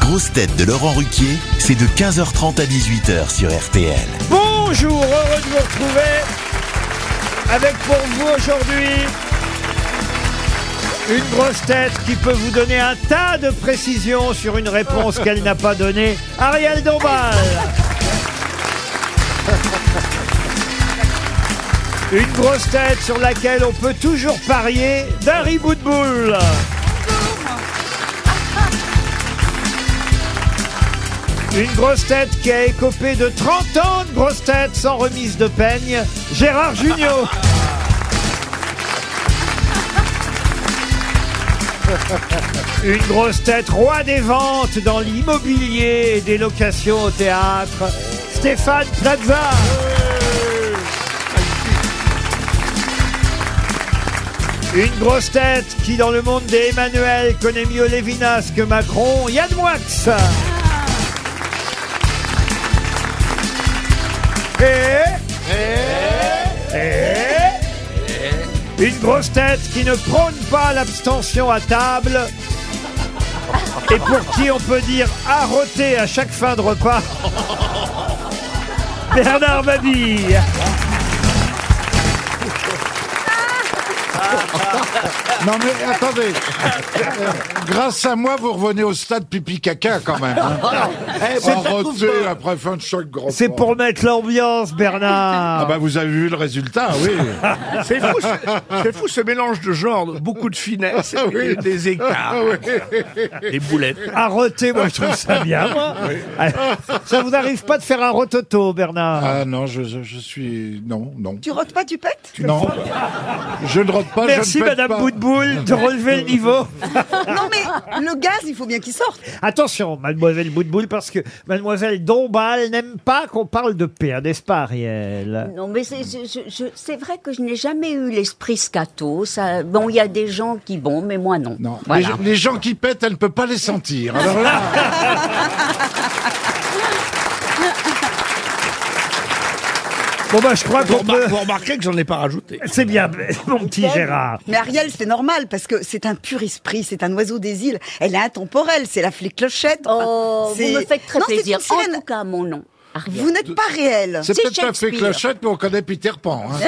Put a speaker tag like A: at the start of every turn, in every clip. A: grosses têtes de Laurent Ruquier, c'est de 15h30 à 18h sur RTL.
B: Bonjour, heureux de vous retrouver avec pour vous aujourd'hui une grosse tête qui peut vous donner un tas de précisions sur une réponse qu'elle n'a pas donnée, Ariel Dombal. Une grosse tête sur laquelle on peut toujours parier, Dari Boudboul. Une grosse tête qui a écopé de 30 ans de grosse tête sans remise de peigne, Gérard Junior. Une grosse tête roi des ventes dans l'immobilier et des locations au théâtre, Stéphane Plaza. Une grosse tête qui, dans le monde des Emmanuel, connaît mieux Lévinas que Macron, Yann Moix. Et... Et... Une grosse tête qui ne prône pas l'abstention à table et pour qui on peut dire arroté à chaque fin de repas, Bernard Mabille.
C: Non mais attendez, Euh, grâce à moi vous revenez au stade pipi caca quand même. hein.
B: Eh,
C: En
B: mais ça trouve
C: roté
B: pas.
C: après fin de choc grand.
B: C'est pour mettre l'ambiance, Bernard.
C: Ah bah vous avez vu le résultat, oui.
D: C'est fou, ce- c'est fou ce mélange de genres, beaucoup de finesse et
C: Ah, oui.
D: des écarts,
C: Ah oui.
D: des boulettes.
B: Arroté, moi je trouve ça bien. moi. Ça vous arrive pas de faire un rototo, Bernard
C: Ah non, je, je, je suis non non
E: Tu rotes pas, tu pètes
C: non. Je ne rote pas.
B: Merci,
C: je ne pète
B: Madame
C: pas.
B: Boutboul, de relever le niveau.
E: Non mais le gaz, il faut bien qu'il sorte.
B: Attention, Mademoiselle Boutboul, parce que Mademoiselle Dombal n'aime pas qu'on parle de paix, n'est-ce pas, Ariel
F: Non, mais c'est- c'est je- je- c'est vrai que je n'ai jamais eu l'esprit scato. Ça, bon, il y a des gens qui, bon, mais moi non.
C: Non. Les,
F: Voilà.
C: gens- les gens qui pètent, elle ne peut pas les sentir. Alors là,
B: Bon, bah, je crois
D: Vous,
B: qu'on
D: remar-
B: peut.
D: vous remarquez que j'en ai pas rajouté.
B: C'est bien, mon petit Gérard.
E: Mais Ariel, c'est normal parce que c'est un pur esprit, c'est un oiseau des îles. Elle est intemporelle, c'est la flic clochette. Enfin,
F: Oh, vous
E: c'est-
F: me faites très
E: Non, c'est
F: plaisir.
E: une
F: En
E: sirène.
F: tout cas, mon nom. Ariel.
E: Vous n'êtes pas réelle.
C: c'est
F: C'est
C: peut-être pas fait
F: Shakespeare.
C: clochette, mais on connaît Peter Pan. hein.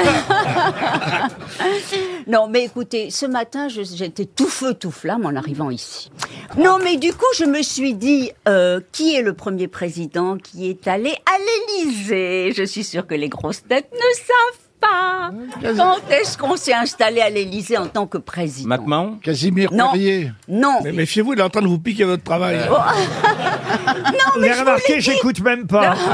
F: Non, mais écoutez, ce matin, je- j'étais tout feu, tout flamme en arrivant ici. Non, mais du coup, je me suis dit, euh, qui est le premier président qui est allé à l'Élysée Je suis sûre que les grosses têtes ne savent pas. Quand est-ce qu'on s'est installé à l'Élysée en tant que président
G: MacMahon
C: Casimir
F: Non.
C: Perrier.
F: Non. ah,
D: Mais méfiez-vous, il est en train de vous piquer votre travail. là.
B: Vous avez remarqué, j'écoute même pas.
F: Alors,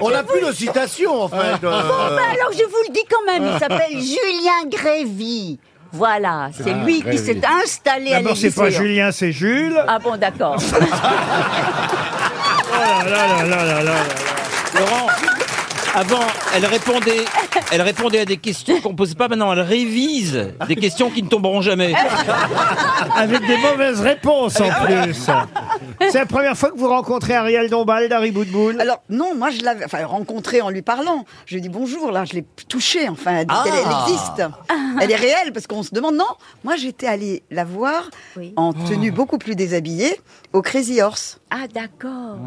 F: je vous-
D: de citation en fait. euh.
F: Bon,
B: Euh.
F: bah, alors je vous le dis quand même, il s'appelle Julien Grévy. Voilà, c'est lui qui s'est installé à
B: D'abord,
F: l'Élysée.
B: c'est pas Julien, c'est Jules.
F: Ah bon, d'accord.
B: Oh là là là là là là là.
G: Laurent, avant, elle répondait, elle répondait à des questions qu'on posait pas maintenant. Elle révise des questions qui ne tomberont jamais.
B: Avec des mauvaises réponses en plus. C'est la première fois que vous rencontrez Ariel Dombal, Dari Boudboul.
E: Alors non, moi je l'avais enfin, rencontrée en lui parlant. Je lui ai dit bonjour, là je l'ai touchée, enfin elle, dit
G: Ah.
E: qu'elle- elle existe. Elle est réelle parce qu'on se demande, non, moi j'étais allée la voir
F: Oui.
E: en tenue beaucoup plus déshabillée au Crazy Horse.
F: Ah d'accord.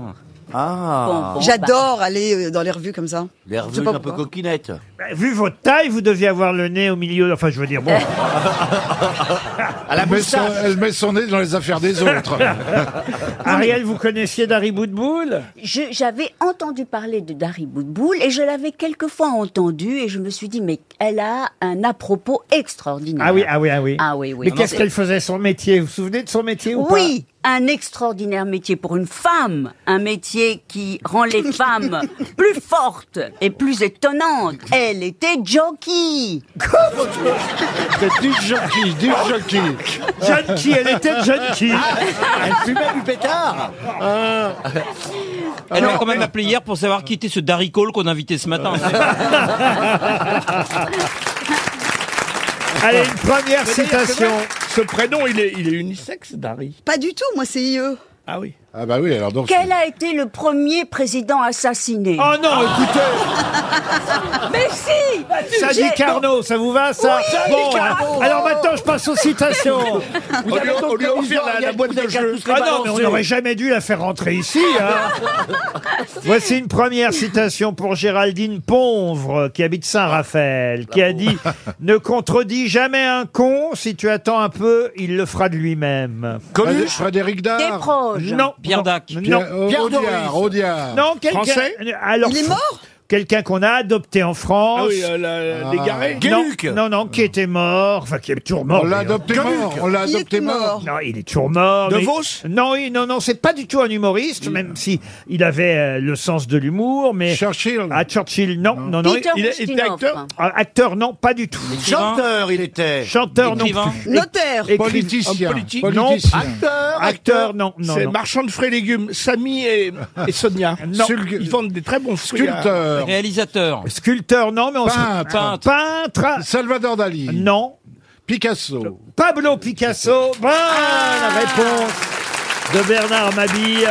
H: Ah,
F: Bon, bah, bon,
E: J'adore aller euh, dans les revues comme ça.
H: les
E: Je sais
H: revenus
E: pas
H: un peu
E: pourquoi.
H: coquinette.
B: Bah, Vu votre taille, vous deviez avoir le nez au milieu. Enfin, je veux dire, bon.
D: À la
C: Elle met, son,
D: moustache.
C: elle met son nez dans les affaires des autres.
B: Ariel, vous connaissiez Dari Boudboul
F: bah, je- J'avais entendu parler de Dari Boudboul et je l'avais quelquefois entendu et je me suis dit, mais elle a un à-propos extraordinaire.
B: Ah oui, ah oui, ah oui.
F: Ah oui, oui.
B: Mais
F: Non,
B: qu'est-ce
F: c'est-
B: qu'elle faisait son métier Vous vous souvenez de son métier ou
F: Oui, un extraordinaire métier pour une femme, un métier qui rend les femmes plus fortes et plus étonnantes. Elle était jockey.
C: C'est du jockey, du jockey.
B: pas Jeune qui, elle était jeune qui.
H: Elle fumait du pétard.
G: Ah. Elle m'a quand même appelé hier pour savoir qui était ce Darry Cole qu'on a invité ce matin.
B: Allez, une première
D: Mais d'ailleurs, c'est
B: citation.
D: vrai, Ce prénom, il est, il est unisexe, Dari.
E: Pas du tout, moi c'est E. IE.
D: Ah oui.
C: Ah bah oui, alors donc...
F: Quel a été le premier président assassiné Ah,
B: Oh non, écoutez
F: Mais si
B: Ça dit
F: J'ai-
B: Carnot, ça vous va ça
F: Oui,
B: Bon, bah,
F: Carnot.
B: alors maintenant je passe aux citations.
D: On lui, on lui a offert la, la boîte de jeu.
B: Ah non, mais on n'aurait jamais dû la faire rentrer ici. hein. Voici une première citation pour Géraldine Ponvre, qui habite Saint-Raphaël, qui a dit « Ne contredis jamais un con, si tu attends un peu, il le fera de lui-même.
C: Frédé- Frédéric Dard.
F: Des proches. »
B: Non.
G: Pierre Dac.
B: Non.
C: Pierre, euh,
H: Pierre
C: Audiard,
H: Doris.
C: Audiard.
B: Non, quelqu'un...
D: Français
B: alors,
E: Il est mort
B: Quelqu'un qu'on a adopté en France.
D: Ah oui, euh, la- la-
C: Ah.
D: l'égaré.
B: Non,
H: Gueluc.
B: non, non, qui était mort, enfin qui est toujours mort.
C: On l'a
B: d'ailleurs.
C: adopté
H: Gueluc.
C: mort. On l'a
E: Il
C: adopté
E: est
C: mort.
E: mort.
B: Non, il est toujours mort.
D: De
B: mais-
D: Vos
B: Non, oui, non, non, c'est pas du tout un humoriste, même si il avait euh, le sens de l'humour, mais
C: Churchill.
B: à Churchill, non, non, non.
F: Peter
D: il- il est
F: Ustinov.
D: acteur
B: Ah, Acteur, non, pas du tout.
H: Chanteur, il était.
B: Chanteur, non.
G: Écrivain.
B: plus.
E: Notaire
B: Écrivain.
C: Politicien.
D: Homme politique.
C: Politicien.
D: Acteur,
B: Acteur, non, non,
D: C'est
B: non.
D: marchand de fruits et légumes, Samy et, et Sonia.
B: Non.
D: Sulgu- Ils vendent des très bons fruits. à-
C: Sculpteur.
G: Réalisateur.
B: Sculpteur, non, mais on se-
C: Peintre.
G: Peintre.
B: Peintre,
C: Salvador Dali.
B: non.
C: Picasso.
B: Pablo Picasso, bonne réponse de Bernard Mabille.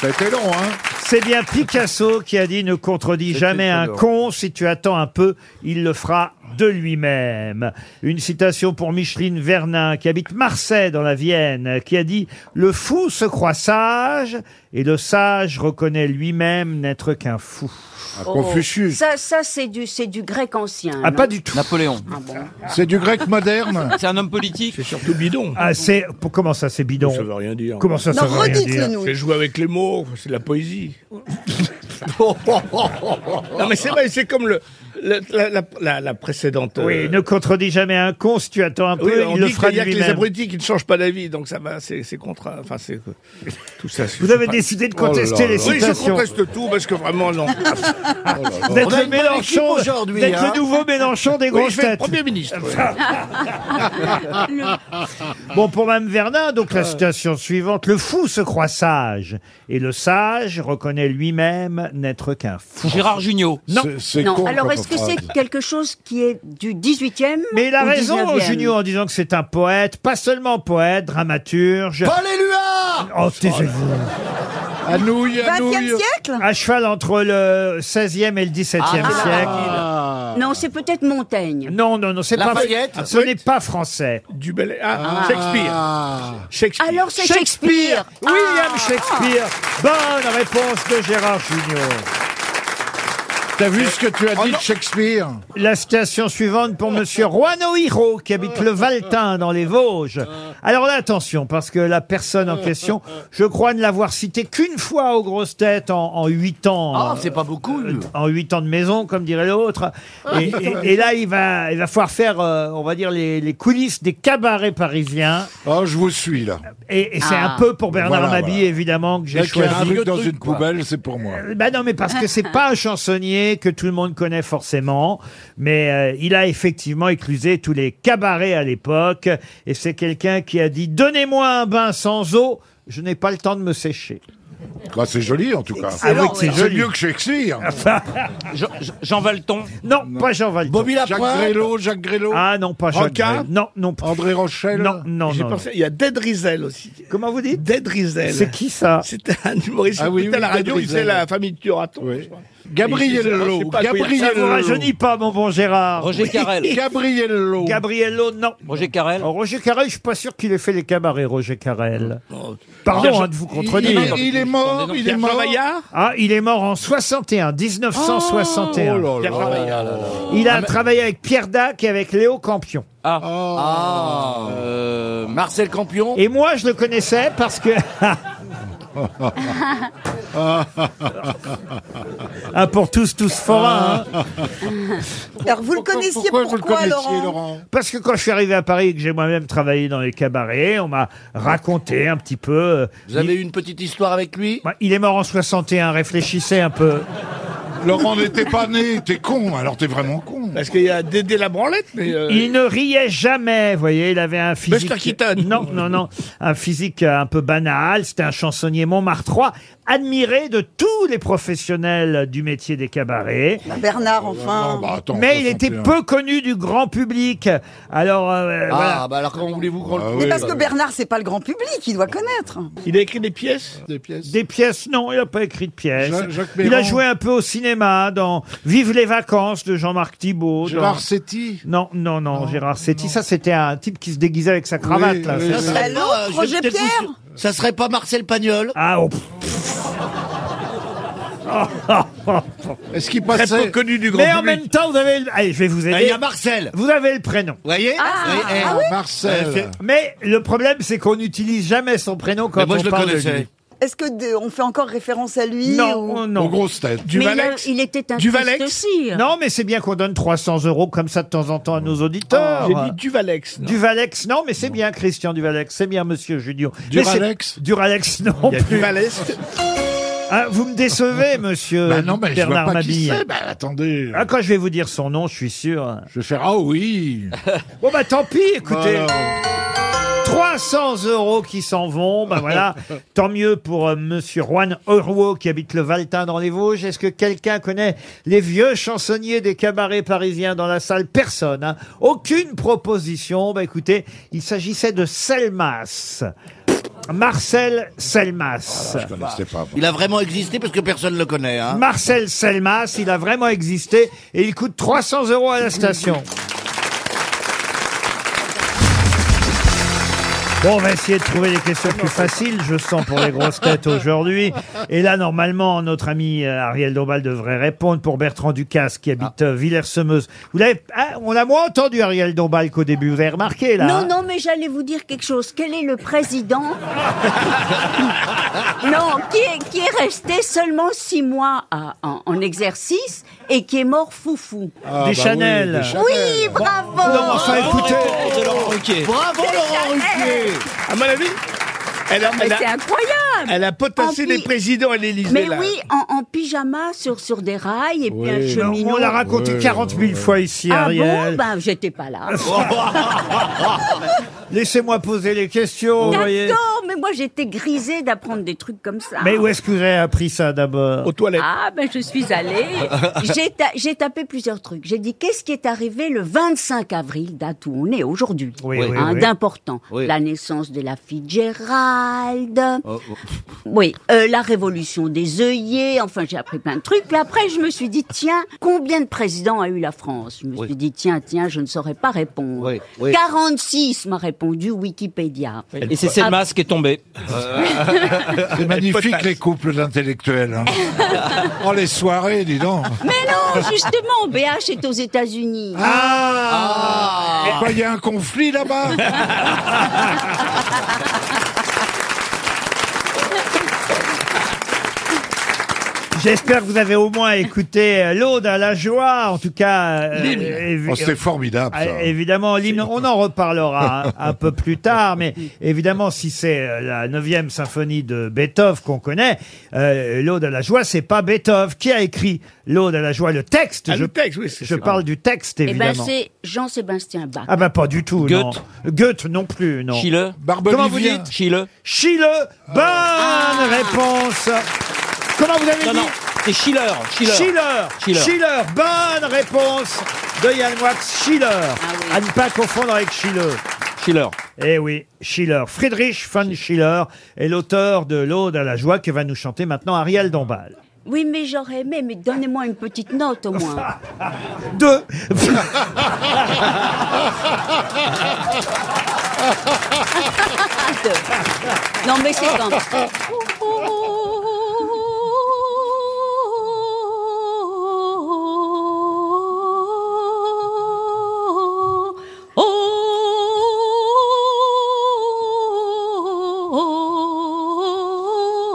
C: Ça a été long, hein
B: C'est bien Picasso qui a dit ne contredis jamais un con, si tu attends un peu, il le fera de lui-même. Une citation pour Micheline Vernin qui habite Marseille dans la Vienne, qui a dit le fou se croit sage et le sage reconnaît lui-même n'être qu'un fou.
C: Ah,
F: Oh.
C: Confucius.
F: Ça, ça c'est du, c'est du grec ancien.
B: Ah
F: non
B: pas du tout.
G: Napoléon.
F: Ah bon.
C: C'est du grec moderne.
G: C'est un homme politique.
D: C'est surtout bidon.
B: Ah c'est pour- comment ça c'est bidon.
D: Ça veut rien dire.
B: Comment ça ça
E: Non,
B: veut rien dire.
E: redites-le nous.
D: C'est jouer avec les mots, c'est de la poésie. non mais c'est vrai, c'est comme le, le- la, la- la- la précédente.
B: Oui,
D: euh,
B: ne contredis jamais un con, si tu attends un
D: oui, bah,
B: peu,
D: on
B: il le
D: dit
B: fera
D: qu'il y
B: de
D: a que les
B: lui-même.
D: abrutis qui ne changent pas d'avis, donc ça va, c'est c'est contre. Enfin, c'est euh, tout ça. c'est-
B: Vous
D: c'est
B: avez
D: pas- Oh
B: décidé de contester les
D: Oui, je
B: citations.
D: conteste tout parce que vraiment non. Oh
B: Vous êtes
H: On a une bonne
B: le
H: équipe
B: Mélenchon,
H: aujourd'hui,
B: vous êtes
H: hein.
B: le nouveau Mélenchon des
D: Oui,
B: grosses
D: je vais être
B: têtes.
D: premier ministre. ouais.
B: Bon, pour Mme Vernin, donc la citation suivante. Le fou se croit sage, et le sage reconnaît lui-même n'être qu'un fou.
G: Gérard Jugnot.
B: Non.
C: C'est- C'est
F: Non,
C: con
F: alors
C: comme
F: est-ce que
C: phrase.
F: c'est quelque chose qui est du 18e
B: Mais il a
F: ou
B: raison,
F: 19e?
B: Junio, en disant que c'est un poète, pas seulement poète, dramaturge.
H: Paul Éluard
B: Oh, taisez-vous.
C: Anouilh,
E: 20e
C: Anouilh.
E: siècle
B: À cheval entre le 16e et le 17e siècle.
C: Ah.
F: Non, c'est peut-être Montaigne.
B: Non, non, non, c'est pas.
H: Lafayette
B: Ce n'est pas français.
D: Du bel. Ah, Shakespeare.
C: Ah.
D: Shakespeare.
F: Alors c'est Shakespeare.
B: William Shakespeare. Bonne réponse de Gérard Junior.
C: T'as vu ce que tu as dit de
D: non.
C: Shakespeare
B: Oh La citation suivante pour Monsieur Juano Hiro, qui habite le Valtin dans les Vosges. Alors là, attention, parce que la personne en question, je crois ne l'avoir cité qu'une fois aux grosses têtes en, en huit ans.
H: Ah,
B: euh,
H: c'est pas beaucoup. lui.
B: en huit ans de maison, comme dirait l'autre. Et, et- et là, il va, il va falloir faire, euh, on va dire, les, les coulisses des cabarets parisiens.
C: Oh, je vous suis, là.
B: Et, et c'est
F: Ah.
B: un peu pour Bernard
C: Voilà,
B: Mabie,
C: voilà.
B: évidemment, que j'ai
C: Dès qu'il y a un
B: choisi.
C: truc Ah dans une poubelle, c'est pour moi.
B: Bah non, mais parce que c'est pas un chansonnier que tout le monde connaît forcément, mais euh, il a effectivement éclusé tous les cabarets à l'époque, et c'est quelqu'un qui a dit « Donnez-moi un bain sans eau, je n'ai pas le temps de me sécher
C: Bah, c'est joli, en tout cas.
B: Ah oui, que c'est
C: C'est
B: joli.
C: mieux que Shakespeare.
G: Jean- Jean Valton.
B: Non, pas Jean Valjean.
H: Bobby
C: Jacques
H: Lapointe
C: Grélo, Jacques Grélo,
B: Ah non, pas Jean
D: Roca
B: Valjean. Non, non, pas-
C: André Rochelle.
B: non, non,
D: J'ai
B: non,
D: pensé- Il y a Dead Rizel aussi.
B: non. Comment vous dites
D: Dead Rizel.
B: C'est qui ça
D: C'était un humoriste
C: Ah
D: ah,
C: oui, oui,
D: à la
C: Dead
D: radio, il
C: Rizel.
D: faisait la famille de Turaton.
C: Oui.
D: je crois. Je sais
C: Gabriello,
D: pas quoi il y a.
B: Ça vous
C: Gabriello.
B: rajeunit pas, mon bon
C: Ah
B: Gérard Ah,
G: Roger Carrel.
C: Gabriello.
B: Gabriello, non.
G: Roger Carrel.
B: Alors, Roger Carrel, je suis pas sûr qu'il ait fait les cabarets, Roger Carrel.
D: Oh.
B: Pardon
D: Pierre-
B: hein, de vous
C: Il,
B: contredire.
C: il est mort, il est
D: Pierre
C: mort.
D: Travaillard
B: Ah, il est mort en 61,
C: Oh
B: 1961.
C: là Ah,
D: Pierre
C: là.
D: Travaillard.
B: il a travaillé avec Pierre Dac et avec Léo Campion.
H: Ah. Marcel Campion
B: Euh, Et moi, je le connaissais parce que... ah, pour tous, tous forains. hein.
E: Alors vous le connaissiez pourquoi,
C: vous le connaissiez, Laurent,
E: Laurent
B: Parce que quand je suis arrivé à Paris et que j'ai moi-même travaillé dans les cabarets, on m'a raconté un petit peu... euh,
H: Vous avez eu une petite histoire avec lui
B: il- il est mort en 61, réfléchissez un peu.
C: Laurent n'était pas né, t'es con, alors t'es vraiment con.
D: Parce qu'il y a Dédé la branlette, mais. euh,
B: Il ne riait jamais, vous voyez, il avait un physique...
D: Buster Keaton.
B: Non, non, non, un physique euh, un peu banal, c'était un chansonnier Montmartrois, admiré de tous les professionnels du métier des cabarets.
E: Bernard,
B: Ah,
E: enfin.
C: Non, bah, attends,
B: Mais il était
C: 61.
B: peu connu du grand public. Alors, euh, voilà.
H: Ah, bah alors comment voulez-vous qu'on
C: Ah
H: le
C: oui,
E: mais parce
C: bah
E: que
C: oui.
E: Bernard, c'est pas le grand public, il doit connaître.
D: Il a écrit des pièces
H: Des pièces.
B: Des pièces, non, il n'a pas écrit de pièces.
C: Ja- Jacques
B: il a
C: Méran.
B: joué un peu au cinéma dans Vive les vacances de Jean-Marc Thibault. dans-
C: Gérard Setti
B: Non, non, non, Gérard Setti. Ça, c'était un type qui se déguisait avec sa cravate.
C: Oui,
B: là.
C: oui,
H: Ça
C: oui.
H: serait
E: Allô,
H: pas, euh, je vais
E: Roger
H: peut-être vous
E: Pierre
H: sur- Ça serait pas Marcel Pagnol
B: Ah, oh, pff. Oh,
C: Est-ce qu'il
D: Très peu
C: passait
D: connu du grand
B: Mais en
D: public.
B: même temps, vous avez. le- Allez, je vais vous
H: Ah, Il y
B: aider.
H: a Marcel Vous
B: Vous avez le prénom. Ah Euh,
H: voyez
F: Ah.
H: Et- et-
C: Marcel
B: Mais le problème, c'est qu'on n'utilise jamais son prénom quand
H: Mais moi,
B: on
H: je le
B: parle de
H: connaissais.
B: lui.
E: Est-ce que de- on fait encore référence à lui
B: Non, oh,
E: ou-
C: Aux
B: non.
C: grosses têtes.
D: Du
F: mais il, a-
D: Valex
F: il était un
D: Du
F: triste
D: Valex
F: sire.
B: Non, mais c'est bien qu'on donne 300 euros comme ça de temps en temps à nos auditeurs.
D: J'ai dit Duvalex. non.
B: Duvalex, non, mais c'est bien, Christian Duvalex, c'est bien, monsieur Judio.
C: Duralex
B: Duralex, non
D: Il y a
B: plus.
D: Duvalès.
B: Ah, vous me décevez, monsieur
C: Bah non, mais je vois
B: Bernard
C: pas qui
B: Mabille.
C: c'est. Bah attendez,
B: Ah, quand je vais vous dire son nom, je suis sûr.
C: je vais faire ah oui.
B: Bon, bah tant pis, écoutez.
C: Voilà.
B: 300 euros qui s'en vont, ben voilà. Tant mieux pour euh, Monsieur Juan Orwo qui habite le Valtin dans les Vosges. Est-ce que quelqu'un connaît les vieux chansonniers des cabarets parisiens dans la salle Personne. hein. Aucune proposition. Ben écoutez, il s'agissait de Selmas. Marcel Selmas.
C: Ah, Je connaissais pas.
H: Il a vraiment existé parce que personne ne le connaît. Hein.
B: Marcel Selmas, il a vraiment existé et il coûte 300 euros à la station. Bon, on va essayer de trouver des questions plus faciles, je sens, pour les grosses têtes aujourd'hui. Et là, normalement, notre ami euh, Ariel Dombal devrait répondre pour Bertrand Ducasse, qui habite euh, Villers-Semeuse. Vous l'avez, ah, on l'a moins entendu, Ariel Dombal, qu'au début. Vous avez remarqué, là hein
F: Non, non, mais j'allais vous dire quelque chose. Quel est le président Non, qui est, qui est resté seulement six mois à- en, en exercice et qui est mort foufou.
C: Ah,
B: Des Chanel.
C: des Chanel.
F: Oui, bravo
B: Non, enfin, écoutez.
G: de Laurent Ruquier.
H: Bravo Laurent Ruquier
D: À mon avis, elle a,
F: Mais
D: elle a-
F: c'est incroyable
D: elle a potassé
F: En
D: les
F: pi-
D: présidents à l'Élysée.
F: Mais
D: là.
F: oui, en, en pyjama sur, sur des rails et puis un cheminot.
B: On l'a raconté
C: Ouais,
B: 40 000 fois ici,
F: ah
B: Ariel.
F: bon
B: Oh.
F: Ben, j'étais pas là.
B: Laissez-moi poser les questions, vous voyez.
F: D'accord, mais moi j'étais grisée d'apprendre des trucs comme ça.
B: Mais où est-ce que vous avez appris ça d'abord
D: Aux toilettes.
F: Ah ben je suis allée, j'ai, ta- j'ai tapé plusieurs trucs. J'ai dit qu'est-ce qui est arrivé le 25 avril, date où on est aujourd'hui,
B: Oui, oui,
F: hein,
B: oui.
F: d'important.
H: Oui.
F: La naissance de la fille Gérald, oui, euh, la révolution des œillets, enfin j'ai appris plein de trucs. Puis après je me suis dit tiens, combien de présidents a eu la France Je me suis dit tiens, tiens, je ne saurais pas répondre.
H: Oui, oui.
F: 46 m'a répondu Wikipédia. Ah,
G: Et c'est
H: Ah.
G: Selmas qui est tombé.
C: C'est magnifique les couples d'intellectuels. hein. oh les soirées, dis donc.
F: Mais non, justement, BH est aux États-Unis.
C: Ah, Et quoi, il y a un conflit là-bas.
B: J'espère que vous avez au moins écouté euh, l'Aude à la joie, en tout cas. euh, évi-
C: Oh, C'était formidable.
B: euh,
C: Ça.
B: Évidemment, l'hymne, on en reparlera un, un peu plus tard, mais évidemment, si c'est euh, la neuvième symphonie de Beethoven qu'on connaît, euh, l'Aude à la joie, c'est pas Beethoven qui a écrit l'Aude à la joie, le texte.
D: Ah,
B: je
D: le texte, oui, c'est
B: je
D: c'est-
B: parle du texte,
F: Eh ben
B: évidemment.
F: c'est Jean-Sébastien Bach.
B: ah ben pas du tout,
G: Goethe.
B: non. Goethe non plus, non.
G: Chile.
C: Barbolivien.
B: Comment vous dites
G: Chile.
B: Chile, bonne réponse. Comment vous avez
G: Ah. Non,
B: dit
G: non, c'est Schiller. Schiller.
B: Schiller. Schiller.
G: Schiller.
B: Bonne réponse de Yann Moix. Schiller.
F: oui.
B: À ne pas confondre avec Schiller.
G: Schiller.
B: Eh oui, Schiller. Friedrich von Schiller est l'auteur de l'Aude à la joie que va nous chanter maintenant Ariel Dombal.
F: Oui, mais j'aurais aimé, mais donnez-moi une petite note au moins.
B: Deux.
F: non, mais c'est quand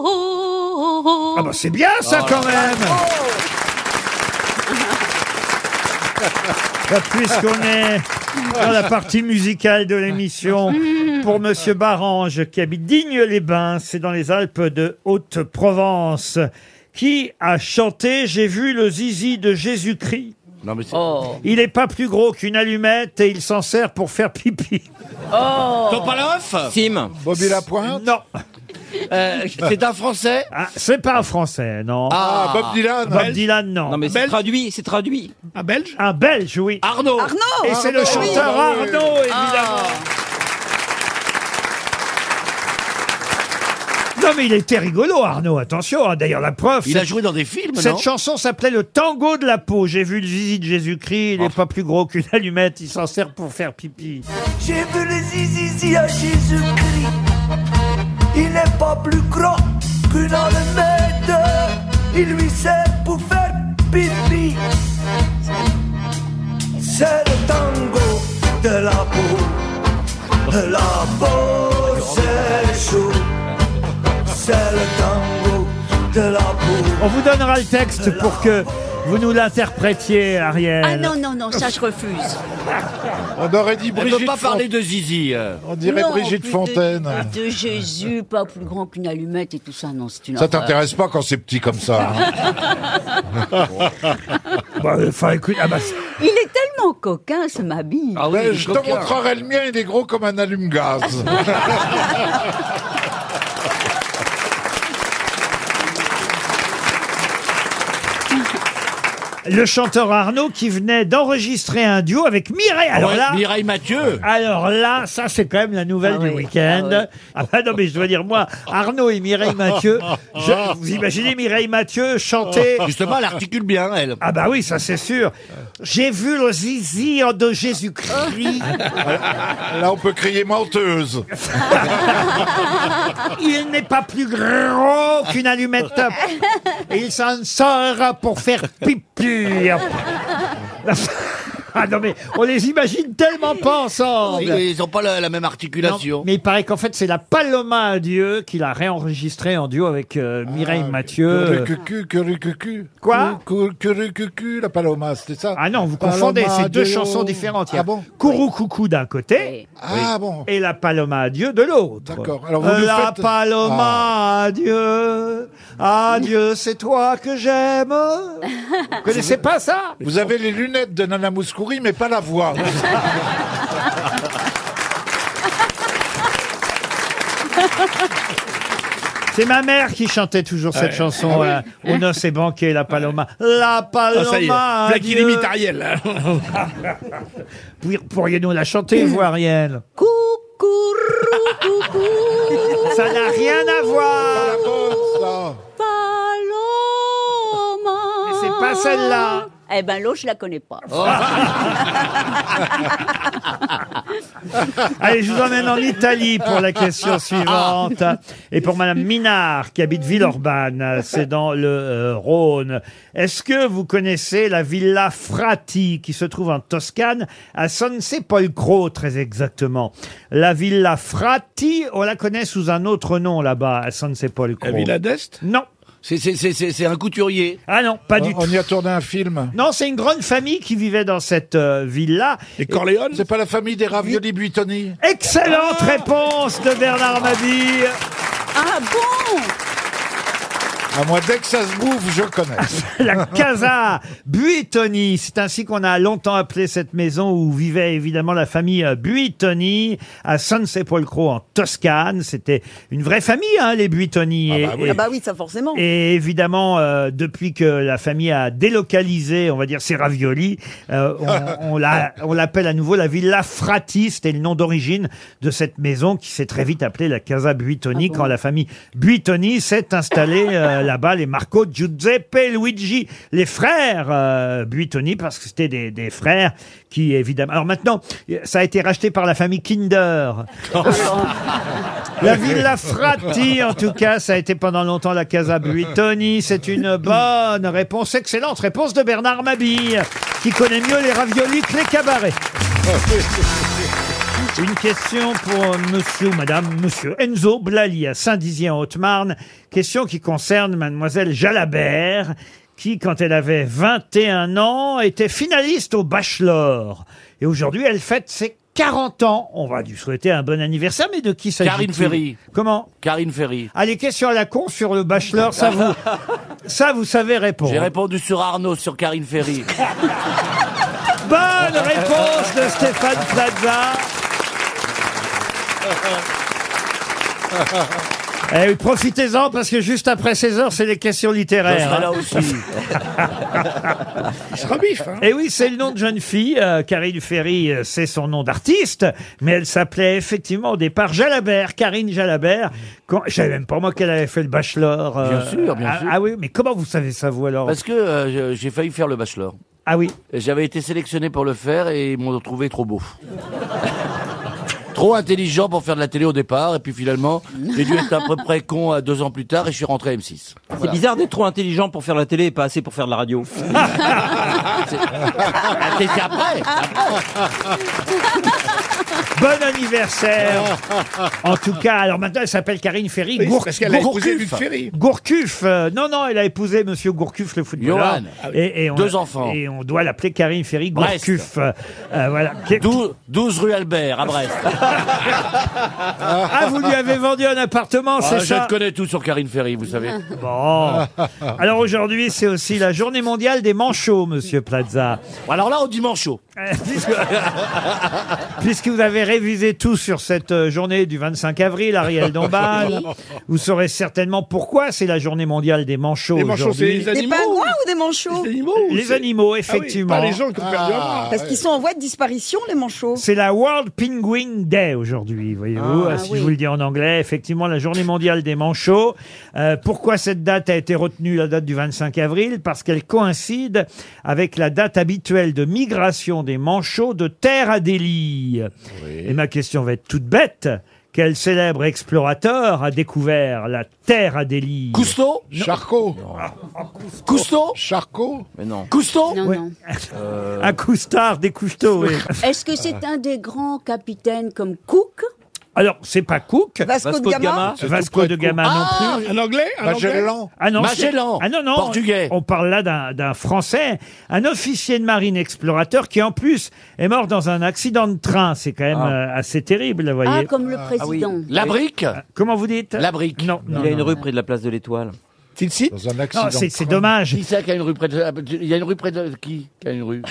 B: Ah bah c'est bien ça quand même. Bah, Puisqu'on est dans la partie musicale de l'émission, pour Monsieur Barange qui habite Digne-les-Bains, c'est dans les Alpes de Haute-Provence. Qui a chanté J'ai vu le zizi de Jésus-Christ
H: Non, mais c'est-
F: Oh.
B: Il n'est pas plus gros qu'une allumette et il s'en sert pour faire pipi.
H: Ton Palof
G: Sim.
C: Bobby Lapointe
B: Non,
H: Euh, C'est un Français
B: Ah, c'est pas un français, non.
C: Ah, Bob Dylan
B: Bob Dylan, non.
G: Non mais c'est
D: Belge.
G: traduit, c'est traduit.
D: Un Belge
B: Un Belge, oui.
H: Arnaud
E: Arnaud
B: et c'est le chanteur
C: bah oui.
B: Arnaud, évidemment. Non mais il était rigolo Arnaud, attention, hein. d'ailleurs la preuve,
H: Il a
B: cette-
H: joué dans des films,
B: cette
H: non
B: chanson s'appelait le tango de la peau. J'ai vu le zizi de Jésus-Christ, il
H: Oh.
B: n'est pas plus gros qu'une allumette, il s'en sert pour faire pipi.
I: J'ai vu le zizizi à Jésus-Christ. Il n'est pas plus gros qu'une allumette. Il lui sert pour faire pipi. C'est le tango de la peau. La peau, c'est chaud. C'est le tango de la peau.
B: On vous donnera le texte pour que vous nous l'interprétiez, Ariel.
F: Ah non, non, non, ça je refuse.
C: On aurait dit
H: Elle peut
C: Brigitte
H: pas parler
C: Fontaine.
H: de Zizi. euh.
C: On dirait
F: Non,
C: Brigitte
F: plus de-
C: Fontaine.
F: De, Jésus, pas plus grand qu'une allumette et tout ça, non, c'est une
C: Ça
F: horreur.
C: t'intéresse pas quand c'est petit comme ça. hein.
B: Bah, enfin, écoute, ah bah,
F: Il est tellement coquin, ce Mabi.
G: Ah
C: Ben, je te montrerai le mien, il est gros comme un allume-gaz.
B: le chanteur Arnaud qui venait d'enregistrer un duo avec Mireille. Alors
H: Ouais,
B: là,
H: Mireille Mathieu
B: alors là, ça c'est quand même la nouvelle
F: Ah
B: du
F: oui,
B: week-end.
F: ah
B: Ah, bah non, mais je dois dire moi, Arnaud et Mireille Mathieu. je- vous imaginez Mireille Mathieu chanter
H: Justement, elle articule bien, elle.
B: Ah bah oui, ça c'est sûr. J'ai vu le zizi de Jésus-Christ.
C: Là, on peut crier menteuse.
B: Il n'est pas plus gros qu'une allumette. Et il s'en sort pour faire pipi. Ah non mais on les imagine tellement pas ensemble.
H: Ils ils ont pas la, la même
B: Non,
H: articulation.
B: mais il paraît qu'en fait c'est la Paloma Adieu qu'il a réenregistré en duo avec
C: Ah,
B: euh, Mireille Mathieu.
C: Curucucu, curucucu.
B: Quoi
C: Cur- Curucucu, la paloma, c'était ça
B: Ah non, vous confondez,
C: Paloma
B: c'est deux
C: de l'eau.
B: chansons différentes. Il y a
C: Ah bon
B: Kourou Coucou d'un côté
C: Ah bon
B: et la Paloma Adieu de l'autre.
C: D'accord. Alors, vous nous
B: la
C: faites- Ah.
B: Paloma Adieu, adieu, c'est toi que j'aime. Vous connaissez pas ça
C: Vous avez les lunettes de Nana Mouskouri, mais pas la voix.
B: C'est ma mère qui chantait toujours cette chanson euh, aux noces et banquets, la Paloma. La
D: Ah, ça y est. hein.
B: Paloma
D: Là qu'il
B: Adieu.
D: imite Ariel. là.
B: Pourri- Pourriez-nous la chanter, vous, Ariel
F: Coucourou, coucou,
B: Ça n'a rien à voir
C: Pas bonne, ça.
F: Paloma.
B: Mais c'est pas celle-là. Oh.
F: Eh ben, l'autre, je la connais pas.
B: Allez, je vous emmène en Italie pour la question suivante. Et pour Madame Minard, qui habite Villeurbanne, c'est dans le euh, Rhône. Est-ce que vous connaissez la Villa Frati, qui se trouve en Toscane, à San Sepolcro, très exactement La Villa Frati, on la connaît sous un autre nom là-bas, à San Sepolcro.
D: La Villa d'Est
B: Non.
H: C'est- C'est c'est- c'est- c'est un couturier.
B: Ah non, pas du
C: On
B: tout.
C: y a tourné un film.
B: Non, c'est une grande famille qui vivait dans cette euh, villa.
D: Les Corleone
C: C'est pas la famille des raviolis Buitoni
B: Excellente réponse de Bernard Mabille.
F: Ah bon
C: À moi, dès que ça se bouffe, je connais.
B: la Casa Buitoni. C'est ainsi qu'on a longtemps appelé cette maison où vivait évidemment la famille euh, Buitoni à San Sepolcro en Toscane. C'était une vraie famille, hein, les Buitoni. Et- et-
E: Ah bah oui, ça forcément.
B: et évidemment, euh, depuis que la famille a délocalisé, on va dire, ses raviolis, euh, on, on l'a- on l'appelle à nouveau la Villa Frati. C'était le nom d'origine de cette maison qui s'est très vite appelée la Casa Buitoni quand la famille Buitoni s'est installée euh, là-bas. Les Marco, Giuseppe, Luigi, les frères euh, Buitoni, parce que c'était des, des frères qui, évidemment... Alors maintenant, ça a été racheté par la famille Kinder. La Villa Frati, en tout cas, ça a été pendant longtemps la Casa Buitoni. C'est une bonne réponse, excellente réponse de Bernard Mabille, qui connaît mieux les raviolis que les cabarets.
I: Oh,
B: Une question pour monsieur ou madame, monsieur Enzo Blali à Saint-Dizier en Haute-Marne. Question qui concerne mademoiselle Jalabert, qui, quand elle avait 21 ans, était finaliste au Bachelor. Et aujourd'hui, elle fête ses 40 ans. On va lui souhaiter un bon anniversaire, mais de qui s'agit-il
H: Karine Ferry.
B: Comment
H: Karine Ferry.
B: Ah, les questions à la con sur le bachelor, ça vous, ça vous savez répondre.
H: J'ai répondu sur Arnaud, sur Karine Ferry.
B: Bonne réponse de Stéphane Plaza. Eh oui, profitez-en parce que juste après 16 heures, c'est les questions
H: Je serai
B: littéraires. hein.
H: là aussi.
D: Il se rabiffe, hein.
B: Et Eh oui, c'est le nom de jeune fille. euh, Karine Ferry, euh, c'est son nom d'artiste, mais elle s'appelait effectivement au départ Jalabert, Karine Jalabert. Quand... Je savais même pas moi qu'elle avait fait le bachelor. euh,
H: Bien sûr, bien
B: ah,
H: sûr.
B: Ah oui, mais comment vous savez ça, vous alors
H: Parce que euh, je- j'ai failli faire le bachelor.
B: Ah oui.
H: Et J'avais été sélectionné pour le faire et ils m'ont trouvé trop beau. Trop intelligent pour faire de la télé au départ, et puis finalement, j'ai dû être à peu près con euh, deux ans plus tard et je suis rentré à M6.
G: C'est bizarre d'être trop intelligent pour faire la télé et pas assez pour faire de la radio.
H: Ah, c'est après
B: Bon anniversaire En tout cas, alors maintenant, elle s'appelle Karine Ferry.
D: Oui,
B: Gour-
D: parce qu'elle a épousé
B: Gourcuff.
D: Luc Ferry.
B: Gourcuff, euh, non, non, elle a épousé Monsieur Gourcuff, le footballeur.
H: Johan.
B: Ah oui. Et, et on,
H: Deux enfants.
B: Et on doit l'appeler Karine Ferry
H: Brest.
B: Gourcuff. Euh, euh, voilà. Qui-
H: 12, 12 rue Albert, à Brest.
B: Ah, vous lui avez vendu un appartement,
H: Ah,
B: c'est
H: je
B: ça
H: te connais tout sur Karine Ferry, vous savez.
B: Bon. Alors aujourd'hui, c'est aussi la journée mondiale des manchots, Monsieur Plaza.
H: Bon, Alors là, au dimanche chaud.
B: Puisque, puisque vous avez révisé tout sur cette euh, journée du 25 avril, Ariel Dombal, vous saurez certainement pourquoi c'est la journée mondiale des manchots
D: Les manchots, c'est
B: aujourd'hui.
D: les
E: Des
D: animaux.
E: pingouins ou des
D: ou-
E: manchots
D: Les animaux. ou
B: Les
D: c'est-
B: animaux,
D: Ah oui,
B: effectivement.
D: pas les gens qui ont perdu un bras.
E: Parce qu'ils sont en voie de disparition, les manchots.
B: C'est la World Penguin Day aujourd'hui, voyez-vous, euh,
E: Ah,
B: si
E: oui.
B: je vous le dis en anglais. Effectivement, la journée mondiale des manchots. Euh, pourquoi cette date a été retenue, la date du 25 avril Parce qu'elle coïncide avec la date habituelle de migration des manchots de terre à Delhi. Et ma question va être toute bête. Quel célèbre explorateur a découvert la terre à Delhi
H: Cousteau
C: Charcot
H: Cousteau
C: Charcot
G: Mais non.
H: Cousteau
F: Non,
B: Oui.
F: non.
B: Un coustard des cousteaux, oui.
F: Est-ce que c'est un des grands capitaines comme Cook
B: Alors, c'est pas Cook,
E: Vasco, de Gama,
B: Vasco de Gama non plus.
D: Ah, Un anglais Un anglais
C: Magellan
B: Ah non,
H: Magellan,
B: c'est- ah non, non,
H: portugais.
B: On parle là d'un- d'un Français, un officier de marine explorateur qui en plus est mort dans un accident de train. C'est quand même euh, assez terrible, vous
F: Ah,
B: voyez. Euh,
F: comme le président.
H: Ah. La brique
B: Comment vous dites
H: La brique.
B: Non, non,
G: Il a une
B: non.
G: rue près de la place de l'Étoile.
D: Tilsit
C: Dans un
B: Non,
C: accident.
B: c'est c'est
C: de train.
B: dommage.
H: Qui ça qui a une rue près de... ah, Il y a une rue près de... Qui Qui a une rue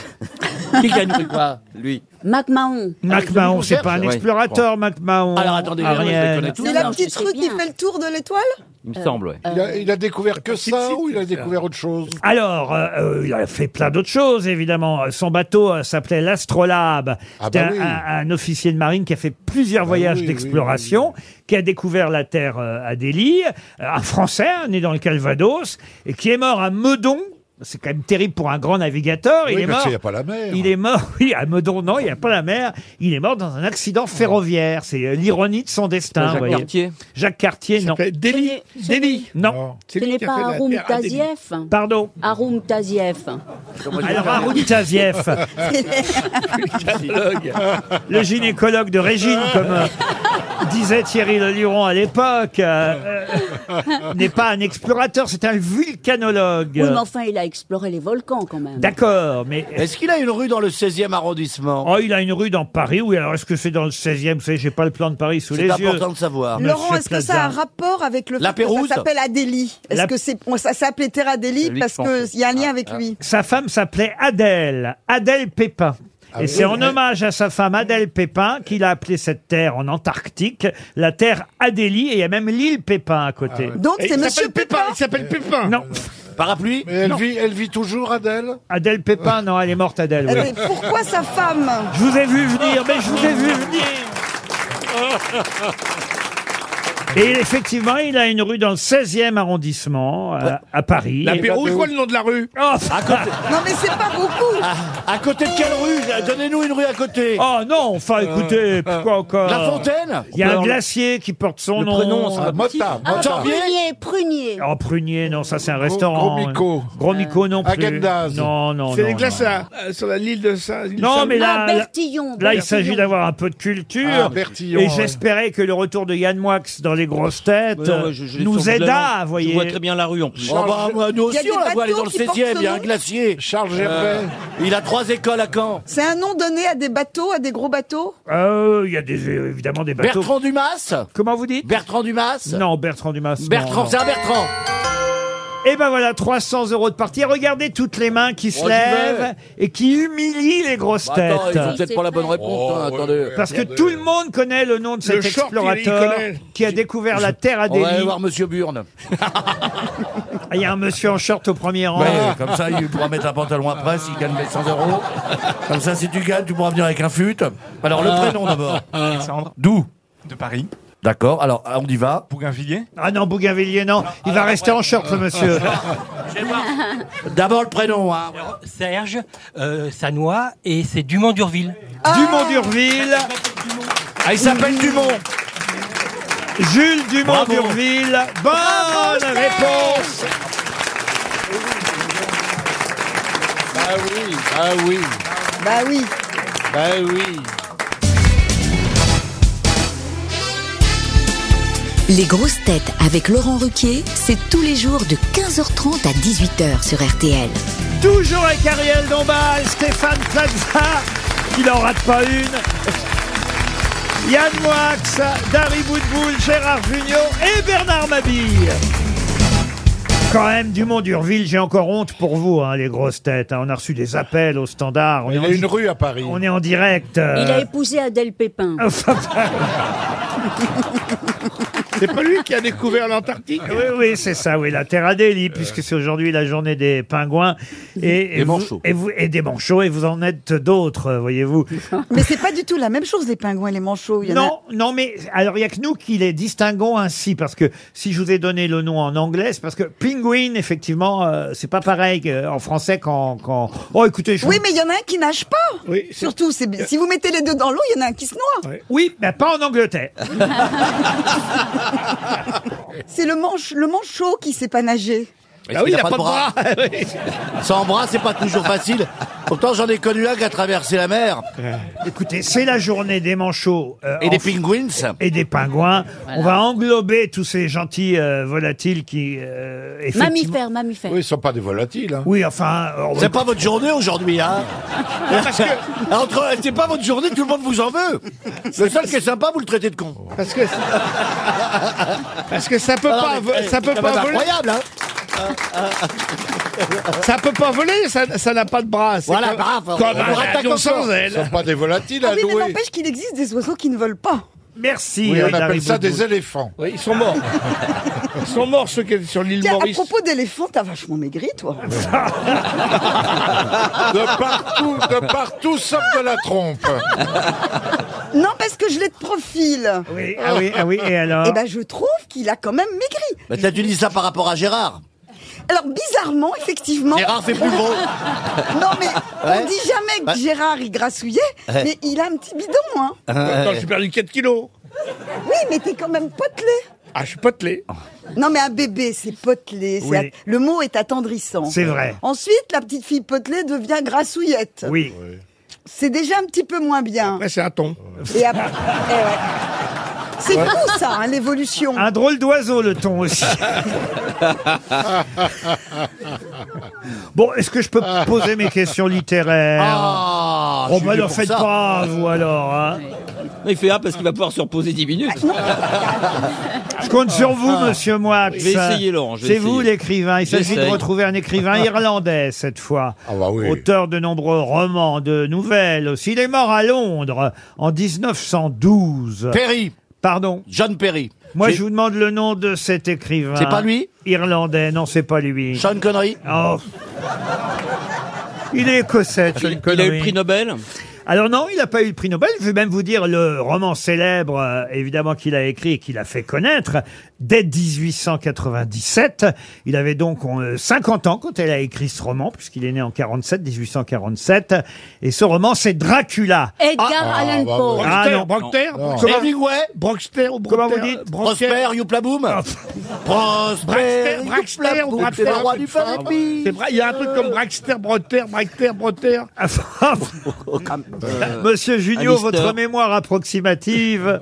H: Qui qui a une rue quoi Ah, Lui.
F: MacMahon.
B: Mac
H: celui
B: Mahon,
H: qu'on
B: c'est
H: cherche,
B: pas un
G: ouais,
B: explorateur, Mac Mahon.
H: Alors attendez, les
B: Ariel.
H: je les connais tous.
E: C'est la
F: Non,
E: petite
F: je sais
E: rue qui
F: bien.
E: fait le tour de l'étoile
G: Il me semble, ouais.
C: Il
B: Euh,
C: a, il a découvert que ça ou il a découvert autre chose
B: Alors, euh, euh, il a fait plein d'autres choses, évidemment. Euh, Son bateau euh, s'appelait l'Astrolabe.
C: Ah
B: C'était
C: bah
B: un-
C: oui. Bah
B: un, un officier de marine qui a fait plusieurs voyages
C: oui,
B: d'exploration, qui a découvert la Terre euh, à Delhi, Euh, un Français hein, né dans le Calvados, et qui est mort à Meudon. C'est quand même terrible pour un grand navigateur. il
C: Oui,
B: est
C: parce
B: mort.
C: qu'il n'y a pas la mer.
B: Il est mort, oui, à Meudon, non, il n'y a pas la mer. Il est mort dans un
C: Ah.
B: accident ferroviaire. C'est euh, l'ironie de son destin. vous
G: Jacques
B: voyez.
G: Cartier.
B: Jacques Cartier, non.
D: Délit. Délit.
B: Non.
C: Non.
F: Ce n'est pas Arum Taziev
B: Pardon.
F: Arum Taziev.
B: Alors, Haroun Taziev. le gynécologue de Régine, comme euh, disait Thierry Leluron à l'époque, euh, euh, n'est pas un explorateur, c'est un vulcanologue.
F: Oui, mais enfin, il a exploré les volcans quand même.
B: D'accord, mais...
H: Est-ce qu'il a une rue dans le 16e arrondissement
B: Oh, il a une rue dans Paris, oui, alors est-ce que c'est dans le 16e Vous savez, j'ai pas le plan de Paris sous les
H: C'est
B: yeux.
H: important de savoir.
B: Monsieur
E: Euh, Laurent, est-ce que ça a un
B: Plaza.
E: rapport avec le
H: La
E: fait que
H: Pérouse
E: ça s'appelle Adélie Est-ce
B: La-
E: que c'est on- ça s'appelait Terre Adélie
G: Lui,
E: parce
G: je pense.
E: qu'il y a un lien avec lui
B: Sa femme s'appelait Adèle, Adèle Pépin.
H: Ah
B: Et c'est
H: Eh.
B: en hommage à sa femme Adèle Pépin qu'il a appelé cette terre en Antarctique, la terre Adélie, et il y a même l'île Pépin à côté.
H: Ah
E: Donc
D: Et
E: c'est
D: il
E: Monsieur
D: s'appelle Pépin.
E: Pépin.
D: Il s'appelle Pépin.
B: Non,
H: Euh, Parapluie
C: Mais elle vit, elle vit toujours, Adèle
B: Adèle Pépin, non, elle est morte Adèle. oui.
E: Mais Euh, pourquoi sa femme
B: Je vous ai vu venir, mais je vous ai vu venir. Et effectivement, il a une rue dans le 16e arrondissement, à, à Paris.
D: La
C: Eh
B: Et-
C: ben,
D: Pérouse, quoi le nom de la rue Ah.
B: Oh,
E: Non mais c'est pas beaucoup.
H: À côté de quelle rue Euh, Donnez-nous une rue à côté.
B: oh non, enfin écoutez, Eh, pourquoi encore
H: La Fontaine
B: Il y a un glacier qui porte son
G: Le
B: nom. euh,
G: prénom, c'est pas possible.
C: Mota,
F: Ah,
H: Jean-
C: Mota.
F: prunier, prunier.
B: Oh, Prunier, non, ça c'est un restaurant. hein.
C: Gros Mico.
B: Gros Mico, non plus.
C: Häagen-Dazs.
B: Non, non,
D: C'est
B: non,
D: les glaces
B: non.
D: à- euh, sur la l'île de Saint. l'île
B: Non,
D: Saint-
B: mais là,
F: ah,
B: là-
F: Bertillon.
B: Là, il
F: Bertillon.
B: s'agit d'avoir un peu de culture.
C: Ah, Bertillon,
B: et
C: ouais.
B: j'espérais que le retour de Yann Moix dans les grosses têtes
G: Non,
B: euh,
G: mais je- je les
B: nous
G: sens
B: aida,
G: vraiment.
B: vous voyez.
G: Je vois très bien la rue en plus.
H: Oh bah, moi, nous
E: Il y a
H: aussi,
E: des
H: on la voit aller dans le
E: bateaux qui portent
H: 16e, il y a
E: ce
H: un
E: nom.
H: glacier.
C: Charles
H: Euh,
C: Gervais.
H: il a trois écoles à Caen.
E: C'est un nom donné à des bateaux, à des gros bateaux
B: Euh, Il y a des, euh, évidemment des bateaux.
H: Bertrand Dumas
B: Comment vous dites
H: Bertrand Dumas
B: Non, Bertrand Dumas. non,
H: Bertrand,
B: non.
H: c'est un Bertrand.
B: Et ben voilà, 300 euros de partie. Et Regardez toutes les mains qui se
H: Oh, j'y
B: lèvent et qui humilient les grosses
H: Bah, attends, ils ont
B: têtes.
H: peut-être pas la bonne réponse. hein, attendez.
B: Parce que tout le monde connaît le nom de cet
D: short, il- il
B: explorateur
D: connaît.
B: qui a découvert la Terre à
H: On va aller
B: Delhi. Ah,
H: voir Monsieur Burne.
B: Il y a un monsieur en short au premier rang.
H: comme ça, il pourra mettre un pantalon après s'il gagne les 100 euros. Comme ça, si tu gagnes, tu pourras venir avec un fut. Alors, le prénom d'abord.
J: Alexandre
H: D'où
J: de Paris,
H: D'accord, alors on y va.
J: Bougainvilliers.
B: Ah non, Bougainvillier, non. Il va rester en short, le monsieur.
H: D'abord le prénom. Hein.
J: Serge, euh, Sanois, et c'est Dumont d'Urville.
B: Dumont d'Urville,
H: Ah, il s'appelle Dumont.
B: Jules Dumont
H: Bravo.
B: d'Urville. Bonne réponse.
H: Ah oui, ah oui,
E: Bah oui.
H: bah oui.
K: Les grosses têtes avec Laurent Ruquier, c'est tous les jours de 15h30 à 18h sur RTL.
B: Toujours avec Ariel Dombal, Stéphane Plaza, il n'en rate pas une. Yann Moix, Dari Boudboul, Gérard Junior et Bernard Mabille. Quand même, Dumont d'Urville, j'ai encore honte pour vous, hein, les grosses têtes. hein. On a reçu des appels au standard. On, est
C: Il y
B: en,
C: a
B: di-
C: une rue à Paris.
B: on est en direct. euh,
F: Il a épousé Adèle Pépin.
D: C'est pas lui qui a découvert l'Antarctique
B: Oui, oui, c'est ça, oui, la Terre Adélie, puisque c'est aujourd'hui la journée des pingouins et, et
H: Des
B: vous-
H: manchots.
B: et, vous, et des manchots, et vous en êtes d'autres, euh, voyez-vous.
E: Mais c'est pas du tout la même chose, les pingouins et les manchots. Il y en a-
B: Non, non, mais alors il y a que nous qui les distinguons ainsi, parce que si je vous ai donné le nom en anglais, c'est parce que pingouin, effectivement, euh, c'est pas pareil que- en français qu'en. qu'en- Oh, écoutez, je.
E: Oui, mais il y en a un qui nage pas.
D: Oui, c'est-
E: Surtout, c'est- si vous mettez les deux dans l'eau, il y en a un qui se noie.
B: Oui, mais pas en Angleterre.
E: C'est le manche, le manchot qui sait pas nager.
D: Ah oui, il a pas de bras.
H: Sans bras, c'est pas toujours facile. Pourtant, j'en ai connu un qui a traversé la mer.
B: Euh, écoutez, c'est la journée des manchots. euh,
H: Et
B: en
H: des pingouins.
B: et des pingouins. On va englober tous ces gentils euh, volatiles qui. euh, effectivement-
F: Mammifère, mammifère.
C: Oui, ils sont pas des volatiles. hein.
B: Oui, enfin. euh, on va-
H: C'est pas votre journée aujourd'hui, hein Entre, c'est pas votre journée, tout le monde vous en veut. Le seul qui est sympa, vous le traitez de con.
D: Parce que, parce que ça peut
H: Ah
D: pas,
H: non, mais,
D: vo-
H: eh,
D: ça peut
H: va être
D: pas voler,
H: incroyable, hein
D: ça peut pas voler, ça ça n'a pas de bras. c'est
H: Voilà,
D: comme-
H: brave. on
D: Comme
H: vous
D: un
H: rattaque
D: avion
H: encore.
D: sans
C: Ils sont
D: ailes.
C: pas des volatiles
E: Ah
C: à
E: oui, mais
C: louer.
E: n'empêche qu'il existe des oiseaux qui ne volent pas.
B: Merci.
C: Oui,
B: euh,
C: on appelle
B: Darry
C: ça
B: Boudboul.
C: des éléphants.
D: Oui, ils sont morts. Ils sont morts ceux qui étaient sur l'île
E: Tiens, à
D: Maurice.
E: propos d'éléphants, t'as vachement maigri, toi.
C: De partout, de partout, sauf de la trompe.
E: Non, parce que je l'ai de profil.
B: Oui, ah oui, ah oui, et alors
E: Eh ben, je trouve qu'il a quand même maigri.
H: Bah, t'as- tu dis ça par rapport à Gérard.
E: Alors, bizarrement, effectivement.
H: Gérard fait plus gros.
E: Non, mais
H: Ouais.
E: on dit jamais que
H: Ouais.
E: Gérard, il grassouillait,
H: Ouais.
E: mais il a un petit bidon, hein.
D: Attends, j'ai perdu 4 kilos.
E: Oui, mais t'es quand même potelé.
D: Ah, je suis potelé.
E: Non, mais un bébé, c'est potelé. c'est
B: Oui.
E: at- Le mot est attendrissant.
B: C'est vrai.
E: Ensuite, la petite fille potelée devient grassouillette.
B: Oui.
E: C'est déjà un petit peu moins bien.
D: Après, c'est un ton.
E: Et après- eh ouais. C'est fou, ça, hein, l'évolution.
B: Un drôle d'oiseau, le ton aussi. bon, est-ce que je peux poser mes questions littéraires
H: Ah,
B: Oh,
H: je suis
B: bah,
H: venu
B: ne
H: pour
B: faites
H: ça.
B: pas, vous alors. hein.
G: Il fait ah parce qu'il va pouvoir se reposer 10 minutes.
H: Ah,
B: Je compte sur vous, monsieur Moix.
G: Je vais essayer, Laurent, je vais
B: C'est vous
G: essayer.
B: l'écrivain. Il s'agit de
G: J'essaye.
B: retrouver un écrivain irlandais cette fois.
C: Ah bah oui.
B: Auteur de nombreux romans, de nouvelles aussi. Il est mort à Londres en 1912.
H: Perry.
B: Pardon.
H: John Perry.
B: Moi,
H: J'ai-
B: je vous demande le nom de cet écrivain.
H: C'est pas lui
B: Irlandais, non, c'est pas lui.
H: Sean Connery.
B: Oh. Il est écossais,
G: Il
B: Sean
G: a eu
B: Connery.
G: le prix Nobel.
B: Alors non, il n'a pas eu le prix Nobel. Je vais même vous dire le roman célèbre, euh, évidemment, qu'il a écrit et qu'il a fait connaître dès 1897. Il avait donc euh, 50 ans quand elle a écrit ce roman, puisqu'il est né en 47, 1847. Et ce roman, c'est Dracula.
F: Edgar
C: Ah,
F: Allan
C: bah,
F: Poe.
B: Ah, non.
D: Brockter
H: Hemingway.
D: Brockter ou
B: Comment vous
D: Brockter-
B: dites
D: Brockter
H: Prosper Youplaboum.
B: Ah.
H: Prosper
D: Braxter, Braxter ou
H: Youplaboum.
D: Braxter,
H: C'est le roi du
D: c'est
H: famille.
D: vrai, Il y a un truc comme Braxter, Brockter, Braxter, Brockter.
B: Ah, Enfin,
G: Euh,
B: Monsieur Junio,
G: Alistair.
B: votre mémoire approximative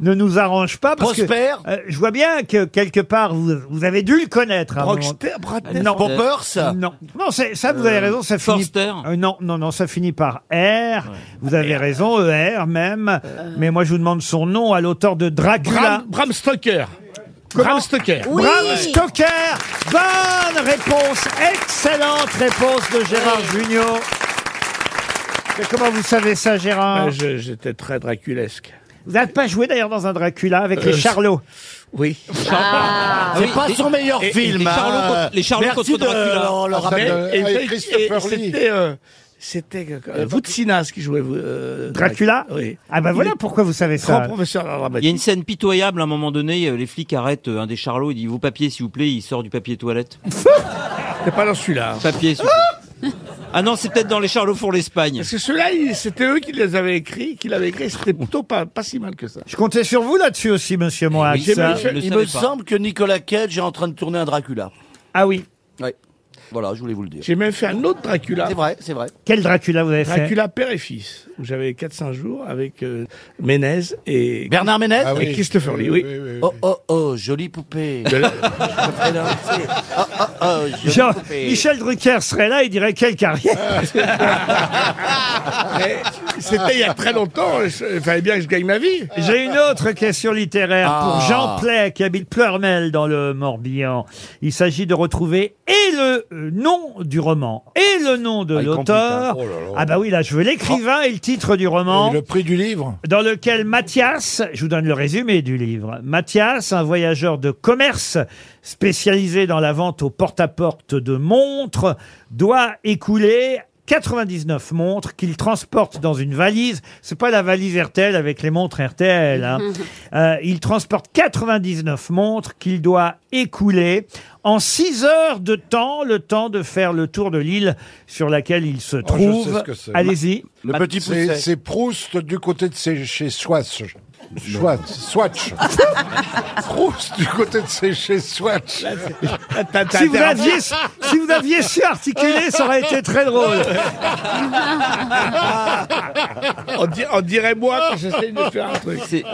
B: ne nous arrange pas. Parce que,
H: Prosper
B: euh, Je vois bien que quelque part, vous, vous avez dû le connaître. à un moment. Euh,
H: Prosper, Bradner,
B: Non.
H: Poppers
B: Non, non c'est- ça, vous avez
H: Euh,
B: raison, ça finit...
H: Forster
B: Euh, non, non, non, ça finit par R. Vous avez raison, ER même. Mais moi, je vous demande son nom à l'auteur de Dracula.
L: Bram, Bram Stoker. Bram Stoker.
B: Bram Stoker Bonne réponse Excellente réponse de Gérard Junior. Mais comment vous savez ça, Gérard
D: Ah, je- J'étais très draculesque.
B: Vous n'avez pas joué d'ailleurs dans un Dracula avec les
D: Euh,
B: Charlots
D: Oui.
H: Ah.
D: Ah
H: C'est pas son meilleur film. hein. Merci de le- le rappeler.
D: Ah, Mais- et- et- et- C'était. euh, C'était euh, Voutsinas qui jouait euh,
B: Dracula
D: Oui.
B: Ah bah
D: Il
B: voilà
D: est
B: pourquoi vous savez
D: Grand
B: ça.
D: professeur d'art
G: Il y a
D: dramatique.
G: une scène pitoyable, à un moment donné, euh, les flics arrêtent euh, un des charlots, il dit vos papiers s'il vous plaît, il sort du papier toilette.
D: C'est pas dans celui-là. hein.
G: Papier s'il vous plaît. Ah non, c'est peut-être dans les charlots pour l'Espagne.
D: Parce que ceux-là, ils- c'était eux qui les avaient écrits, qui l'avaient écrit. C'était plutôt pas, pas si mal que ça.
B: Je comptais sur vous là-dessus aussi,
H: Eh
B: monsieur
H: Ah,
B: hein. Moix.
D: oui,
B: ça.
D: mais je-
H: Il me semble que Nicolas Cage est en train de tourner un Dracula.
B: Ah oui.
H: Oui. Voilà, je voulais vous le dire.
D: J'ai même fait un autre Dracula.
H: C'est vrai, c'est vrai.
B: Quel Dracula vous avez fait
D: Dracula père et fils, où j'avais 4-5 jours avec euh, Ménez et...
H: Bernard Ménez
D: Et Christopher Lee, Ah oui.
H: Oh, oh, oh, jolie poupée.
D: De la-
H: Elle a- oh, oh, oh, jolie
B: Jean-
H: poupée.
B: Michel Drucker serait là, il dirait quelle carrière
H: Ah.
D: Mais Ah. C'était il y a très longtemps, hein, je- il fallait bien que je gagne ma vie.
B: J'ai une autre question littéraire pour
D: Ah.
B: Jean Play qui habite Pleurmel dans le Morbihan. Il s'agit de retrouver et le euh, nom du roman et le nom de
H: Ah, il complique,
B: l'auteur.
H: hein. Oh là là. Ah.
B: Ah bah oui, là je veux l'écrivain et le titre du roman.
C: Le prix du livre
B: dans lequel Mathias, je vous donne le résumé du livre, Mathias, un voyageur de commerce spécialisé dans la vente au porte-à-porte de montres, doit écouler 99 montres qu'il transporte dans une valise. C'est pas la valise RTL avec les montres RTL. hein. Euh, il transporte 99 montres qu'il doit écouler en 6 heures de temps, le temps de faire le tour de l'île sur laquelle il se
C: Oh, je sais ce
B: trouve.
C: que c'est.
B: Allez-y.
C: Le petit
H: Pousset.
C: C'est c'est Proust du côté de ses, chez Swatch. Schwa- Swatch. Proust du côté de ses, chez Swatch.
B: Si vous, aviez, si vous aviez su articuler, ça aurait été très drôle.
D: On, di- on dirait moi quand j'essaie de faire un truc.
G: C'est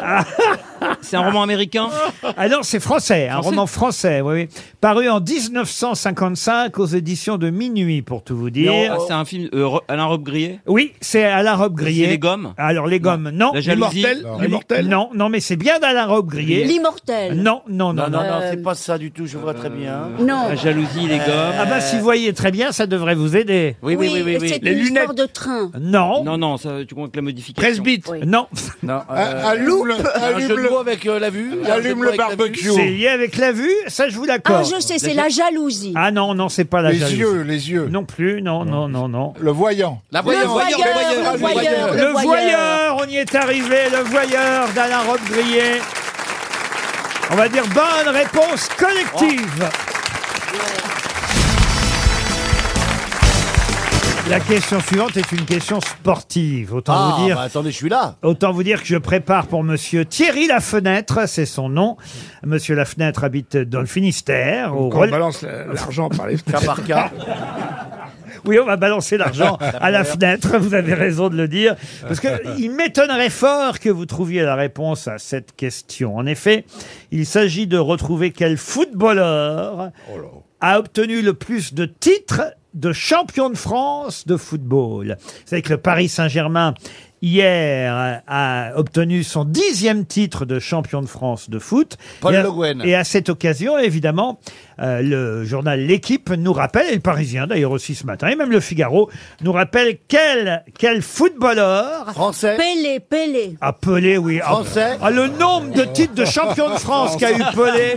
G: c'est un roman américain
B: Alors, Ah c'est français, un roman français, oui, oui. paru en 1955 aux éditions de Minuit, pour tout vous dire.
G: Ah, C'est un film euh, Ro- Alain Robe Grillet
B: Oui, c'est Alain Robe Grillé.
G: C'est les gommes
B: Alors, les gommes, non.
G: La jalousie
D: L'immortel
B: Non.
D: L'immortel
B: Non, non, mais c'est bien d'Alain Robe Grillé.
F: L'immortel.
B: Non, non, non,
H: Non, non,
B: non.
H: non,
F: Euh,
H: c'est pas ça du tout, je vois très bien.
B: Euh,
F: Non.
G: La jalousie, les gommes.
B: Ah bah, si vous voyez très bien, ça devrait vous aider.
H: Oui, oui, oui, oui. oui.
F: C'est
D: Les
F: une histoire
D: lunettes.
F: de train.
B: Non,
G: Non, non, ça, tu comprends que la modification. euh,
D: Presbyte.
F: Oui.
B: non.
H: Non,
C: Ah, allume le-
H: un jeu
C: allume
H: de
C: le-
H: mots avec euh, la vue. un jeu de
C: Allume
H: mots
C: le
H: avec la vue.
C: barbecue.
B: C'est lié avec la vue, ça je vous
F: Ah,
B: l'accorde.
F: je sais, c'est la jalousie.
B: Ah non, non, c'est pas la
C: les
B: jalousie.
C: yeux, les yeux.
B: Non plus, non, non, non, non.
C: Le voyant.
H: La
F: Le
H: voyante.
F: voyeur, le voyeur,
B: Le voyeur, on y est arrivé, le voyeur d'Alain Robbe-Grillet. On va dire bonne réponse collective. La question suivante est une question sportive. Autant
H: Ah,
B: vous dire
H: bah, attendez, je suis là.
B: Autant vous dire que je prépare pour monsieur Thierry Lafenêtre, c'est son nom. Monsieur Lafenêtre habite dans le Finistère. au
D: Quand on
B: Rel-
D: balance la- l'argent par les
H: Cas par cas.
B: Oui, on va balancer l'argent à la fenêtre, vous avez raison de le dire. Parce que il m'étonnerait fort que vous trouviez la réponse à cette question. En effet, il s'agit de retrouver quel footballeur
H: Oh
B: a obtenu le plus de titres de champion de France de football. Vous savez que le Paris Saint-Germain, hier, a obtenu son dixième titre de champion de France de foot.
H: Paul
B: Et à-
H: Le Guen.
B: Et à cette occasion, évidemment, euh, le journal L'équipe nous rappelle, et le Parisien d'ailleurs aussi ce matin, et même le Figaro, nous rappelle quel, quel footballeur
H: Français.
F: Pélé, Pélé.
B: appelé, oui. ah,
H: Français.
B: ah, le nombre de titres de champion de France qu'a eu Pelé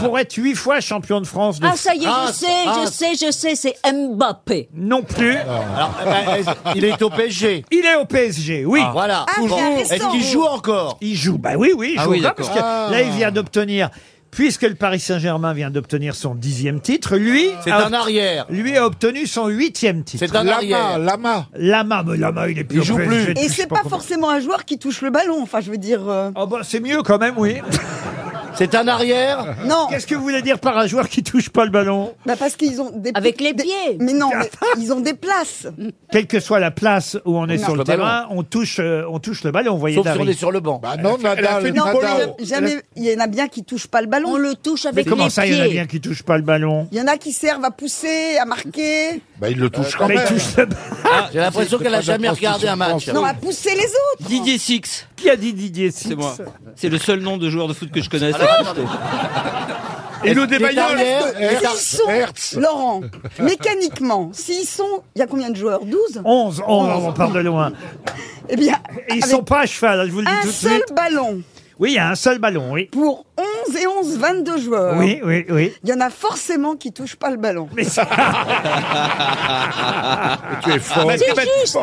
B: pour être huit fois champion de France de
F: Ah, ça y est,
H: Ah,
F: je sais,
H: ah,
F: je sais, je sais, c'est Mbappé. Ah.
B: non plus.
H: Alors, eh ben, est-ce- il est au PSG.
B: Il est au PSG, oui.
H: Voilà.
E: Ah,
H: Toujours.
E: intéressant.
H: Est-ce qu'il joue encore
B: Il joue, bah oui, oui, il
G: Ah
B: joue
G: oui,
B: encore,
G: d'accord.
B: parce que là, il vient d'obtenir, puisque le Paris Saint-Germain vient d'obtenir son dixième titre, lui,
H: Ah. C'est
B: a,
H: un arrière.
B: lui a obtenu son huitième titre.
H: C'est un
C: Lama,
H: arrière.
C: lama.
B: Lama, mais Lama, il est plus.
H: Il joue
B: au PSG
H: plus.
B: depuis,
E: Et
B: je sais
E: c'est pas
B: combien.
E: forcément un joueur qui touche le ballon. Enfin, je veux dire. euh,
B: Ah bah c'est mieux quand même, oui.
H: C'est un arrière
E: Non.
B: Qu'est-ce que vous voulez dire par un joueur qui touche pas le ballon
E: Bah parce qu'ils ont des
F: Avec
E: les pieds. Mais non, mais ils ont des places.
B: Quelle que soit la place où on est
E: Non.
B: sur le,
E: Le ballon.
B: terrain, on touche, euh, on touche le ballon, vous voyez,
H: Sauf si
B: Dari.
H: on est sur le banc.
C: Bah
B: non, Elle a fait- elle a Nadal, fait du
E: Non,
B: Nadal.
E: mais il y a jamais- il y en a bien qui touchent pas le ballon. On le touche
B: Mais comment ça, il y en a bien qui touchent pas le ballon
E: Il y en a qui servent à pousser, à marquer.
C: Bah, il le touche quand
B: Euh, mais il
C: même.
B: touche le
H: Ah, J'ai l'impression
C: c'est
H: qu'elle a
C: pas de la
H: jamais regardé un match.
E: Non, à pousser les autres.
G: Didier Six.
B: Qui a dit Didier Six
G: C'est moi. C'est le seul nom de joueur de foot que je connaisse.
D: Et le
H: débailleur,
D: débailleur
E: S'ils sont, Laurent, mécaniquement, s'ils sont, il y a combien de joueurs 12
B: 11, 11, Oh, on part de loin.
E: Oh. Eh bien,
B: Et ils
E: avec
B: sont pas à cheval, je vous le dis
E: un
B: tout de
E: seul
B: suite.
E: ballon
B: Oui, il y a un seul ballon, oui.
E: pour euh, 11 et 11, 22 joueurs.
B: Oui, oui, oui.
E: Il y en a forcément qui touchent pas le ballon.
B: Mais ça-
C: Tu es
E: Ah,
C: fort.
F: C'est juste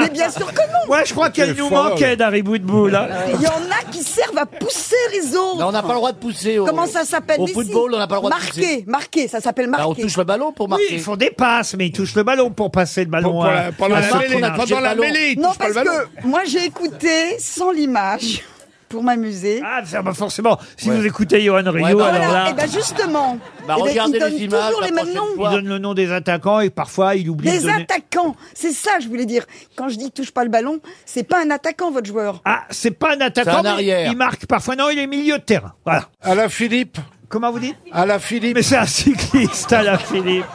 E: Mais bien sûr que non.
B: Ah.
E: Ah
B: Ouais, je crois qu'elle nous
C: fort.
B: manquait, Dari Boudboul. hein.
E: Il y en a qui servent à pousser les autres.
H: Non, on n'a pas le droit de pousser. au-
E: Comment ça s'appelle
H: Au
E: mais
H: football,
E: si.
H: on n'a pas le droit de pousser.
E: Marquer, marquer, ça s'appelle
H: Bah, on
E: marquer.
H: touche le ballon pour
B: Oui,
H: marquer.
B: ils font des passes, mais ils touchent le ballon pour passer le ballon.
D: Pour- pour
B: à-
D: la- pour la
B: à ceux
D: mêlée,
B: qui n'ont-
D: Pendant
H: J'ai
D: la
H: ballon.
D: mêlée, il
E: non,
D: touche pas
E: parce
D: le ballon.
E: que moi j'ai écouté sans l'image pour m'amuser.
B: Ah, ça, bah, forcément, si vous écoutez Johan Rio,
H: bah,
B: alors
E: voilà,
B: là,
E: et ben justement,
H: Bah,
E: eh ben,
H: regardez
E: ils
H: les
E: donnent
H: images
E: toujours
H: la
E: les mêmes
H: prochaine
E: noms.
B: il
H: fois.
B: donne le nom des attaquants et parfois il oublie de
E: Des
B: donner...
E: attaquants, c'est ça je voulais dire. Quand je dis touche pas le ballon, c'est pas un attaquant votre joueur.
B: Ah, c'est pas un attaquant,
H: C'est un
B: mais
H: arrière.
B: il marque parfois. Non, il est milieu de terrain. Voilà.
C: À la Philippe.
B: Comment vous dites
C: À la Philippe.
B: Mais c'est un cycliste, à la Philippe.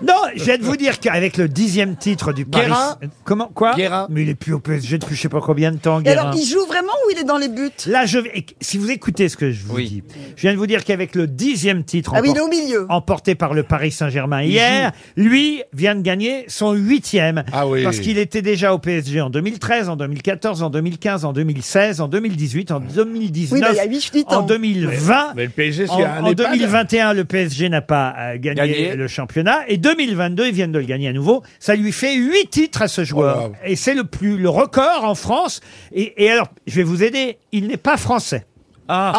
B: Non, je viens de vous dire qu'avec le dixième titre du Paris...
H: Guérin
B: Comment Quoi
H: Guérin.
B: Mais il est plus au PSG depuis je sais pas combien de temps,
E: Et
B: Guérin.
E: alors il joue vraiment ou il est dans les buts
B: Là, je vais- si vous écoutez ce que je vous
G: Oui.
B: dis, je viens de vous dire qu'avec le dixième titre
E: Ah oui, il
B: emporté-
E: est au milieu.
B: emporté par le Paris Saint-Germain hier, lui vient de gagner son huitième.
C: Ah oui.
B: Parce qu'il était déjà au PSG en 2013, en 2014, en 2015, en 2016, en 2018, en 2019,
E: Oui, bah, il y a huit- huit
B: en
E: ans.
B: 2020.
D: Mais le PSG, c'est
B: En,
D: un
B: en
D: EHPAD.
B: 2021, le PSG n'a pas euh, gagné,
H: Gagné.
B: le championnat. Et 2022, ils viennent de le gagner à nouveau. Ça lui fait huit titres à ce joueur.
C: Oh
B: et c'est le plus le record en France. Et, et alors, je vais vous aider. Il n'est pas français.
H: Ah,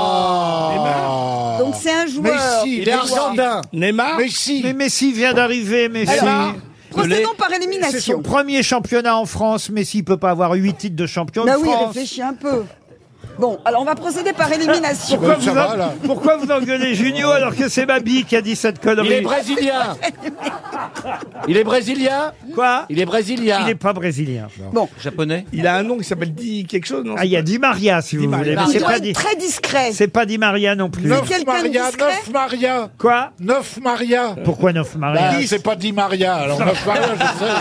H: bah
C: Ah.
E: Donc c'est un joueur.
C: Messi,
H: Il est argentin.
D: Neymar
C: Messi.
B: Mais Messi vient d'arriver, Messi.
E: Alors, procédons
B: Pelé.
E: par
B: C'est son
E: élimination.
B: premier championnat en France. Messi peut pas avoir huit titres de champion
E: Bah
B: de
E: oui,
B: France.
E: réfléchis un peu. Bon, alors on va procéder par élimination.
B: Pourquoi
C: Euh, ça
B: vous,
C: va, là.
B: pourquoi vous engueulez Junio alors que c'est Babi qui a dit cette
H: Il est
B: connerie
H: brésilien. Il est brésilien.
B: Quoi
H: Il est brésilien.
B: Il n'est pas brésilien.
G: Japonais
D: Il a un nom qui s'appelle Di quelque chose, non
B: Ah, il y a Di Maria, si vous
D: Maria.
B: voulez. Mais
E: Il
B: c'est
E: doit
B: pas
E: être
B: Di-
E: très discret.
B: C'est pas Di Maria non plus.
E: Non.
C: 9
E: quelqu'un de
C: Maria,
E: discret
C: 9 Maria.
B: Quoi Ah
C: 9 Maria.
B: Pourquoi 9 Maria
C: Bah, c'est pas dit Maria, alors 9 Maria, je sais.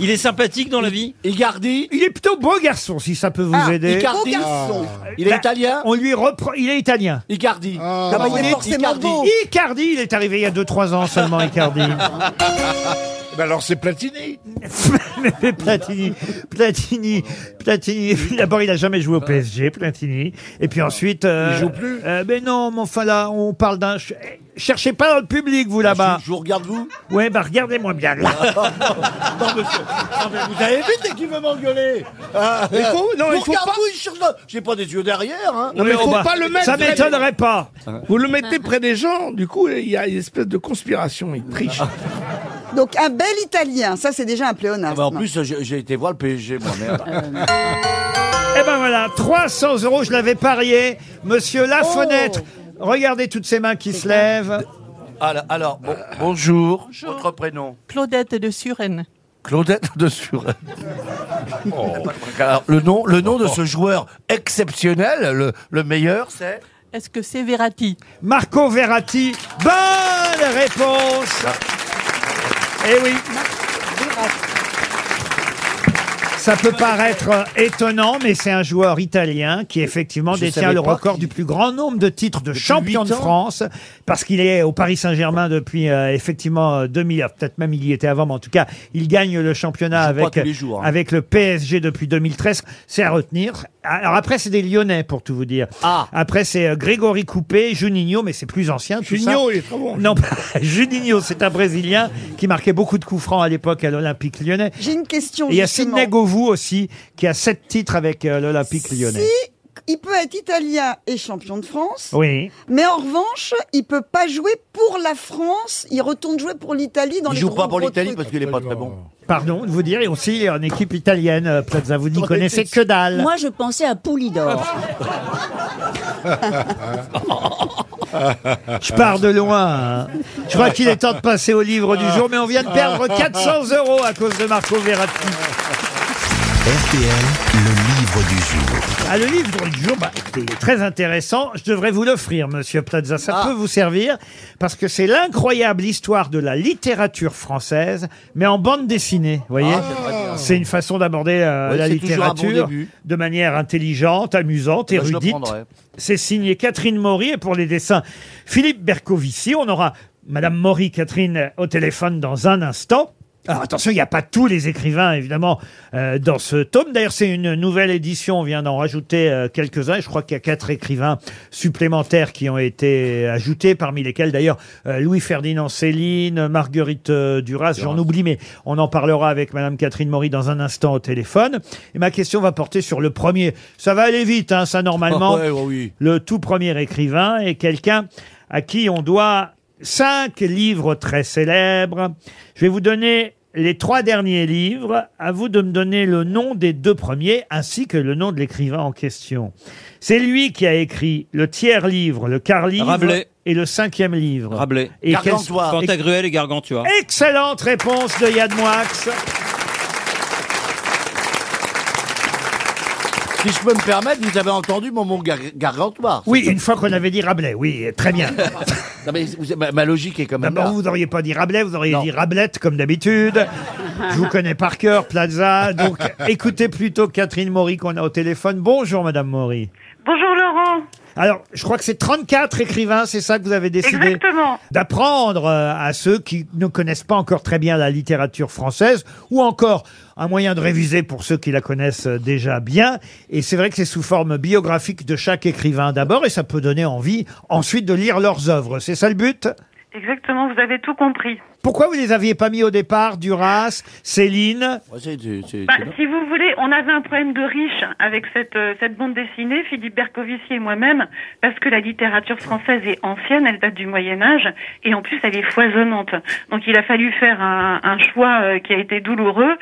G: Il est sympathique dans la vie
H: Icardi.
B: Il est plutôt beau garçon, si ça peut vous
E: Ah,
B: aider.
E: Beau
H: Icardi.
E: garçon.
H: Ah. Il est
B: Bah,
H: italien.
B: On lui reprend. Il est italien.
H: Icardi.
C: Ah.
E: bah, il est forcément
H: Icardi.
E: beau.
B: Icardi, il est arrivé il y a 2-3 ans seulement, Icardi.
C: Bah, alors c'est Platini.
B: Mais Platini, Platini, Platini. D'abord, il n'a jamais joué au PSG, Platini. Et puis ensuite. euh,
C: Il joue plus
B: euh, Mais non, mais enfin là, on parle d'un. ch- Cherchez pas dans le public, vous
C: Ah,
B: là-bas.
H: Je, je vous regarde vous.
B: Ouais, bah regardez-moi bien là.
H: Vous avez vu dès qu'il veut m'engueuler. Ah,
D: Il faut- non,
H: je
D: il
H: vous
D: faut
H: regarde
D: pas-
H: vous. je cherche- J'ai pas des yeux derrière. Hein.
D: Non, mais
B: Oh,
D: faut
B: bah,
D: pas le mettre.
B: Ça
D: près des-
B: m'étonnerait pas.
D: Vous le mettez près des gens, du coup, il y a une espèce de conspiration, il triche.
E: Donc un bel Italien, ça c'est déjà un
H: Ah,
E: pléonasme.
H: bah, en plus, j'ai j'ai été voir le PSG, moi, merde.
B: Eh ben voilà, 300 euros, je l'avais parié. Monsieur
E: Oh.
B: Lafonette, regardez toutes ces mains qui se lèvent.
H: Alors, Ah, alors, bon- bonjour. Votre prénom
M: Claudette de Suren.
H: Claudette de Suren. Alors, le nom, le nom de ce joueur exceptionnel, le, le meilleur, c'est
M: Est-ce que c'est Verratti
B: Marco Verratti, bonne réponse. Eh oui. Ça peut paraître euh, étonnant, mais c'est un joueur italien qui effectivement
H: Je
B: détient
H: savais
B: le
H: pas
B: record
H: qu'il-
B: du plus grand nombre de titres de champion
H: huit
B: de
H: ans
B: France, parce qu'il est au Paris Saint-Germain depuis euh, effectivement euh, 2000, alors, peut-être même il y était avant, mais en tout cas, il gagne le championnat
H: Il joue pas
B: avec,
H: tous les jours, hein.
B: avec le PSG depuis 2013. C'est à retenir. Alors après, c'est des Lyonnais, pour tout vous dire.
H: Ah.
B: Après, c'est euh, Grégory Coupé, Juninho, mais c'est plus ancien. tout ça.
D: Junior, il est très bon.
B: Non, pas Juninho, c'est un Brésilien qui marquait beaucoup de coups francs à l'époque à l'Olympique lyonnais.
E: J'ai une question.
B: bah. Et il y a
E: justement.
B: Sidney Govou aussi, qui a sept titres avec euh, l'Olympique lyonnais.
E: Si il peut être italien et champion de France,
B: Oui.
E: mais en revanche, il peut pas jouer pour la France. Il retourne jouer pour l'Italie dans
H: Il
E: les
H: joue
E: gros,
H: pas pour
E: gros
H: l'Italie
E: trucs.
H: parce qu'il est pas très bon.
B: Pardon de vous dire, et aussi en équipe italienne, euh, Plaza, vous n'y connaissez que dalle.
F: Moi, je pensais à Poulidor.
B: Je pars de loin. hein. Je crois qu'il est temps de passer au livre du jour, mais on vient de perdre
N: Ah.
B: 400 euros à cause de Marco Verratti.
A: RTL, le livre du jour.
B: Ah, le livre du jour, bah, écoutez, il est très intéressant. Je devrais vous l'offrir, monsieur Plaza. Ça
N: Ah.
B: peut vous servir parce que c'est l'incroyable histoire de la littérature française, mais en bande dessinée. Vous voyez
N: c'est très Ah, bien.
B: C'est une façon d'aborder euh,
N: Oui,
B: la
N: c'est toujours un bon
B: littérature
N: début.
B: de manière intelligente, amusante,
N: Eh ben, je le
B: érudite.
N: prendrai.
B: C'est signé Catherine Maury et pour les dessins Philippe Bercovici. On aura Madame Maury, Catherine au téléphone dans un instant. Alors attention, il n'y a pas tous les écrivains évidemment euh, dans ce tome. D'ailleurs, c'est une nouvelle édition. On vient d'en rajouter euh, quelques-uns. Et Je crois qu'il y a quatre écrivains supplémentaires qui ont été ajoutés, parmi lesquels d'ailleurs euh, Louis-Ferdinand Céline, Marguerite euh, Duras. J'en oublie, mais on en parlera avec Madame Catherine Maury dans un instant au téléphone. Et ma question va porter sur le premier. Ça va aller vite, hein, ça normalement.
G: Eh,
H: Ah ouais,
G: oh
H: ouais, oui.
B: Le tout premier écrivain est quelqu'un à qui on doit cinq livres très célèbres. Je vais vous donner les trois derniers livres. À vous de me donner le nom des deux premiers ainsi que le nom de l'écrivain en question. C'est lui qui a écrit le tiers livre, le quart livre
G: Rabelais.
B: et le cinquième livre.
G: Rabelais.
B: Et
G: Gargantua.
B: qu'est-ce-
G: Pantagruel et Gargantua.
B: Excellente réponse de Yann Moix.
H: Si je peux me permettre, vous avez entendu mon mot gar- gargantua.
B: Oui, une fois qu'on avait dit Rabelais, oui, très bien.
H: Non, mais vous- ma, ma logique est quand même
B: D'abord,
H: là.
B: vous n'auriez pas dit Rabelais, vous auriez dit Rablette, comme d'habitude. Je vous connais par cœur, Plaza. Donc, écoutez plutôt Catherine Maury qu'on a au téléphone. Bonjour, Madame Maury.
O: Bonjour Laurent.
B: Alors, je crois que c'est 34 écrivains, c'est ça que vous avez décidé
O: Exactement.
B: d'apprendre euh, à ceux qui ne connaissent pas encore très bien la littérature française, ou encore un moyen de réviser pour ceux qui la connaissent euh, déjà bien. Et c'est vrai que c'est sous forme biographique de chaque écrivain d'abord, et ça peut donner envie ensuite de lire leurs œuvres. C'est ça le but
O: Exactement, vous avez tout compris.
B: pourquoi vous les aviez pas mis au départ, Duras, Céline
H: Ouais, c'est- c'est- c'est-
O: Bah,
H: c'est bon.
O: si vous voulez, on avait un problème de riche avec cette, euh, cette bande dessinée, Philippe Bercovici et moi-même, parce que la littérature française est ancienne, elle date du Moyen Âge, et en plus elle est foisonnante. Donc il a fallu faire un, un choix euh, qui a été douloureux.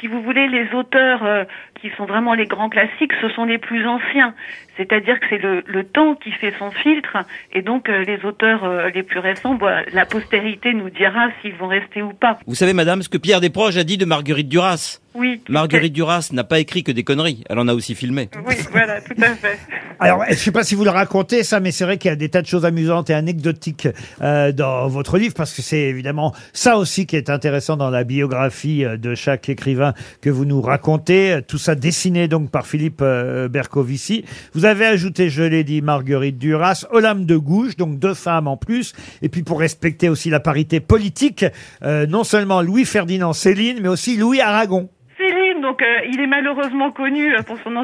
O: Si vous voulez, les auteurs euh, qui sont vraiment les grands classiques, ce sont les plus anciens. C'est-à-dire que c'est le, le temps qui fait son filtre, et donc euh, les auteurs euh, les plus récents, bah, la postérité nous dira s'ils vont rester ou pas.
G: Vous savez, madame, ce que Pierre Desproges a dit de Marguerite Duras.
O: Oui.
G: Marguerite Duras n'a pas écrit que des conneries. Elle en a aussi filmé.
O: Oui, voilà, tout à fait.
B: Alors, je sais pas si vous le racontez ça, mais c'est vrai qu'il y a des tas de choses amusantes et anecdotiques euh, dans votre livre, parce que c'est évidemment ça aussi qui est intéressant dans la biographie euh, de chaque écrivain que vous nous racontez. Euh, Tout ça dessiné donc par Philippe euh, Bercovici. Vous avez ajouté, je l'ai dit, Marguerite Duras, Olympe de Gouges, donc deux femmes en plus. Et puis pour respecter aussi la parité politique, euh, non seulement Louis-Ferdinand Céline, mais aussi Louis Aragon.
O: Céline, donc euh, il est malheureusement connu euh, pour son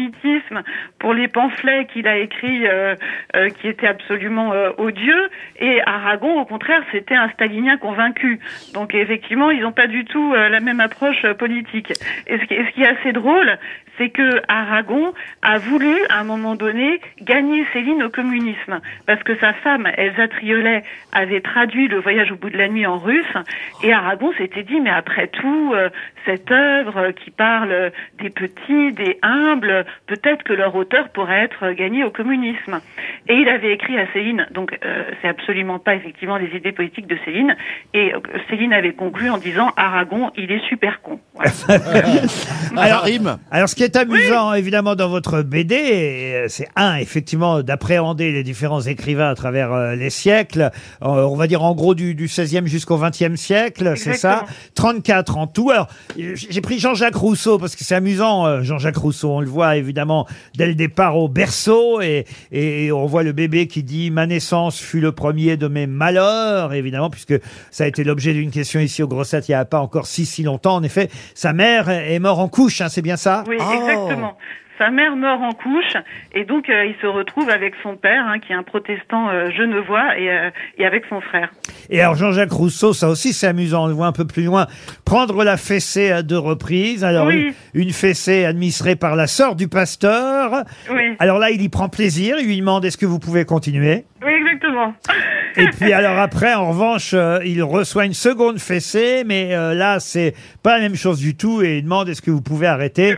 O: antisémitisme, pour les pamphlets qu'il a écrits euh, euh, qui étaient absolument euh, odieux, et Aragon, au contraire, c'était un stalinien convaincu. Donc effectivement, ils n'ont pas du tout euh, la même approche euh, politique. Et ce, qui, et ce qui est assez drôle, c'est que Aragon a voulu, à un moment donné, gagner Céline au communisme, parce que sa femme, Elsa Triolet, avait traduit Le Voyage au bout de la nuit en russe, et Aragon s'était dit, mais après tout, euh, cette œuvre euh, qui parle euh, des petits, des humbles, peut-être que leur auteur pourrait être euh, gagné au communisme. Et il avait écrit à Céline, donc euh, c'est absolument pas effectivement les idées politiques de Céline, et euh, Céline avait conclu en disant, Aragon, il est super con.
B: Alors, alors, ce qui est amusant, évidemment, dans votre BD, et, euh, c'est un, effectivement, d'appréhender les différents écrivains à travers euh, les siècles. Euh, on va dire, en gros, du, du 16e jusqu'au 20e siècle, c'est ça. 34 en tout. Alors, euh, j'ai pris Jean-Jacques Rousseau, parce que c'est amusant. euh, Jean-Jacques Rousseau, on le voit, évidemment, dès le départ au berceau, et, et on voit le bébé qui dit « Ma naissance fut le premier de mes malheurs », évidemment, puisque ça a été l'objet d'une question ici au Grosset il n'y a pas encore si, si longtemps. En effet, sa mère est morte en couche, hein, c'est bien ça
O: Oui, exactement. Sa mère meurt en couche et donc euh, il se retrouve avec son père, hein, qui est un protestant euh, genevois, et, euh, et avec son frère.
B: Et alors Jean-Jacques Rousseau, ça aussi c'est amusant, on le voit un peu plus loin, prendre la fessée à deux reprises. Alors
O: Oui.
B: une, une fessée administrée par la sœur du pasteur.
O: Oui.
B: Alors là, il y prend plaisir, il lui demande est-ce que vous pouvez continuer
O: Oui, exactement.
B: Et puis alors après, en revanche, euh, il reçoit une seconde fessée, mais euh, là, c'est pas la même chose du tout. Et il demande est-ce que vous pouvez arrêter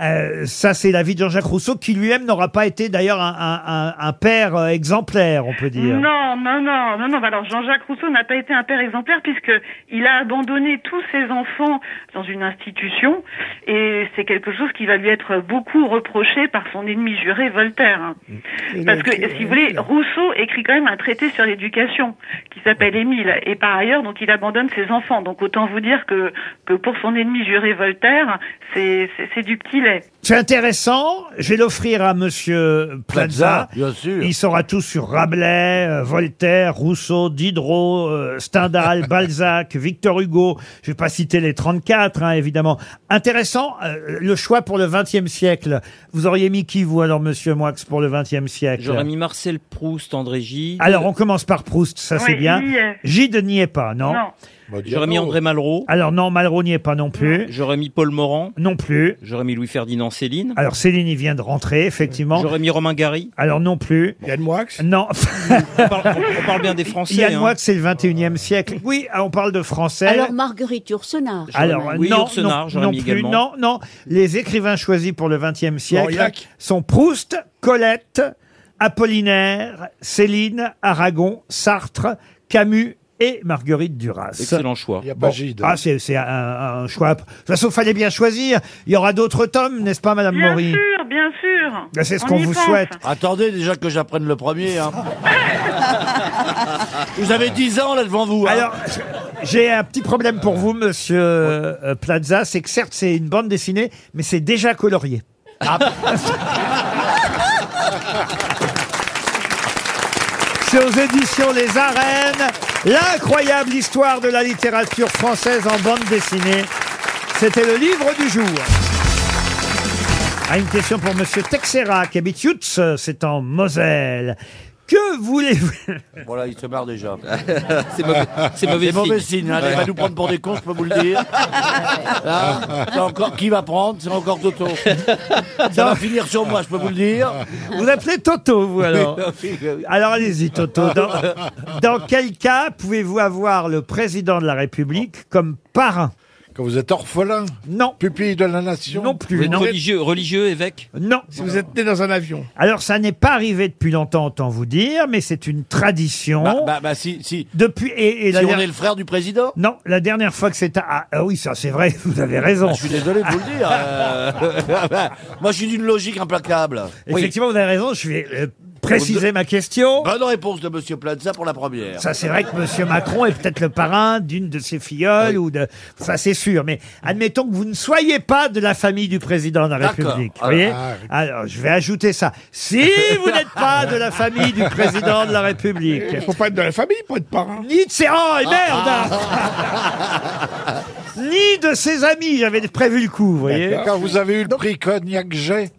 B: Euh, Ça, c'est l'avis de Jean-Jacques Rousseau, qui lui-même n'aura pas été d'ailleurs un, un- un- un père euh, exemplaire, on peut dire.
O: Non, non, non, non, non. Bah Alors Jean-Jacques Rousseau n'a pas été un père exemplaire puisque il a abandonné tous ses enfants dans une institution et c'est quelque chose qui va lui être beaucoup reproché par son ennemi juré Voltaire. hein.
N: Il a
O: Parce que
N: été-
O: si vous voulez, Rousseau écrit quand même un traité sur l'éducation qui s'appelle Émile et par ailleurs donc il abandonne ses enfants. Donc autant vous dire que que pour son ennemi juré Voltaire, c'est c'est- c'est du petit lait.
B: C'est intéressant. Je vais l'offrir à Monsieur Plaza. Il saura tout sur Rabelais, euh, Voltaire, Rousseau, Diderot, euh, Stendhal, Balzac, Victor Hugo. Je vais pas citer les 34, hein, évidemment. Intéressant, euh, le choix pour le 20e siècle. Vous auriez mis qui, vous, alors, Monsieur Moix, pour le 20e siècle
G: J'aurais mis Marcel Proust, André Gide.
B: Alors, on commence par Proust, ça
G: Oui,
B: c'est bien.
G: il y est.
B: Gide n'y est pas, non,
G: Non. J'aurais mis André Malraux.
B: Alors non, Malraux n'y est pas non plus.
G: J'aurais mis Paul Morand.
B: Non plus.
G: J'aurais mis Louis-Ferdinand Céline.
B: Alors Céline, il vient de rentrer, effectivement.
G: J'aurais mis Romain Gary.
B: Alors non plus.
G: Yann Moix
B: Non.
G: on, parle, on parle bien des Français.
B: Yann
G: hein.
B: Moix, c'est le 21e siècle. Oui, ah, on parle de français.
F: Alors Marguerite Yourcenar.
B: Alors,
G: Oui,
B: non,
G: Yourcenar,
B: non,
G: j'aurais
B: non
G: mis
B: plus,
G: également.
B: non, non. Les écrivains choisis pour le XXe siècle
G: Mauriac.
B: sont Proust, Colette, Apollinaire, Céline, Aragon, Sartre, Camus et Marguerite Duras.
G: Excellent choix. Il y a
B: Bon.
G: pas Gide.
B: Ah, c'est c'est un, un choix. De toute façon, fallait bien choisir. Il y aura d'autres tomes, n'est-ce pas, Madame
O: Bien
B: Maury
O: sûr, bien sûr.
B: Ben, c'est ce
O: On
B: qu'on
O: y
B: vous
O: pense.
B: souhaite.
H: Attendez déjà que j'apprenne le premier. hein. vous avez 10 ans là devant vous. hein.
B: Alors, J'ai un petit problème pour vous, monsieur euh, Plaza, c'est que certes c'est une bande dessinée, mais c'est déjà colorié.
G: Ah,
B: c'est aux éditions Les Arènes, l'incroyable histoire de la littérature française en bande dessinée. C'était le livre du jour. Ah, une question pour Monsieur Texera, qui habite Yutz, c'est en Moselle. Que voulez-vous
H: Voilà, il se marre déjà.
G: C'est mauvais- c'est mauvais
H: C'est mauvais
G: signe.
H: signe. hein. Il va
G: Ouais.
H: nous prendre pour des cons, je peux vous le dire. Là, c'est encore qui va prendre C'est encore Toto. Ça va finir sur moi, je peux vous le dire.
B: Vous appelez Toto, vous alors
H: Oui, oui.
B: Alors allez-y, Toto. Dans, dans quel cas pouvez-vous avoir le président de la République comme parrain
C: Quand vous êtes orphelin
B: Non.
C: Pupille de la nation
B: Non
G: Vous
B: plus,
G: êtes
B: non.
G: religieux, religieux, évêque
B: Non.
G: Si vous êtes né dans un avion.
B: Alors, ça n'est pas arrivé depuis longtemps, autant vous dire, mais c'est une tradition.
H: Bah, bah, bah, si, si.
B: Depuis et, et
H: si
B: la
H: on
B: dernière-
H: est le frère du président
B: Non, la dernière fois que c'était ah, ah oui, ça c'est vrai, vous avez raison.
H: Bah, Ah, Je suis désolé de vous le dire. euh, moi, je suis d'une logique implacable.
B: Effectivement, vous avez raison. Je vais euh, préciser ma question.
H: Bonne réponse de Monsieur Plaza pour la première.
B: Ça, c'est vrai que Monsieur Macron est peut-être le parrain d'une de ses filleules ou de. Ça, c'est sûr. Mais admettons que vous ne soyez pas de la famille du président de la
H: D'accord.
B: République. Vous
H: Ah,
B: voyez
H: ah, oui.
B: Alors, je vais ajouter ça. Si vous n'êtes pas de la famille du président de la République.
D: Il faut pas être dans la famille pour être parrain.
B: Nietzsche,
H: ah,
B: oh, et merde Ni de ses amis, j'avais prévu le coup, vous voyez.
C: Quand vous avez eu le prix Cognac Jet,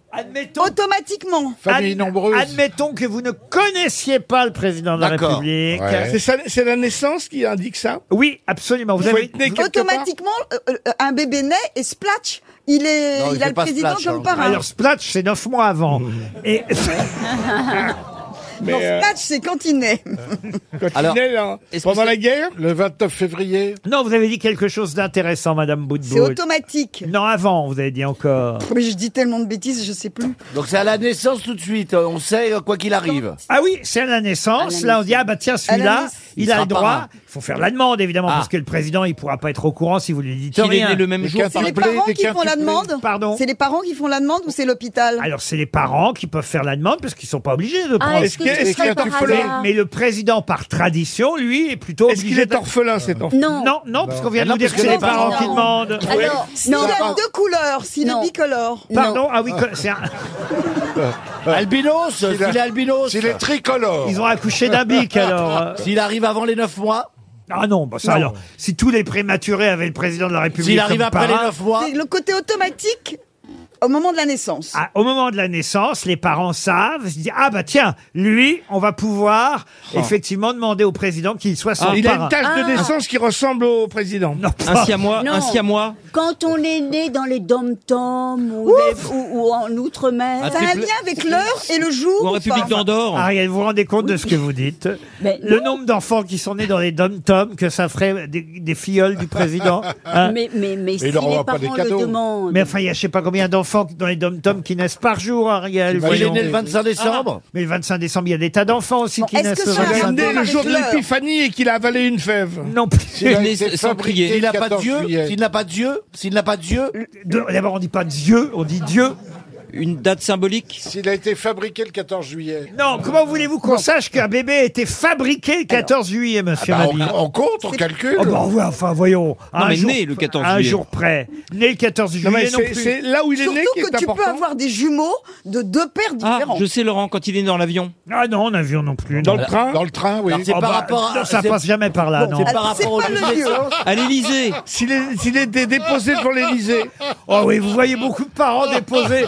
B: Automatiquement.
C: Famille nombreuse.
B: Admettons que vous ne connaissiez pas le président de la
C: D'accord.
B: République.
C: Ouais.
D: C'est ça- C'est la naissance qui indique ça
B: Oui, absolument. Vous
D: Il faut
B: avez-
D: être né quelque
E: Automatiquement, euh, euh, un bébé naît et splatch, il, est, il, a le président comme
H: hein.
E: parrain.
B: Alors Splatch, c'est neuf mois avant. Et
E: non,
B: euh,
E: splatch, c'est quand il naît.
D: Quand
B: Alors,
D: il est là, hein, pendant la guerre
B: le 29 février. Non, vous avez dit quelque chose d'intéressant, Madame Boudboul.
E: C'est automatique.
B: Non, avant, vous avez dit encore.
E: Mais je dis tellement de bêtises, je sais plus.
H: Donc c'est à la naissance tout de suite, on sait euh, quoi qu'il arrive.
B: Ah oui, c'est à la
H: À
B: naissance.
H: la
B: Là, on dit, ah bah tiens,
H: À la
B: celui-là,
H: naissance.
B: il,
H: Il
B: a
H: sera
B: le droit.
H: parrain.
B: Il faut faire la demande, évidemment,
H: Ah.
B: parce que le président, il pourra pas être au courant si vous lui dites
G: S'il est
B: rien.
G: né le même Des jour,
E: C'est les parents qui font la demande
B: Pardon Ah,
E: C'est les parents qui font la demande ou c'est l'hôpital
B: Alors, c'est les parents qui peuvent faire la demande parce qu'ils sont pas obligés de
E: Ah,
B: prendre.
E: est-ce que Est-ce ce qu'il- serait est-ce qu'il par
B: mais,
E: hasard
B: mais le président, par tradition, lui, est plutôt. Est-ce qu'il est
D: orphelin, cet enfant
B: Non. Non, non, parce qu'on vient de
E: Non,
B: nous dire
E: parce
B: que
E: que
B: c'est
E: les
B: les parents
E: parents-
B: qui demandent.
E: Alors, s'il a deux couleurs, s'il est bicolore.
B: Pardon, ah oui, que- c'est un.
H: Albinos, s'il
B: a-
H: est albinos.
B: s'il est tricolore. Ils ont accouché d'un bic, alors. euh.
H: S'il arrive avant les 9 mois.
B: Ah non, bah ça
H: Non.
B: alors. Si tous les prématurés avaient le président de la République.
H: S'il arrive
B: comme
H: après les
B: parrain-
H: 9 mois.
E: C'est le côté automatique Au moment de la naissance.
B: Ah, au moment de la naissance, les parents savent, se disent ah bah tiens, lui, on va pouvoir
D: Oh.
B: effectivement demander au président qu'il soit son
D: il a
B: parrain. Ah.
D: une tache de
F: Ah.
D: naissance qui ressemble au président.
B: Un siamois,
F: Non. Quand on est né dans les dom-toms ou, les- ou- ou en outre-mer.
B: Ah, Ça a un c'est pla- lien
E: avec l'heure et le jour
B: Ou en République d'Andorre. Ariel, vous vous rendez compte de ce que vous dites
F: Mais
B: Le nombre d'enfants qui sont nés dans les dom-toms, que ça ferait des, des filleules du président. hein.
F: Mais, mais, mais si les parents le demandent.
B: Mais enfin, il y a je sais pas combien d'enfants dans les dom-toms qui naissent par jour,
H: Il
B: Ariel.
H: est
B: voyons.
H: né le 25 décembre.
B: Ah, mais le 25 décembre, il y a des tas d'enfants aussi qui
D: est-ce
B: naissent
D: que ça a un
B: le 25
D: rapport avec
B: décembre.
D: Le jour de l'heure l'épiphanie
B: et qu'il a avalé une fève. Non plus.
H: S'il a été Sans fabriqué prier. S'il a pas 14 Dieu, juillet. s'il
B: n'a pas Dieu, s'il n'a pas Dieu. D'abord, on dit pas Dieu, on dit Dieu. Une date symbolique
C: S'il a été fabriqué le 14 juillet.
B: Non, comment voulez-vous qu'on sache qu'un bébé a été fabriqué le 14 juillet, monsieur
C: Ah bah,
B: Mabille
C: on- on compte, on
B: C'est-
C: calcule.
B: Oh bah ouais, enfin, voyons.
G: Non, mais né le 14
B: Un
G: juillet.
B: jour près. Né le 14 juillet,
G: Non,
B: non,
G: mais c'est-
B: plus.
G: c'est là où il est
E: Surtout
G: né qui est
E: que tu peux
G: important.
E: avoir des jumeaux de deux paires
G: Ah,
E: différents.
G: je sais, Laurent, quand il est né dans l'avion.
B: Ah non, en avion non plus. Dans
G: le train
C: Dans le train, oui.
B: Ah bah, non, ça passe jamais par là, non.
D: Ah,
G: À l'Élysée.
D: hein. S'il est- s'il était déposé devant l'Élysée.
B: Oh oui, vous voyez beaucoup de parents déposés.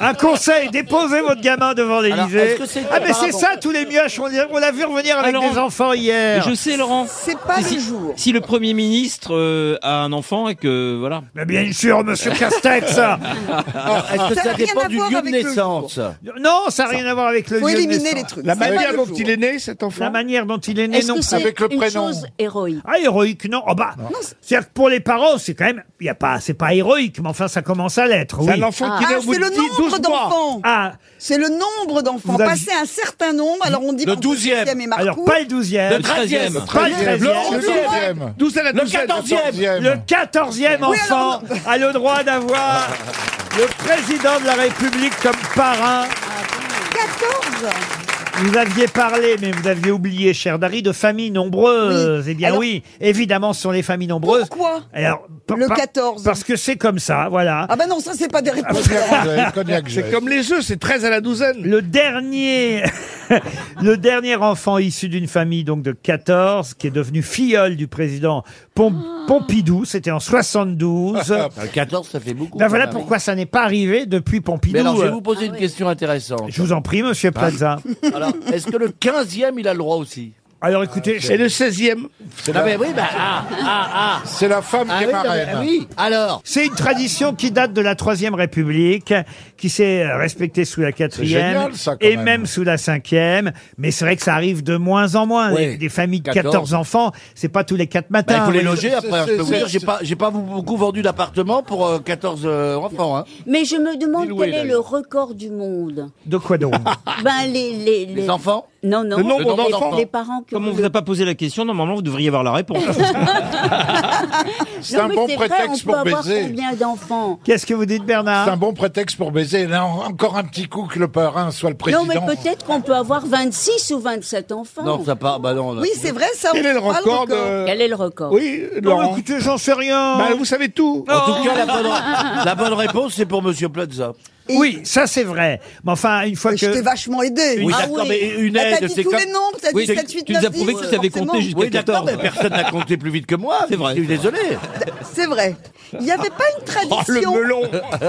B: Un conseil, déposez votre gamin devant l'Élysée.
G: est-ce que c'est-
B: Ah mais c'est
G: Pardon.
B: ça tous les mioches, on, on l'a vu revenir avec
G: Alors,
B: des enfants hier.
G: Je sais, Laurent.
E: C'est pas
G: si,
E: le jour.
G: Si le Premier ministre euh, a un enfant et que. Voilà.
B: Mais bien sûr, monsieur Castex.
H: Est-ce que ça,
B: Ça a rien
H: dépend
B: à
H: du
B: voir
H: lieu de
B: avec le
H: naissance
B: Non, ça n'a rien à voir avec le
H: Faut
B: lieu de
H: éliminer
B: naissance.
H: les trucs. La C'est manière pas le dont jour. il est
B: né, cet enfant La manière dont il est né,
F: Est-ce
B: non
F: que
B: plus.
F: c'est une chose héroïque
B: Ah, héroïque, non. Oh, bah, c'est-à-dire que pour les parents, c'est quand même, il y a pas, c'est pas héroïque, mais enfin, ça commence à l'être.
D: C'est
B: oui.
D: un enfant qui naît
E: Ah,
D: au bout
E: c'est
D: de
E: le
D: 10,
E: nombre
D: 12 mois.
E: d'enfants.
B: Ah.
E: C'est le nombre d'enfants.
B: Vous avez-
E: Passer un certain nombre, alors on dit
B: Le
E: par contre,
B: 12e.
E: et Marcou.
B: Alors, pas le 12e. Le 13e. Pas le 13e.
E: Le
B: Le 12e.
D: 12 à la
B: Le
D: 12e.
B: 14e. Le 14e
D: Oui, alors,
B: enfant a le droit d'avoir le président de la République comme parrain.
E: 14
B: Vous aviez parlé, mais vous aviez oublié, cher Dari, de familles nombreuses. Eh bien
E: Alors-
B: oui, évidemment, ce sont les familles nombreuses.
E: Pourquoi
B: Alors, par-
E: Le
B: par-
E: 14.
B: Parce que c'est comme ça, voilà.
E: Ah bah non, ça c'est pas des réponses.
B: C'est comme les œufs, c'est 13 à la douzaine. Le dernier, le dernier enfant issu d'une famille donc de 14, qui est devenu filleul du président Pom-
E: Ah.
B: Pompidou, c'était en 72.
H: Le 14, ça fait beaucoup.
B: hein. Ben
H: quand
B: voilà
H: même.
B: pourquoi ça n'est pas arrivé depuis Pompidou.
H: Mais alors, je vais
B: Euh,
H: vous poser une question intéressante. Ah.
B: Je vous en prie, monsieur Plaza.
H: Alors, est-ce que le 15e, il a le droit aussi Ah,
B: Alors écoutez,
D: Et le 16e.
H: Non, mais oui, bah, ah, ah, ah.
C: C'est la femme
H: Ah
C: qui est
H: oui, non, mais-
C: marraine.
H: oui, alors.
B: C'est une tradition qui date de la Troisième République, qui s'est euh, respectée sous la Quatrième
C: génial, ça, quand
B: et
C: même.
B: même. sous la Cinquième. Mais c'est vrai que ça arrive de moins en moins.
H: Oui.
B: Des- Des familles de 14,
H: 14
B: enfants, c'est pas tous les quatre matins.
H: Bah, il faut les
B: Oui.
H: loger après, hein, je peux vous dire, j'ai pas, j'ai pas beaucoup vendu d'appartements pour euh, 14 euh, enfants. Hein.
F: Mais je me demande
H: Dis-le,
F: quel est
H: d'ailleurs.
F: le record du monde.
B: De quoi donc
F: Ben, les, les,
H: Les enfants
F: Non, non.
G: Le nombre
F: les-
G: d'enfants.
F: Les parents qui
G: Comme on
F: ont
G: vous a pas posé la question, normalement, vous devriez avoir la réponse.
C: C'est un bon prétexte pour baiser.
F: combien d'enfants
B: Qu'est-ce que vous dites, Bernard
C: C'est un bon prétexte pour baiser. Là, en- encore un petit coup que le parrain soit le président.
F: Non, mais peut-être qu'on peut avoir 26 ou 27 enfants.
B: Oh.
H: Non, ça part. Bah non, là.
F: vrai, ça.
D: Quel est le record de-
F: Quel est le record
D: Oui,
B: Non,
D: Laurent.
B: écoutez, j'en sais rien.
D: Bah, vous savez tout.
H: En tout cas, la
B: Oh.
H: bonne, la bonne réponse, c'est pour Monsieur Plaza.
B: Oui, ça c'est vrai. Mais enfin, une fois
E: Euh, Je t'ai
B: que.
E: vachement aidé.
H: Oui, d'accord, mais une
E: Ah,
H: aide,
E: T'as dit
H: c'est
E: tous
H: comme-
E: les nombres, t'as
H: Oui,
E: dit
H: c'est-
E: 7, 8,
H: tu
E: 9,
H: nous as prouvé que tu savais
E: forcément.
G: compté jusqu'à
H: Oui, d'accord,
G: 14.
H: mais personne n'a compté plus vite que moi.
G: C'est vrai.
H: Je suis désolé.
E: C'est vrai. Il n'y avait pas
D: Oh,
E: une
B: Oh,
E: tradition.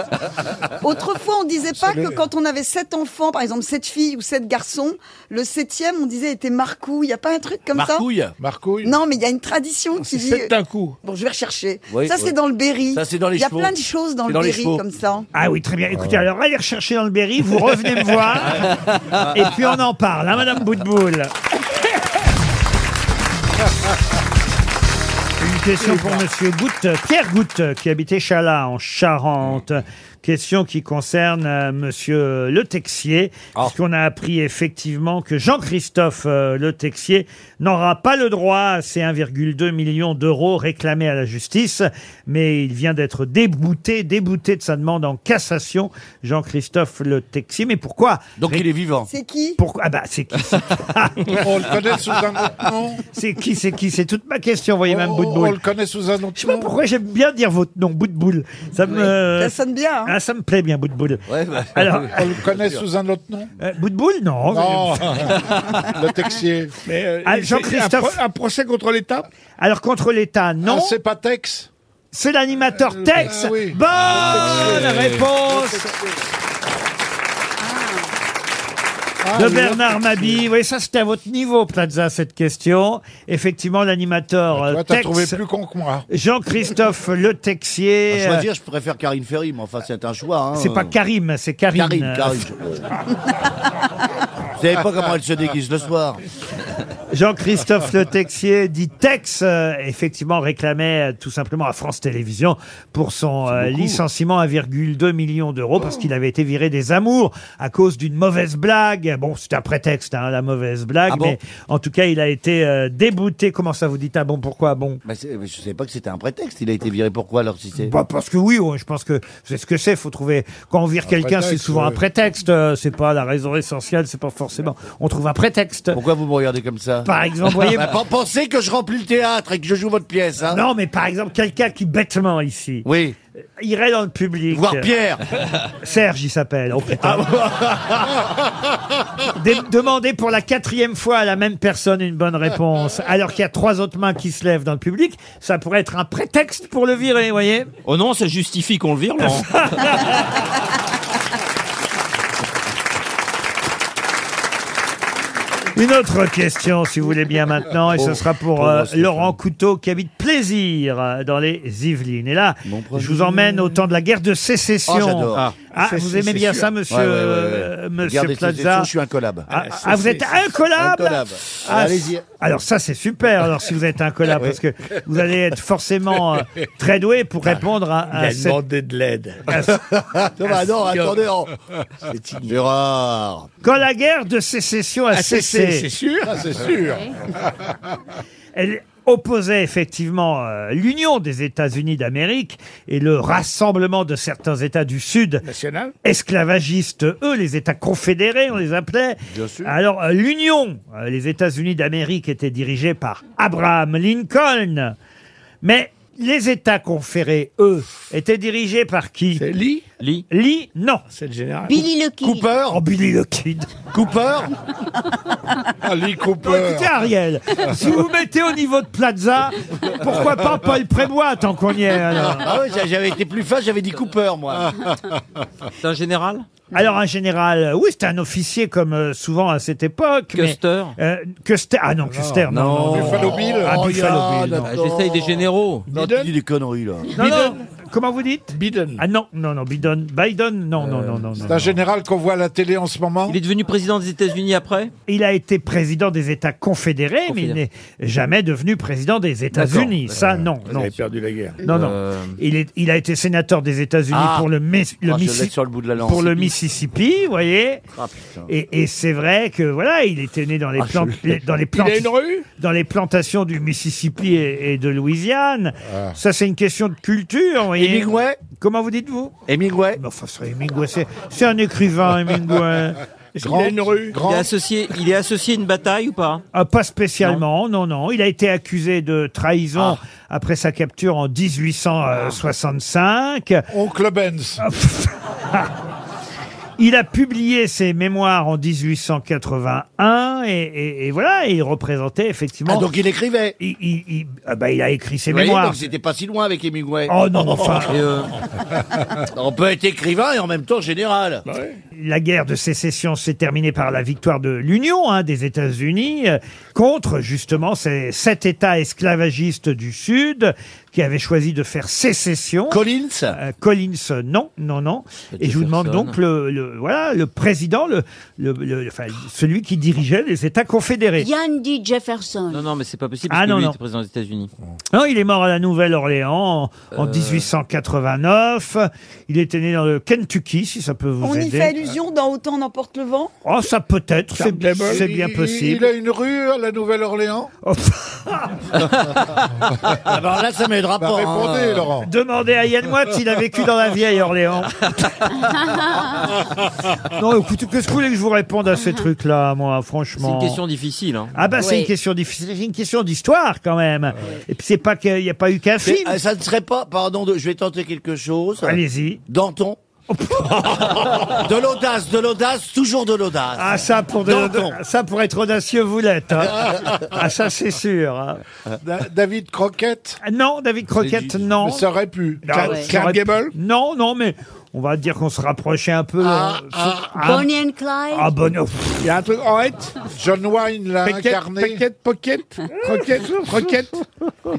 E: Autrefois, on disait pas
H: le-
E: que quand on avait sept enfants, par exemple sept filles ou sept garçons, le septième, on disait était Marcou. Il n'y a pas un truc comme
H: Marcouille.
E: ça Non, mais il y a une tradition qui dit.
D: sept d'un coup.
E: Bon, je vais rechercher.
H: Oui,
E: ça,
H: oui.
E: c'est dans le Berry.
H: Ça, c'est dans les
E: Il y a
H: chevaux.
E: plein de choses dans
H: C'est
E: le
H: dans les
E: Berry
H: chevaux.
E: comme ça.
B: Ah oui, très bien. Écoutez, alors allez rechercher dans le Berry, vous revenez me voir, et puis on en parle, hein, Madame Boutboul. Une question pour Monsieur Goutte, Pierre Goutte, qui habitait Chalat en Charente. Question qui concerne euh, Monsieur Le Texier,
H: Ah.
B: puisqu'on a appris effectivement que Jean-Christophe euh, Le Texier n'aura pas le droit à ces 1,2 million d'euros réclamés à la justice, mais il vient d'être débouté, débouté de sa demande en cassation, Jean-Christophe Le Texier. Mais pourquoi
H: Donc il est vivant.
E: C'est qui
B: Pourquoi Ah bah c'est qui c'est-
C: On le connaît sous un autre nom.
B: C'est qui C'est qui C'est toute ma question, voyez, même
C: On-
B: bout de
C: on
B: boule.
C: le connaît sous un autre nom.
B: Je sais pas pourquoi j'aime bien dire votre nom, bout de boule. Ça me.
E: Ça sonne bien. hein. bah.
B: Ah, ça me plaît bien, bout de boule. Alors,
C: on le connaît sous un autre nom.
B: euh, bout de boule, non.
C: Non, le Texier.
D: Mais, euh,
B: Ah,
D: c'est
B: Jean-Christophe-
D: Un, pro- un procès contre l'État
B: Alors, contre l'État, non.
C: Ah, c'est pas Tex ah
B: C'est l'animateur Tex. Bonne réponse
H: Ah,
B: de Bernard Mabille. Oui, ça c'était à votre niveau, Plaza, cette question. Effectivement,
H: Bah,
B: l'animateur euh,
C: Toi, t'as
B: Tex,
C: trouvé plus con que moi.
B: Jean-Christophe Le Texier.
H: À choisir, je préfère Karine Ferry, mais enfin, c'est un choix. hein.
B: euh, C'est pas Karim, c'est Karine.
H: Karine, Karine. Vous savez pas comment elle se déguise le soir.
B: Jean-Christophe Le Texier, dit Tex, euh, effectivement réclamait euh, tout simplement à France Télévisions pour son euh, licenciement 1,2 million d'euros parce qu'il avait été viré des amours à cause d'une mauvaise blague. Bon, c'est un prétexte, hein, la mauvaise blague,
H: Ah bon
B: mais en tout cas, il a été euh, débouté. Comment ça vous dites Ah bon, pourquoi Bon.
H: Bah, c'est- je savais pas que c'était un prétexte. Il a été viré pourquoi alors si c'est.
B: Bah, parce que oui, ouais, je pense que c'est ce que c'est. Faut trouver quand on vire quelqu'un, c'est
H: prétexte,
B: souvent un
H: ouais.
B: prétexte. euh, C'est pas la raison essentielle. C'est pas forcément. On trouve un prétexte.
H: Pourquoi vous me regardez comme ça
B: Par exemple, voyez.
H: Bah, pen- pensez que je remplis le théâtre et que je joue votre pièce. Hein.
B: Non, mais par exemple, quelqu'un qui bêtement ici euh,
H: oui.
B: irait dans le public.
H: Voir Pierre.
B: euh, Serge, il s'appelle. Oh
D: Ah
B: putain. Dé- Demandez pour la quatrième fois à la même personne une bonne réponse, alors qu'il y a trois autres mains qui se lèvent dans le public, ça pourrait être un prétexte pour le virer, vous voyez
G: Oh non, ça justifie qu'on le vire, Laurent.
H: Ah,
B: Une autre question, si vous voulez bien maintenant, et ce
G: Pauvre-
B: sera pour
G: pauvre
B: euh,
G: Stéphane.
B: Laurent Couteau qui habite Plaisir euh, dans les Yvelines. Et là, je vous emmène au temps de la guerre de sécession.
H: Oh, j'adore.
B: Ah,
H: C'est-
B: vous
H: c'est-
B: aimez
H: c'est
B: bien
H: sûr.
B: ça, monsieur,
H: Ouais, ouais, ouais, ouais.
B: euh, monsieur
H: Regardez, c'est- c'est
B: Plaza
H: sûr, je suis un collab.
B: Ah,
H: Ah,
B: ah,
H: c'est-
B: vous êtes
H: c'est-
B: un collab
H: un collab.
B: Ah,
H: Allez-y.
B: Alors ça, c'est super, alors si vous êtes un collab, parce que vous allez être forcément euh, très doué pour répondre à,
D: Il
B: à
D: a
B: cette-
D: demandé de l'aide.
B: Ah,
H: bah non, attendez, oh.
D: C'est ignoble.
H: Gérard.
B: Quand la guerre de sécession a,
D: Ah, c'est-
B: cessé,
D: c'est- c'est sûr. Ah, c'est sûr.
B: Elle opposait effectivement euh, l'union des États-Unis d'Amérique et le rassemblement de certains États du Sud. Esclavagistes, eux, les États confédérés, on les appelait.
H: Bien sûr.
B: Alors, euh, l'union, euh, les États-Unis d'Amérique étaient dirigés par Abraham Lincoln. Mais les États conférés, eux, étaient dirigés par qui Lee Lee Lee, non. C'est le général.
F: Billy le Kid.
B: Cooper Oh, Billy le Kid. Cooper Ali Cooper. écoutez, Ariel, si vous mettez au niveau de Plaza, pourquoi pas Paul Prébois tant qu'on y est alors
H: Ah ouais, j'a- j'avais été plus fâche, j'avais dit Cooper, moi.
G: C'est un général
B: Mm. Alors un général, euh, oui, c'était un officier comme euh, souvent à cette époque. mais-
G: Custer
B: Euh, Custer, ah non, Custer, non. non, non.
G: Buffalo Bill
B: Ah,
G: Oh,
B: Buffalo
G: yeah,
B: Bill, non.
G: d'accord. J'essaye des généraux.
H: Non, tu dis des conneries, là.
B: Non, non. Comment vous dites Biden. Ah non, non, non, Biden. Biden, non, non, non, non.
C: C'est
B: non.
C: un général qu'on voit à la télé en ce moment.
G: Il est devenu président des États-Unis après
B: Il a été président des États confédérés, mais il n'est
G: Confédérés.
B: jamais devenu président des États-Unis.
G: D'accord. Euh,
B: Ça, non,
D: Vous
B: non.
D: avez perdu la guerre. Euh,
B: Non, non. Il, est, il a été sénateur des États-Unis
H: Ah.
B: pour le, Miss- le
H: Ah, je
B: Missi-
H: l'ai sur le bout de la langue.
B: pour le Mississippi, vous voyez.
H: Ah, putain.
B: Et, et c'est vrai que voilà, il était né dans les,
H: Ah, je
B: plantes-
H: l'ai.
B: les- dans les
H: Il a
B: plantes-
H: une rue
B: dans les plantations du Mississippi et, et de Louisiane. Ça, c'est une question de culture. vous voyez.
H: Ah. Hemingway
B: Comment vous dites-vous
H: Hemingway
B: Mais Enfin, c'est Hemingway, c'est c'est un écrivain, Hemingway.
G: Il, est associé, il est associé à une bataille ou pas
B: Ah, pas spécialement, non. non, Il a été accusé de trahison après sa capture en 1865.
C: Oncle Benz.
B: Il a publié ses mémoires en 1881 et, et- et voilà, et il représentait effectivement.
H: Ah, donc il écrivait.
B: Il, il- il- ah bah, il a écrit ses
H: Vous voyez,
B: mémoires.
H: donc c'était pas si loin avec Hemingway.
B: Oh non, enfin.
H: Et, euh, on peut être écrivain et en même temps général.
G: Bah
B: La guerre de sécession s'est terminée par la victoire de l'Union hein, des États-Unis euh, contre justement ces sept États esclavagistes du Sud qui avaient choisi de faire sécession. Euh,
H: Collins
B: Collins, non, non, non. Et je vous demande
H: Jefferson.
B: donc le, le- voilà le président, le, le, le- enfin, celui qui dirigeait les États confédérés.
F: Yandy Jefferson.
G: Non, non, mais c'est pas possible
B: Ah,
G: parce
B: non,
G: que lui
B: non.
G: était président des États-Unis.
B: Non, Hein, il est mort à la Nouvelle-Orléans en, en
G: Euh.
B: 1889. Il était né dans le Kentucky, si ça peut vous
E: On
B: aider.
E: y fait allusion dans Autant n'emporte le vent
B: Oh, ça peut être, c'est c'est bien
C: Il- Il
B: possible.
C: a une rue à la Nouvelle-Orléans.
B: Ah
H: Alors là, ça m'aidera
C: Bah,
H: pas.
C: répondez,
H: hein.
C: Laurent.
B: Demandez à Yann Moix s'il a vécu dans la vieille Orléans. Non, écoutez, qu'est-ce que vous voulez que je vous réponde à ces trucs-là, moi,
G: C'est une
B: franchement
G: question difficile. hein.
B: Ah bah c'est une question difficile, c'est une question d'histoire quand même. Et puis c'est pas qu'il n'y a pas eu qu'un
H: C'est-
B: film.
H: ah, Ça ne serait pas, pardon, de- je vais tenter quelque chose.
B: Allez-y.
H: Danton. De l'audace, de l'audace, toujours de l'audace.
B: Ah ça pour, de-
H: Danton.
B: ça pour être audacieux, vous l'êtes. hein. ah ça c'est sûr. hein. Ah,
C: David Croquette
B: Non, David Croquette, non.
C: Mais ça aurait pu.
B: Non,
C: Clark-
B: ouais.
C: Clark Gable
B: Non, non, mais on va dire qu'on se rapprochait un peu.
C: Ah,
B: euh,
C: ah,
B: sur-
C: ah.
F: Bonnie and Clyde
B: Ah, Bono.
C: Il y a un truc en hête John Wayne l'a
B: Paquette,
C: incarné.
B: paquette,
C: Pocket, Croquette, Croquette.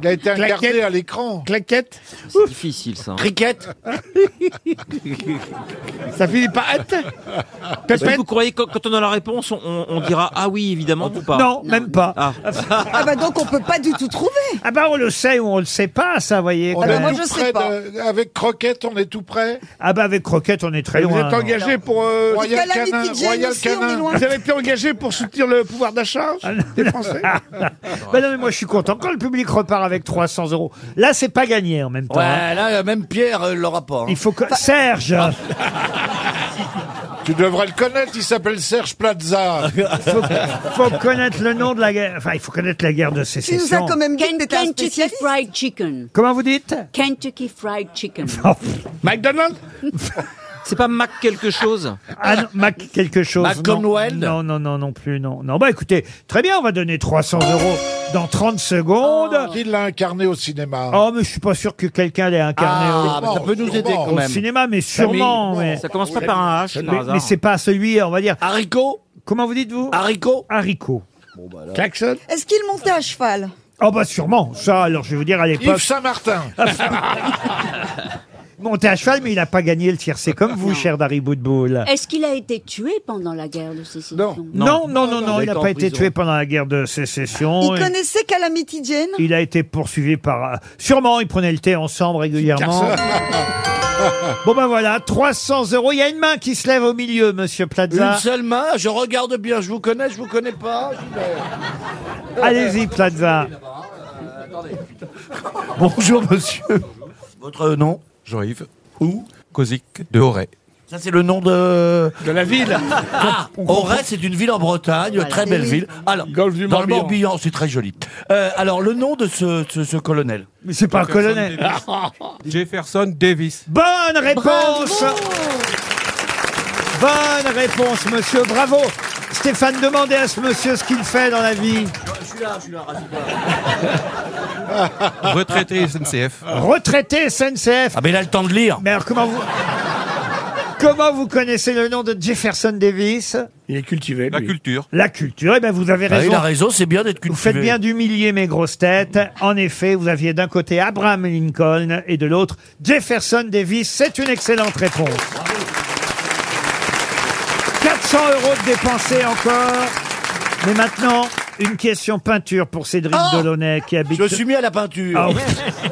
C: Il a été incarné à l'écran. Claquette.
G: C'est difficile ça. hein.
C: Cricket.
D: Ça finit par être
G: Est-ce que vous croyez que quand on a la réponse, on, on dira ah oui évidemment ou pas
B: Non, même pas.
G: Ah.
B: Ah bah donc on peut pas du tout trouver. bah, Ah bah on le sait ou on le sait pas, ça, voyez.
C: On
E: Ah
B: quand
C: est
E: ben
B: même.
C: tout près de- avec Croquette, on est tout près.
B: Ah bah avec Croquette, on est très
D: Vous
B: loin.
D: êtes engagé pour euh,
C: Alors, Royal Canin, Calamity Jane Royal aussi, on est Canin. loin.
D: Vous avez été engagé pour soutenir le pouvoir d'achat
B: Ah
D: des Français.
B: Bah non, mais moi je suis content quand le public repart avec 300 euros. Là, c'est pas gagné en même temps. hein.
H: Ouais, là, euh, même Pierre euh, l'aura pas. hein.
B: Il faut que Serge,
C: Tu devrais le connaître, il s'appelle Serge Plaza.
B: faut, faut connaître le nom de la guerre. Enfin, il faut connaître la guerre de sécession.
F: même Kentucky Fried Chicken.
B: Comment vous dites
F: Kentucky Fried Chicken.
D: McDonald's
G: C'est pas Mac quelque chose
B: Ah non, Mac quelque chose.
G: Mac
B: non.
G: Conwell
B: Non, non, non, non plus, non. Non, bah écoutez, très bien, on va donner 300 euros dans 30 secondes.
C: Qui Oh, l'a incarné au cinéma
B: Oh, mais je suis pas sûr que quelqu'un l'ait incarné
H: Ah,
B: au,
H: mais ça peut nous aider quand
B: au
H: même.
B: cinéma, mais sûrement. mais-
G: Ça commence pas par un H,
B: Mais,
G: par hasard.
B: mais c'est pas celui, on va dire.
H: Haricot
B: Comment vous dites-vous
H: Haricot bah,
B: Haricot.
D: Klaxon
E: Est-ce qu'il montait à cheval
B: Oh bah sûrement, ça alors je vais vous dire à
C: Yves
B: l'époque,
C: Saint-Martin.
B: il montait à cheval mais il n'a pas gagné le tiercé comme vous cher Dari Boudboul.
F: Est-ce qu'il a été tué pendant la guerre de sécession Non.
B: Non, non, non, non,
H: il
B: il n'a
H: était en
B: pas été
H: prison.
B: tué pendant la guerre de
E: Il
B: sécession. Et-
E: connaissait Calamity Jane
B: Il a été poursuivi par... euh, Sûrement, ils prenaient le thé ensemble régulièrement. Bon ben voilà, 300 euros. Il y a une main qui se lève au milieu, Monsieur
H: Une
B: Plaza.
H: seule main, je regarde bien, je vous connais, je vous connais pas. je-
B: Allez-y, Plaza.
N: Bonjour monsieur. Votre nom Jean-Yves. Où Cosic de Auray.
H: Ça, c'est le nom de...
D: de la ville.
H: Ah, Auray, c'est une ville en Bretagne,
D: Voilà.
H: très belle
D: Eh oui.
H: ville. Alors,
D: du
H: dans le
D: Morbihan.
H: Morbihan, c'est très joli. Euh, alors, le nom de ce, ce- ce colonel
B: Mais c'est pas un colonel. Ah.
N: Jefferson Davis.
B: Bonne réponse Bonne réponse, monsieur. Bravo. Stéphane, demandez à ce monsieur ce qu'il fait dans la vie.
H: Je suis là, je suis là,
N: Retraité SNCF.
B: Retraité SNCF.
H: Ah, mais il a le temps de lire.
B: Mais alors comment vous... Comment vous connaissez le nom de Jefferson Davis
D: Il est cultivé.
N: La
D: lui.
N: culture.
B: La culture, eh ben vous avez
H: Ah,
B: raison.
H: il a raison, c'est bien d'être cultivé.
B: Vous faites bien d'humilier mes grosses têtes. En effet, vous aviez d'un côté Abraham Lincoln et de l'autre Jefferson Davis. C'est une excellente réponse. 400 euros de dépensés encore. Mais maintenant, une question peinture pour Cédric
H: Ah
B: Delaunay qui habite...
H: Je me suis mis à la peinture.
B: Ah oui.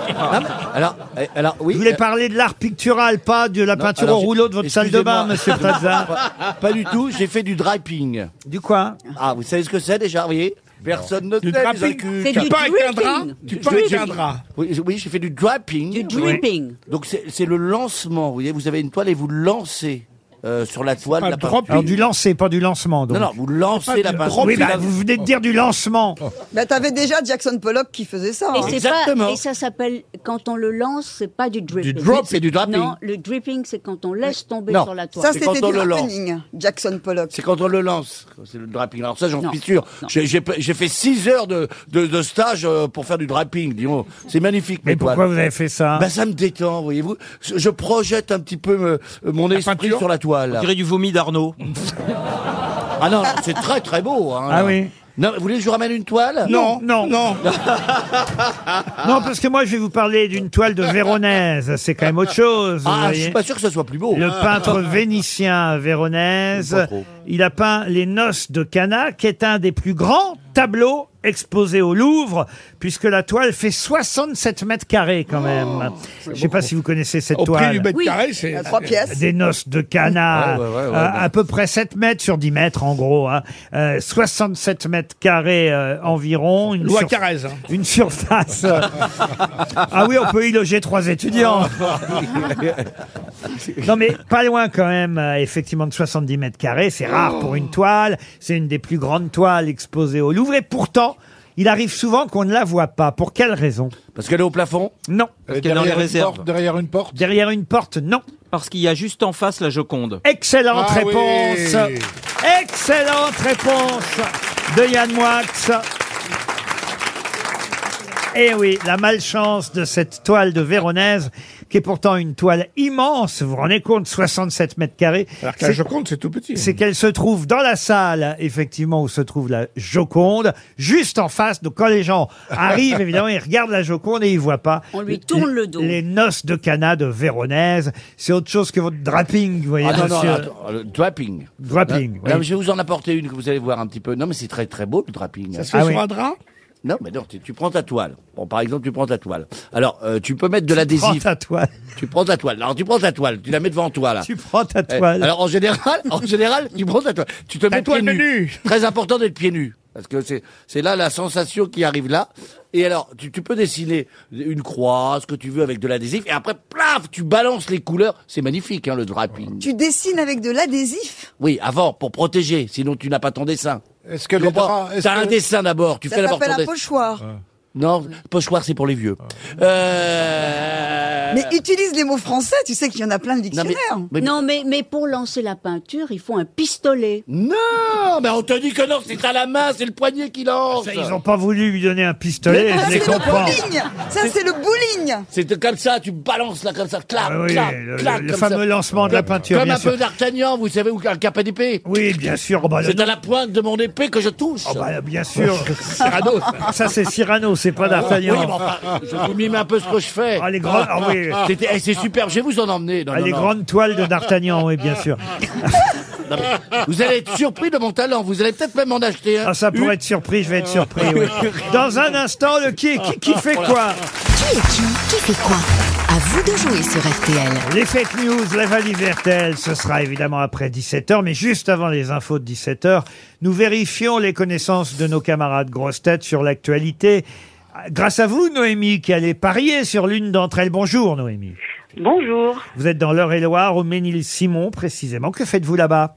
H: Alors, eh, alors, oui.
B: Vous voulez
H: euh,
B: parler de l'art pictural, pas de la peinture
H: alors,
B: au rouleau de votre salle de bain, monsieur
H: excusez-moi.
B: Plaza.
H: pas, pas du tout, j'ai fait du draping.
B: Du quoi
H: Ah, vous savez ce que c'est déjà, vous voyez Personne ne
D: Du
H: sait, les
D: draping.
H: incultes.
F: C'est
D: Tu
F: du
D: peins avec un drap
F: dripping.
D: Tu
H: Du
D: peins avec un
H: dripping.
D: drap.
H: Oui, oui, j'ai fait du draping.
F: Du
H: Oui.
F: dripping.
H: Donc c'est c'est le lancement, vous voyez, vous avez une toile et vous lancez euh, sur la toile
D: pas
H: la
D: le
H: peinture.
D: dropping.
B: Alors du lancer, pas du lancement. Donc.
H: Non, non, vous lancez la peinture.
B: oui, bah,
H: Là,
B: vous venez de dire du lancement.
E: Bah t'avais déjà Jackson Pollock qui faisait ça. hein.
F: Et, c'est
H: Exactement.
F: pas, et ça s'appelle, quand on le lance, c'est pas du dripping.
H: drop, c'est du dripping.
F: Non, le dripping, c'est quand on laisse tomber
H: Non.
F: sur la toile.
E: Ça
H: C'est
E: c'était
H: quand on
E: du
H: le lance.
E: happening, Jackson Pollock.
H: C'est quand on le lance, c'est le draping. Alors ça, j'en
F: Non.
H: suis sûr.
F: Non.
H: J'ai- J'ai j'ai fait 6 heures de, de, de stage euh, pour faire du draping, disons. C'est magnifique.
B: Mais
H: mes toiles.
B: pourquoi vous avez fait ça
H: Bah, ça me détend, voyez-vous. Je, je projette un petit peu me- euh, mon esprit
D: peinture
H: sur la toile.
G: On dirait du vomi d'Arnaud.
H: Ah non, c'est très très beau. hein.
B: Ah oui.
H: Non, mais vous voulez que je vous ramène une toile
B: Non, non, non. non, parce que moi, je vais vous parler d'une toile de Véronèse. C'est quand même autre chose. vous
H: Ah, je
B: voyez.
H: suis pas sûr que ce soit plus beau. Ah.
B: Le peintre vénitien Véronèse, il a peint Les Noces de Cana, qui est un des plus grands tableaux exposés au Louvre, puisque la toile fait 67 mètres carrés quand même.
H: Oh,
B: Je sais pas si vous connaissez cette
D: Au prix
B: toile.
D: du mètre
F: Oui.
D: carré, c'est.
E: À trois pièces.
B: Des noces de Cana,
H: Ouais, ouais, ouais, ouais,
B: euh,
H: ouais.
B: à peu près 7 mètres sur 10 mètres en gros, hein. Euh, 67 mètres carrés euh, environ, une,
D: Loi
B: sur-
D: Carrez. hein.
B: une surface. euh. ah oui, on peut y loger trois étudiants. non mais pas loin quand même, euh, effectivement de 70 mètres carrés, c'est rare pour une toile, c'est une des plus grandes toiles exposées au Louvre et pourtant... Il arrive souvent qu'on ne la voit pas. Pour quelle raison
H: Parce qu'elle est au plafond
B: Non.
G: Parce qu'elle est dans les réserves.
B: derrière une porte Derrière une porte, non.
G: Parce qu'il y a juste en face la Joconde.
B: Excellente
G: Ah
B: réponse.
G: oui.
B: Excellente réponse de Yann Moix. Eh oui, la malchance de cette toile de Véronèse, qui est pourtant une toile immense, vous vous rendez compte, 67 mètres carrés.
D: Alors que la Joconde, c'est tout petit.
B: C'est qu'elle se trouve dans la salle, effectivement, où se trouve la Joconde, juste en face. Donc quand les gens arrivent, évidemment, ils regardent la Joconde et ils voient pas.
F: On lui tourne le dos.
B: Les noces de Cana de Véronèse, c'est autre chose que votre draping, vous voyez,
H: Ah non, non,
B: monsieur.
H: attends, le drapping.
B: Drapping,
H: Non,
B: oui.
H: non, mais je vais vous en apporter une que vous allez voir un petit peu. Non, mais c'est très très beau le drapping.
D: Ça se fait Ah sur oui. un drap
H: Non, mais non, tu, tu prends ta toile. Bon, par exemple, tu prends ta toile. Alors, euh, tu peux mettre de l'adhésif.
B: prends ta toile.
H: Tu prends ta toile. Alors, tu prends ta toile. Tu la mets devant toi, là. Eh,
B: Tu prends ta
D: toile.
H: alors, en général, en général, tu prends ta toile. Tu te mets
D: toile
H: pieds
D: de
H: nus. Très important d'être pieds nus. Parce que c'est, c'est là la sensation qui arrive là. Et alors, tu, tu peux dessiner une croix, ce que tu veux avec de l'adhésif. Et après, plaf, tu balances les couleurs. C'est magnifique, hein, le drapping.
E: Tu dessines avec de l'adhésif
H: Oui, avant, pour protéger, sinon tu n'as pas ton dessin. Est-ce que
E: les draps- est-ce
H: T'as
E: que-
H: un dessin d'abord, tu
E: Ça
H: fais d'abord ton
E: s'appelle un
H: dessin.
E: pochoir.
H: Non, pochoir, c'est pour les vieux. Euh...
E: Mais utilise les mots français, tu sais qu'il y en a plein de dictionnaires.
F: Non, mais, mais pour lancer la peinture, il faut un pistolet.
H: Non, mais Ah, ben, on te dit que non, c'est à la main, c'est le poignet qui lance.
B: Ah, Ils n'ont pas voulu lui donner un pistolet,
H: Mais
B: je les
H: c'est le
B: comprends.
H: bowling.
E: Ça, c'est le bowling
H: C'est comme ça, tu balances là, comme ça, clac,
B: Ah oui,
H: clac,
B: le-
H: clac,
B: le
H: comme
B: fameux
H: ça.
B: lancement de la peinture,
H: Comme
B: bien
H: un peu
B: sûr.
H: d'Artagnan, vous savez, ou un cap d'épée.
B: Oui, bien sûr. bah, le-
H: c'est à la pointe de mon épée que je touche.
B: Oh, bah, bien sûr.
H: Cyrano.
B: Ça, c'est Cyrano, c'est pas d'Artagnan.
H: Ah, Oui, mais enfin, je vous mime un peu ce que je fais.
B: Ah, les grands- ah oui.
H: C'était- eh, c'est super, je vais vous en emmener. Non,
B: Ah,
H: non, Ah.
B: les
H: non.
B: grandes toiles de D'Artagnan, oui, bien sûr.
H: Non, mais Vous allez être surpris de mon talent, vous allez peut-être même en acheter un.
B: Ah, ça pourrait être surpris, je vais être surpris. oui. Dans un instant, le qui est qui, qui fait quoi
K: Qui est qui Qui fait quoi À vous de jouer sur RTL.
B: Les fake news, la valise RTL, ce sera évidemment après 17h, mais juste avant les infos de 17h, nous vérifions les connaissances de nos camarades grosses têtes sur l'actualité. Grâce à vous, Noémie, qui allez parier sur l'une d'entre elles. Bonjour, Noémie.
O: Bonjour.
B: Vous êtes dans l'Eure-et-Loire, au Ménil-Simon, précisément. Que faites-vous là-bas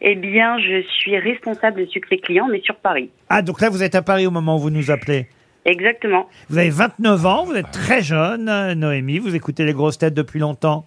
O: Eh bien, je suis responsable de succès client, mais sur Paris.
B: Ah, donc là, vous êtes à Paris au moment où vous nous appelez.
O: Exactement.
B: Vous avez 29 ans, vous êtes très jeune, euh, Noémie. Vous écoutez les grosses têtes depuis longtemps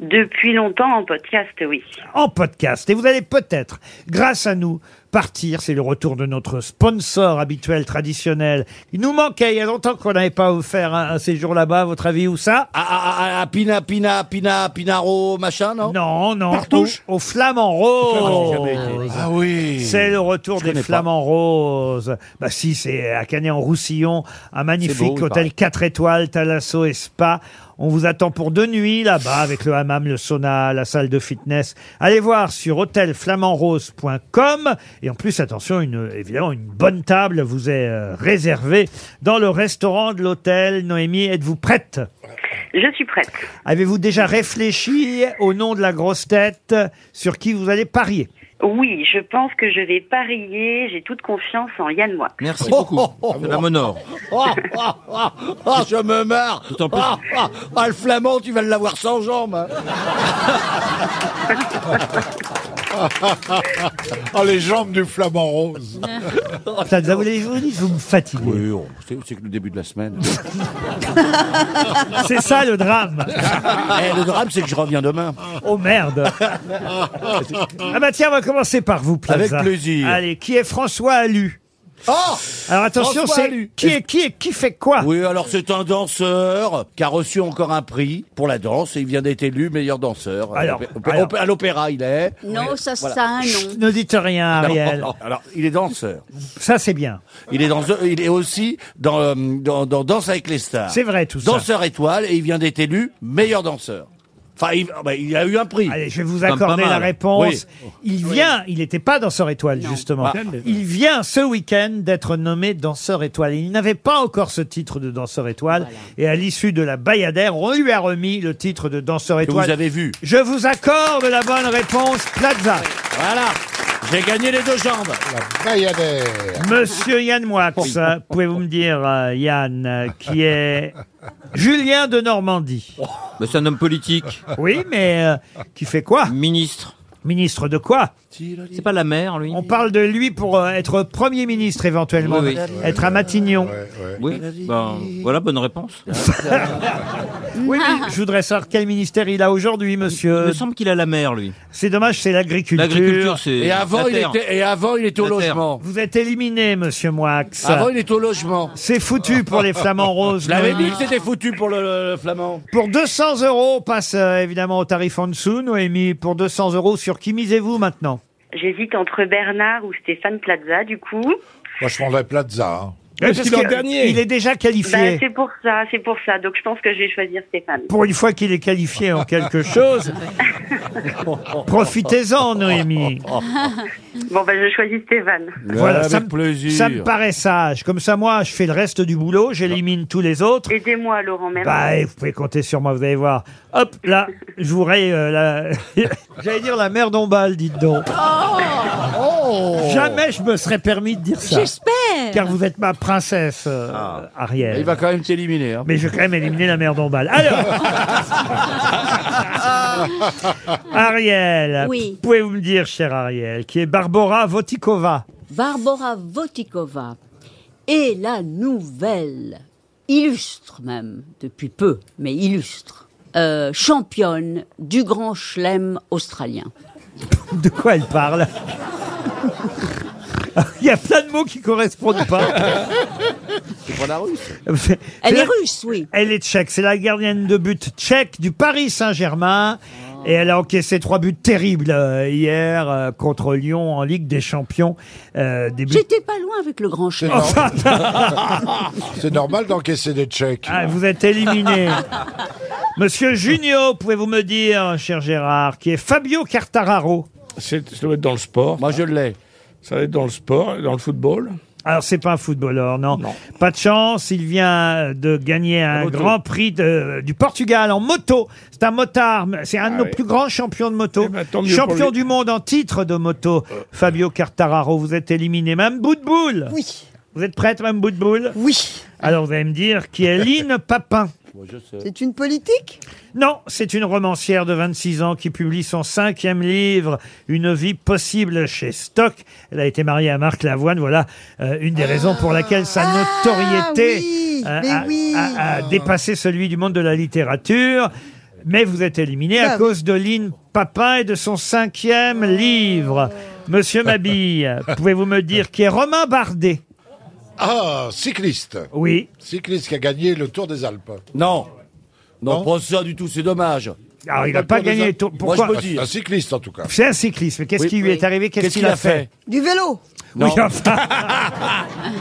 O: Depuis longtemps en podcast, oui.
B: en podcast. Et vous allez peut-être, grâce à nous, partir. C'est le retour de notre sponsor habituel, traditionnel. Il nous manquait il y a longtemps qu'on n'avait pas offert un, un séjour là-bas, à votre avis, où ça
H: À, à- à- à ah, Pina, Pina, Pina, Pinaro, machin, non
B: Non, non. Partouche Au, au Flamand Rose.
H: Ah oui.
B: Oh. C'est le retour des Flamands Roses. Bah si, c'est à Canet-en-Roussillon, un
H: C'est beau,
B: magnifique
H: il
B: hôtel
H: paraît.
B: 4 étoiles, Thalasso et Spa. On vous attend pour deux nuits là-bas avec le hammam, le sauna, la salle de fitness. Allez voir sur hôtelflamandrose.com et en plus attention, une, évidemment une bonne table vous est euh, réservée dans le restaurant de l'hôtel. Noémie, êtes-vous prête
O: Je suis prête.
B: Avez-vous déjà réfléchi au nom de la grosse tête sur qui vous allez parier
O: Oui, je pense que je vais parier. J'ai toute confiance en Yann Moix.
G: Merci beaucoup.
H: Oh,
G: Cela m'honore.
H: Ah, ah, ah, ah, je me marre
G: Tout en plus.
H: Ah, ah, ah, le flamand, tu vas l'avoir sans jambes hein.
C: Ah, les jambes du flamand rose.
B: Ça, vous voulez- vous dites, vous me fatiguez.
H: Oui, on- c'est c'est que le début de la semaine.
B: C'est ça le drame.
H: Eh, le drame, c'est que je reviens demain.
B: Oh merde Ah bah tiens, on va commencer par vous, Plaza.
H: Avec plaisir.
B: Allez, qui est François Alu
H: Oh
B: Alors attention,
H: François
B: c'est
H: Alu.
B: qui est qui est qui fait quoi
H: Oui, alors c'est un danseur qui a reçu encore un prix pour la danse et il vient d'être élu meilleur danseur.
B: Alors,
H: Opé- opé-
B: alors.
H: opé- à l'opéra, il est.
F: Non, ça,
H: Voilà.
F: ça a un
B: Chut,
F: nom.
B: Ne dites rien, Ariel.
H: Non, Alors, il est danseur.
B: Ça c'est bien.
H: Il est danseur. Il est aussi dans, euh, dans, dans Danse avec les stars.
B: C'est vrai, tout ça.
H: Danseur étoile et il vient d'être élu meilleur danseur. Enfin, il, bah, il a eu un prix.
B: Allez, je vais vous accorder la réponse. Il vient, il n'était pas danseur étoile justement.
H: Ah.
B: Il vient ce week-end d'être nommé danseur étoile. Il n'avait pas encore ce titre de danseur étoile et à l'issue de la Bayadère, on lui a remis le titre de danseur
H: Que vous
B: étoile.
H: avez vu.
B: Je vous accorde la bonne réponse, Plaza.
H: Voilà. J'ai gagné les deux jambes. La Bayadère.
B: Monsieur Yann Moix, euh, pouvez-vous me dire, euh, Yann, euh, qui est Julien de Normandie
G: Mais c'est un homme politique.
B: Oui, mais euh, qui fait quoi
G: Ministre.
B: Ministre de quoi C'est pas la mer, lui. On parle de lui pour euh, être Premier ministre éventuellement,
G: Oui, oui.
B: être à Matignon.
G: Oui, ben, voilà, bonne réponse.
B: Oui,
O: Ah.
B: mais je voudrais savoir quel ministère il a aujourd'hui, monsieur.
G: Il me semble qu'il a la mer, lui.
B: C'est dommage, c'est l'agriculture.
G: L'agriculture, c'est
H: Et avant, la il terre. était- et avant, il était au La terre. logement.
B: Vous êtes éliminé, monsieur Moix.
H: Avant, il était au logement.
B: C'est foutu pour les flamands roses.
H: Je l'avais
B: Noémie.
H: dit que c'était foutu pour le, le- le flamand.
B: Pour 200 euros, on passe euh, évidemment au tarif en dessous, Noémie. Pour 200 euros, sur qui misez-vous maintenant
P: J'hésite entre Bernard ou Stéphane Plaza, du coup.
C: Moi, je prendrais Plaza. hein.
B: Eh, Parce que Il est déjà qualifié.
P: Bah, c'est pour ça, c'est pour ça. Donc je pense que je vais choisir Stéphane.
B: Pour une fois qu'il est qualifié en quelque chose, profitez-en, Noémie.
P: bon, ben, je choisis Stéphane.
B: Voilà, ça, me- ça me paraît sage. Comme ça, moi, je fais le reste du boulot, j'élimine tous les autres.
P: Aidez-moi, Laurent, même.
B: Bah, et vous pouvez compter sur moi, vous allez voir. Hop, là, je vous raye, euh, la... J'allais dire la mère d'Ombal, dites donc.
H: Oh.
B: Jamais je me serais permis de dire ça.
Q: J'espère.
B: Car vous êtes ma princesse, euh, Ariel.
H: Ah. Il va quand même t'éliminer. hein.
B: Mais je vais quand même éliminer la mère d'Ombal. Alors, Ariel,
F: Oui.
B: pouvez-vous me dire, chère Ariel, qui est Barbara Votikova
F: Barbara Votikova est la nouvelle, illustre même, depuis peu, mais illustre, euh, championne du grand chelem australien.
B: De quoi elle parle Il y a plein de mots qui correspondent pas.
H: C'est pas la russe.
B: Elle
F: est
B: russe, oui. Elle est tchèque. C'est la gardienne de but tchèque du Paris Saint-Germain. Et elle a encaissé trois buts terribles euh, hier euh, contre Lyon en Ligue des Champions. Euh, des buts-
F: J'étais pas loin avec le grand chelem.
B: Enfin,
C: C'est normal d'encaisser des chèques.
B: ah, vous êtes éliminé. Monsieur Junio, pouvez-vous me dire, cher Gérard, qui est Fabio Cartararo
L: C'est, ça doit être dans le sport. Moi, je l'ai. Ça va être dans le sport, dans le football.
B: Alors, c'est pas un footballeur, non. Pas de chance, il vient de gagner un
L: moto.
B: grand prix de- du Portugal en moto. C'est un motard, mais c'est un de
L: Ah
B: nos plus grands champions de moto.
L: Eh ben, mieux
B: Champion
L: pour lui. Euh.
B: du monde en titre de moto, Fabio Cartararo. Vous êtes éliminé. Même bout de boule. Oui. Vous êtes prête, même bout de boule Oui. Alors, vous allez me dire qui est Lynn Papin.
E: C'est une politique
B: euh, Non, c'est une romancière de 26 ans qui publie son cinquième livre, Une vie possible chez Stock. Elle a été mariée à Marc Lavoine. Voilà euh, une des raisons pour laquelle sa notoriété
E: Ah, oui,
B: euh,
E: mais
B: a,
E: oui.
B: a- a dépassé celui du monde de la littérature. Mais vous êtes éliminé
E: Ah
B: à cause de Lynn Papin et de son cinquième livre. Monsieur Mabille, pouvez-vous me dire qui est Romain Bardet
C: Ah, cycliste.
B: Oui.
C: Cycliste qui a gagné le Tour des Alpes.
H: Non. Non, pas ça du tout, c'est dommage.
B: Alors, Ah, il n'a pas gagné le Tour. Pourquoi
H: Moi, je peux dire.
C: Un cycliste, en tout cas.
B: C'est un cycliste, mais qu'est-ce
H: Oui,
B: qui lui
H: oui.
B: est arrivé Qu'est-ce
H: Qu'est-ce
B: qu'il
H: qu'il
B: a
H: a
B: fait
H: fait
E: Du vélo
H: Non.
B: Oui, enfin.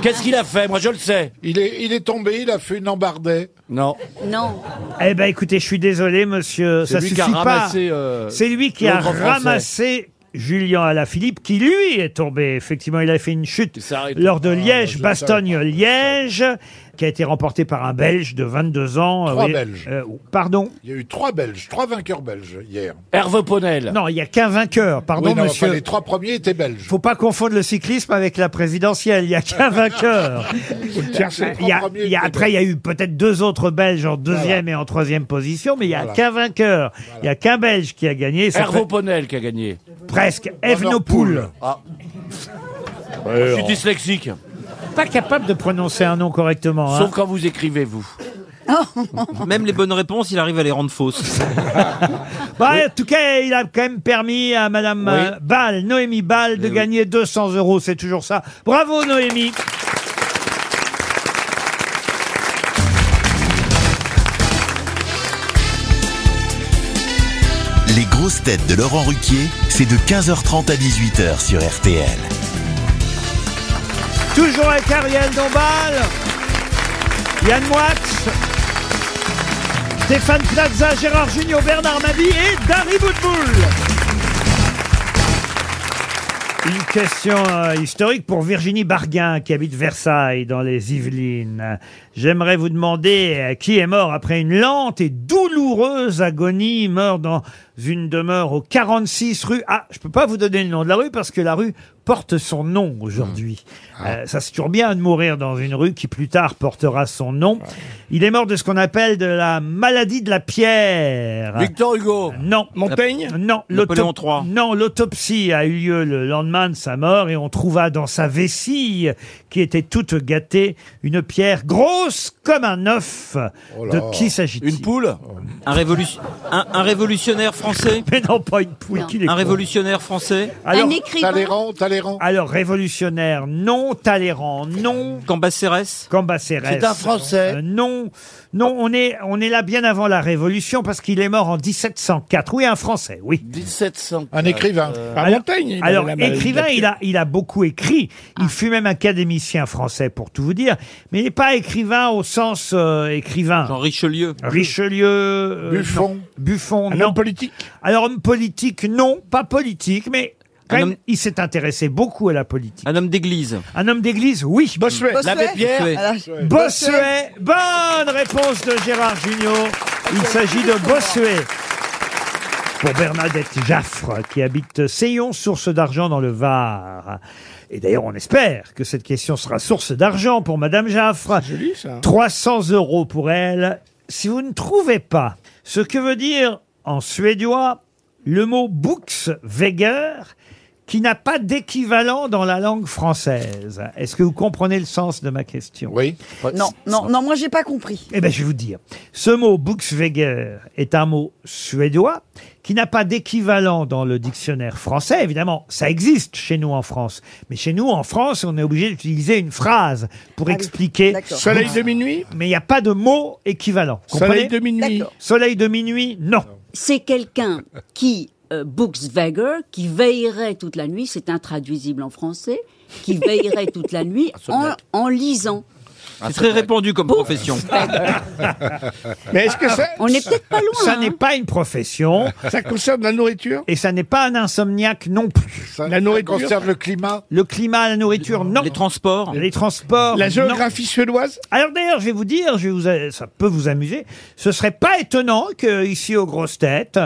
H: Qu'est-ce qu'il a fait Moi, je le sais.
C: Il est, il est tombé, il a fait une embardée.
H: Non.
F: Non.
B: Eh ben, écoutez, je suis désolé, monsieur.
H: C'est
B: ça
H: lui
B: suffit
H: qui a
B: pas.
H: ramassé, euh,
B: C'est lui qui a
H: l'autre Français.
B: ramassé Julien Alaphilippe, qui lui est tombé. Effectivement, il a fait une chute lors de Liège, Bastogne, Liège, qui a été remporté par un Belge de 22 ans.
C: Trois
B: Oui.
C: Belges.
B: Euh, pardon.
C: Il y a eu trois Belges, trois vainqueurs belges hier.
H: Hervé Ponel.
B: Non, il y a qu'un vainqueur. Pardon,
C: Oui, non,
B: monsieur.
C: enfin, les trois premiers étaient belges.
B: Faut pas confondre le cyclisme avec la présidentielle. Il y a qu'un vainqueur. Il y a- il y a- après, il y a eu peut-être deux autres Belges en deuxième et en troisième position, mais il y a
H: Voilà.
B: qu'un vainqueur. Il y a qu'un Belge qui a gagné. Ça
H: Hervé
B: fait
H: Ponel qui a gagné.
B: presque. Evnopoul.
H: Ah. je suis dyslexique.
B: Pas capable de prononcer un nom correctement. hein.
G: Sauf quand vous écrivez, vous. Même les bonnes réponses, il arrive à les rendre fausses.
B: Bah, En tout cas, il a quand même permis à Madame
G: Oui.
B: euh, Ball, Noémie Ball, de gagner 200 euros. C'est toujours ça. Bravo, Noémie.
A: Les grosses têtes de Laurent Ruquier, c'est de 15h30 à 18h sur RTL.
B: Toujours avec Ariel Dombal, Yann Moix, Stéphane Plaza, Gérard Junior, Bernard Mabi et Dari Boudboul. Une question euh, historique pour Virginie Barguin qui habite Versailles dans les Yvelines. J'aimerais vous demander euh, qui est mort après une lente et douloureuse agonie, meurt dans une demeure au 46 rue. Ah, je peux pas vous donner le nom de la rue parce que la rue porte son nom aujourd'hui. Euh, ça se toujours bien de mourir dans une rue qui plus tard portera son nom. Il est mort de ce qu'on appelle de la maladie de la pierre.
H: Victor Hugo.
B: Non.
H: Montaigne
B: Non.
H: Napoléon
B: l'auto- Non, l'autopsie a eu lieu le lendemain de sa mort et on trouva dans sa vessie, qui était toute gâtée, une pierre grosse comme un œuf.
C: Oh
G: là.
B: de qui s'agit-il Une
H: poule
G: Un, révolution- un- un révolutionnaire français
B: Mais non, pas une poule. qui les
G: Un
B: croit
G: révolutionnaire français
B: Alors, Talleyrand, Talleyrand. Alors, révolutionnaire, non. Talleyrand, non.
G: Cambacérès
B: Cambacérès.
G: C'est un
B: Français. non. Non, on est, on est là bien avant la Révolution parce qu'il est mort en 1704. Oui, un Français, oui.
H: 1704.
C: Un écrivain. À
B: alors,
C: Montaigne, il avait
B: alors,
C: la maladie de
B: écrivain,
C: la
B: il a, il a beaucoup écrit. Il fut même académicien français, pour tout vous dire. Mais il n'est pas écrivain au sens euh, écrivain.
G: Jean Richelieu.
B: Richelieu. euh,
G: Buffon.
B: non. Buffon,
G: Un
B: non.
G: homme
B: politique Alors, homme politique, non, pas politique, mais quand
G: Un
B: même,
G: homme-
B: il s'est intéressé beaucoup à la politique.
G: Un homme d'église.
B: Un homme d'église, oui. Bossuet.
G: L'abbé Pierre.
B: Bossuet. Bossuet. Bonne réponse de Gérard Junior. Il s'agit de Bossuet. Pour Bernadette Jaffre, qui habite Seyon, source d'argent dans le Var. Et d'ailleurs, on espère que cette question sera source d'argent pour Madame Jaffre.
C: joli, ça. hein.
B: 300 euros pour elle. Si vous ne trouvez pas ce que veut dire en suédois le mot Buxweger, qui n'a pas d'équivalent dans la langue française. Est-ce que vous comprenez le sens de ma question Oui.
E: Non, non, non, moi j'ai pas compris.
B: Eh bien, je vais vous dire. Ce mot Buxweger est un mot suédois qui n'a pas d'équivalent dans le dictionnaire français. Évidemment, ça existe chez nous en France. Mais chez nous, en France, on est obligé d'utiliser une phrase pour expliquer.
C: d'accord. Soleil de
B: minuit Mais il n'y a pas de mot équivalent.
C: Soleil
B: Comprenez
C: de minuit.
B: Soleil de minuit, non.
F: C'est quelqu'un qui, euh, Buxweger, qui veillerait toute la nuit, c'est intraduisible en français, qui veillerait toute la nuit en, en lisant.
G: C'est très répandu comme profession.
C: Mais est-ce que ça.
F: Ah, On n'est peut-être pas loin.
B: Ça
F: hein.
B: n'est pas une profession.
C: Ça concerne la nourriture
B: Et ça n'est pas un insomniaque non plus.
C: La nourriture concerne le climat
B: Le climat, la nourriture, non. Les
G: transports
B: Les transports,
C: La
B: non.
C: géographie suédoise
B: Alors d'ailleurs, je vais vous dire, je vais vous a- ça peut vous amuser. Ce serait pas étonnant que ici aux grosses têtes,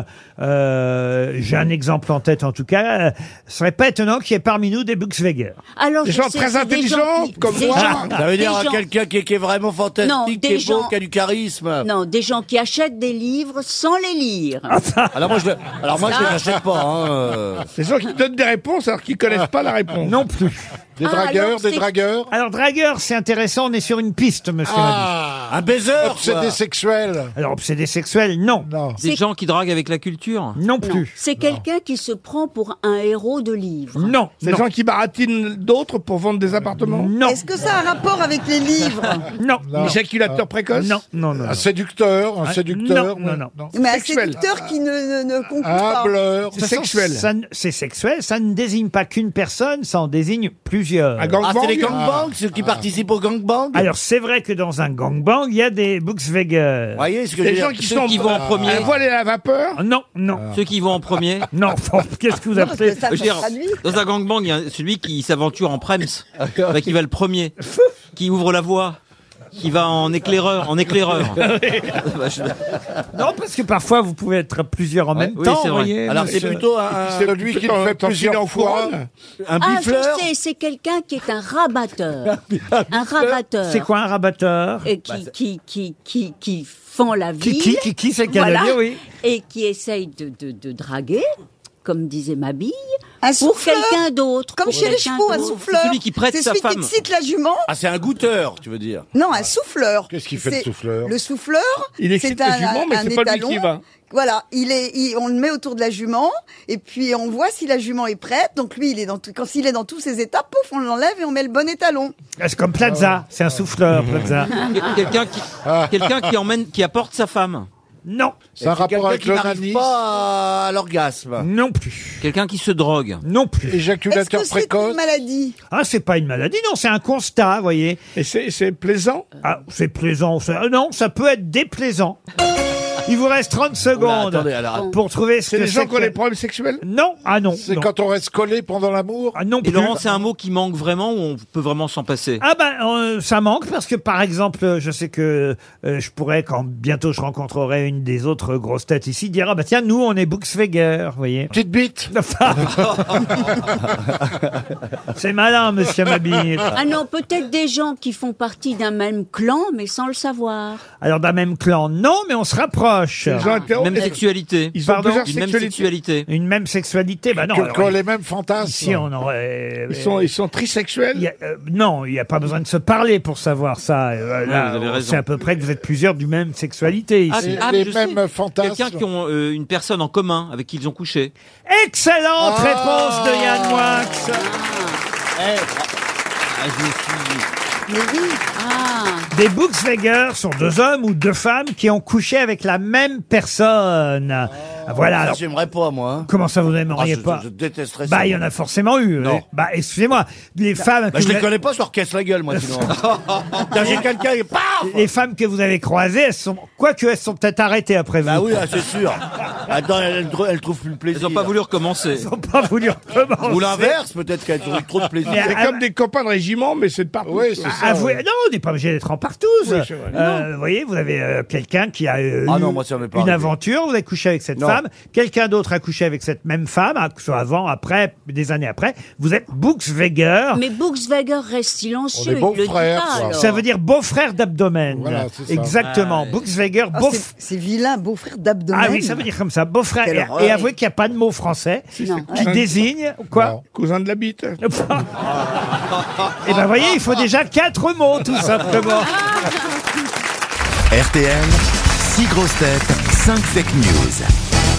B: euh, j'ai un exemple en tête en tout cas, euh, ce serait pas étonnant qu'il y ait parmi nous des Buxweger.
F: Alors,
H: Des
F: je
H: gens
F: sais,
H: très
F: c'est des gens
H: intelligents,
F: qui-
H: comme
F: des
H: moi.
F: gens-
H: Ça veut dire
F: des gens-
H: quelqu'un qui, est- qui est vraiment fantastique,
F: Non,
H: qui
F: des
H: est beau,
F: gens-
H: qui a du charisme.
F: Non, des gens qui achètent des livres sans les lire.
H: Ah. Alors moi, je, le- alors moi, je les achète pas. Hein. euh.
C: Des gens qui donnent des réponses alors qu'ils connaissent pas la réponse.
B: Non plus.
C: Des
F: Ah, dragueurs, alors des c'est-
C: dragueurs.
B: Alors dragueur, c'est intéressant, on est sur une piste, monsieur.
C: Ah,
H: un baiser.
C: Obsédé sexuel.
B: Mabie. Alors obsédé sexuel, non.
C: Non.
G: Des gens qui draguent avec la culture
B: Non
F: Non,
B: plus.
F: C'est quelqu'un qui se prend pour un héros de livre.
B: Non.
C: Des gens qui baratinent d'autres pour vendre des appartements
B: Non.
E: Est-ce que ça a un rapport avec les livres
B: Non.
C: Non. Éjaculateur
B: Ah.
C: précoce
B: Non, non, non.
C: Un séducteur, un
B: Ah,
C: séducteur.
B: non, non, non.
E: Mais un
C: Sexuel.
E: séducteur qui ne, ne, ne conclut
C: Ah,
E: pas.
C: bleur.
B: De toute façon, ça ne- C'est sexuel, ça ne désigne pas qu'une personne, ça en désigne plusieurs.
C: Un gangbang
H: Ah, c'est les Ah. gangbangs, ceux qui participent au gangbang
B: Alors c'est vrai que dans un gangbang, il y a des Ah, Buxweger.
H: Vous voyez ce que je
C: Des
H: veux dire
C: gens qui
G: Ceux
C: sont Ah.
G: qui vont en premier.
C: à voile et à vapeur.
B: Euh, Ah, Non, non.
H: Ah.
G: Ceux qui vont en premier
B: Non, qu'est-ce que vous
E: Non, parce
B: appelez
E: que ça,
G: Je veux dire,
E: traduit.
G: dans un gangbang, il y a celui qui s'aventure en prems, Enfin, qui va le premier, qui ouvre la voie, qui va en éclaireur, en éclaireur. Bah, je-
B: Non, parce que parfois vous pouvez être plusieurs en même
G: oui,
B: temps.
G: c'est vrai.
B: voyez,
H: Alors, c'est
B: monsieur.
H: plutôt un,
C: C'est lui qui le fait plusieurs en couronne.
H: un
F: Ah,
H: bifleur.
F: je sais, c'est quelqu'un qui est un rabatteur. un rabatteur.
B: C'est quoi un rabatteur
F: Et qui, qui, qui, qui, qui fend la
B: Bah, Qui,
F: ville.
B: qui, qui, qui, c'est qu'elle
F: Voilà.
B: a dit, oui.
F: Et qui essaye de, de, de draguer, comme disait Mabille,
E: Un
F: pour
E: souffleur.
F: quelqu'un d'autre.
E: Comme
F: pour
E: chez les
F: quelqu'un
E: chevaux, un
F: d'autre.
E: souffleur.
G: C'est celui qui prête
E: C'est
G: sa
E: celui
G: femme.
E: qui te cite la jument.
H: Ah, c'est un goûteur, tu veux dire
E: Non, un souffleur.
C: Qu'est-ce qu'il fait, le
E: C'est-
C: souffleur
E: Le souffleur,
C: Il excite
E: c'est
C: la
E: un,
C: jument, mais
E: un
C: c'est pas lui
E: étalon.
C: qui va.
E: Voilà, il est, il- on le met autour de la jument, et puis on voit si la jument est prête. Donc lui, il est dans tout, quand il est dans tous ses états, pouf, on l'enlève et on met le bon étalon.
B: Ah, C'est comme Plaza, c'est un souffleur, Plaza.
G: Quel- Oh. Mmh. Quelqu'un qui, quelqu'un qui emmène, qui apporte sa femme.
B: Non,
C: C'est un
H: C'est quelqu'un
C: rapport avec
H: qui n'arrive
C: l'onanisme.
H: pas à l'orgasme.
B: non plus,
G: Quelqu'un qui se drogue.
B: non plus.
E: Est-ce que
C: Éjaculateur
E: c'est une
C: précoce.
E: maladie
B: Ah, c'est pas une maladie, non, c'est un constat, vous voyez.
C: Et c'est c'est plaisant.
B: euh, Ah, c'est plaisant. ça- ah Non, ça peut être déplaisant. Il vous reste 30 secondes
C: attendez, alors-
B: pour trouver ce
C: C'est
B: que
C: les gens qui ont
B: que-
C: des problèmes sexuels
B: Non, ah non.
C: C'est quand on reste collé pendant l'amour
B: Ah non
G: Et Laurent, c'est un mot qui manque vraiment ou on peut vraiment s'en passer
B: Ah ben, euh, ça manque parce que par exemple, euh, je sais que euh, je pourrais, quand bientôt je rencontrerai une des autres grosses têtes ici, dire ah bah tiens, nous on est Buxfeger, vous voyez. Petite bite. C'est malin, Monsieur Mabille.
F: Ah non, peut-être des gens qui font partie d'un même clan, mais sans le savoir.
B: Alors d'un même clan, non, mais on se rapproche.
G: Ils ont inter- Même sexualité. Ils ont plusieurs Une même sexualités. sexualité.
B: Une même sexualité, bah non.
C: Que-
B: alors,
C: qu'on
B: il-
C: les mêmes fantasmes.
B: Si on aurait.
C: Ils sont- ils
B: trisexuels. Non, il n'y euh, a pas besoin de se parler pour savoir ça. Euh,
G: Ouais,
B: là,
G: vous avez
B: on
G: raison.
B: sait à peu près que vous êtes plusieurs du même sexualité
G: Ah,
B: ici.
G: ah, je sais. Quelqu'un qui ont euh, une personne en commun avec qui ils ont couché.
B: Excellente
C: Ah.
B: réponse de Yann Moix.
G: Ah,
F: Mais oui. Ah.
B: Des Buxweger sont deux hommes ou deux femmes qui ont couché avec la même personne. Ah, voilà.
H: Ça,
B: alors-
H: j'aimerais pas, moi. hein.
B: Comment ça, vous n'aimeriez
H: Ah, je-
B: pas
H: je- je détesterais ça.
B: Bah, il y en a forcément eu.
H: Non.
B: hein. Bah, excusez-moi, les femmes.
H: Bah,
B: que
H: je
B: vous
H: les
B: a-
H: connais pas, je leur casse la gueule, moi, sinon. Putain, J'ai quelqu'un et paf
B: Les femmes que vous avez croisées, elles sont, quoique elles sont peut-être arrêtées après vous.
H: Ah oui, ah, c'est sûr. Attends, elle, elle trou- elle trouve plus le plaisir.
G: Ils n'ont pas voulu recommencer.
B: Ils n'ont pas voulu recommencer.
H: Ou l'inverse, peut-être qu'elles ont eu trop de plaisir.
B: Mais
D: C'est
B: à-
D: comme des copains de régiment, mais c'est de partout.
B: Oui, Avouez- Non, on n'est pas obligé d'être en partouze.
D: Oui, c'est vrai.
B: Euh, vous voyez, vous avez euh, quelqu'un qui a euh,
H: Ah
B: eu
H: non, moi, ça m'est pas
B: une
H: arrivé.
B: aventure, vous avez couché avec cette
H: Non.
B: femme, quelqu'un d'autre a couché avec cette même femme, ah, que ce soit avant, après, des années après. Vous êtes Buxweger.
F: Mais Buxweger reste silencieux. il le dit pas, alors.
B: Ah. Ça veut dire beau-frère d'abdomen.
F: Voilà, c'est ça.
B: Exactement.
F: Ouais.
B: Buxweger,
F: Oh,
E: Ah,
B: beau
E: c'est- C'est vilain, beau-frère d'abdomen.
B: Ah oui, ça veut dire comme ça, beau-frère.
E: Quelle
B: Et-
E: horreur.
B: Et, avouez qu'il n'y a pas de mot français
E: Non.
B: qui
E: Ouais.
B: désigne quoi
D: Cousin de la bite.
B: Et ben voyez, il faut déjà quatre mots tout simplement.
A: RTL, 6 grosses têtes, 5 fake news.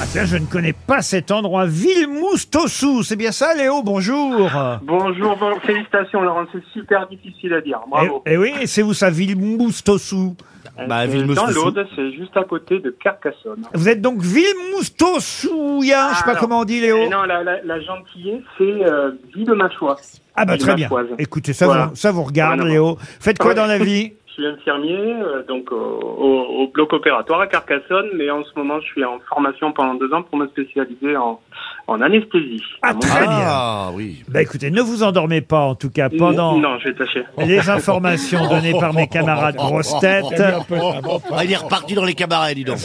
B: Ah tiens, je ne connais pas cet endroit. Villemoustosou, c'est bien ça, Léo Bonjour.
Q: Bonjour, bon- félicitations Laurent, c'est super difficile à dire, bravo.
B: Et, Eh, oui, et c'est où ça, Villemoustosou
A: Bah,
B: bah,
Q: Euh, dans l'Aude, c'est juste à côté de Carcassonne.
B: Vous êtes donc Villemoustosouien, Ah, je sais pas
Q: Alors,
B: comment on dit, Léo.
Q: et Ah, Non, la, la, la gentillesse, c'est euh, Ville Machois.
B: Ah bah très bien. Écoutez, ça, vous, ça vous regarde, Léo. Faites quoi dans la vie
Q: Je suis infirmier, euh, donc au, au- au bloc opératoire à Carcassonne, mais en ce moment, je suis en formation pendant deux ans pour me spécialiser en, en anesthésie. Ah,
B: très bien.
H: Ah oui.
B: Bah écoutez, ne vous endormez pas en tout cas pendant
Q: Non, je vais tâcher.
B: les informations données par mes camarades grosses têtes.
H: Ah, il est reparti dans les cabarets, dis donc.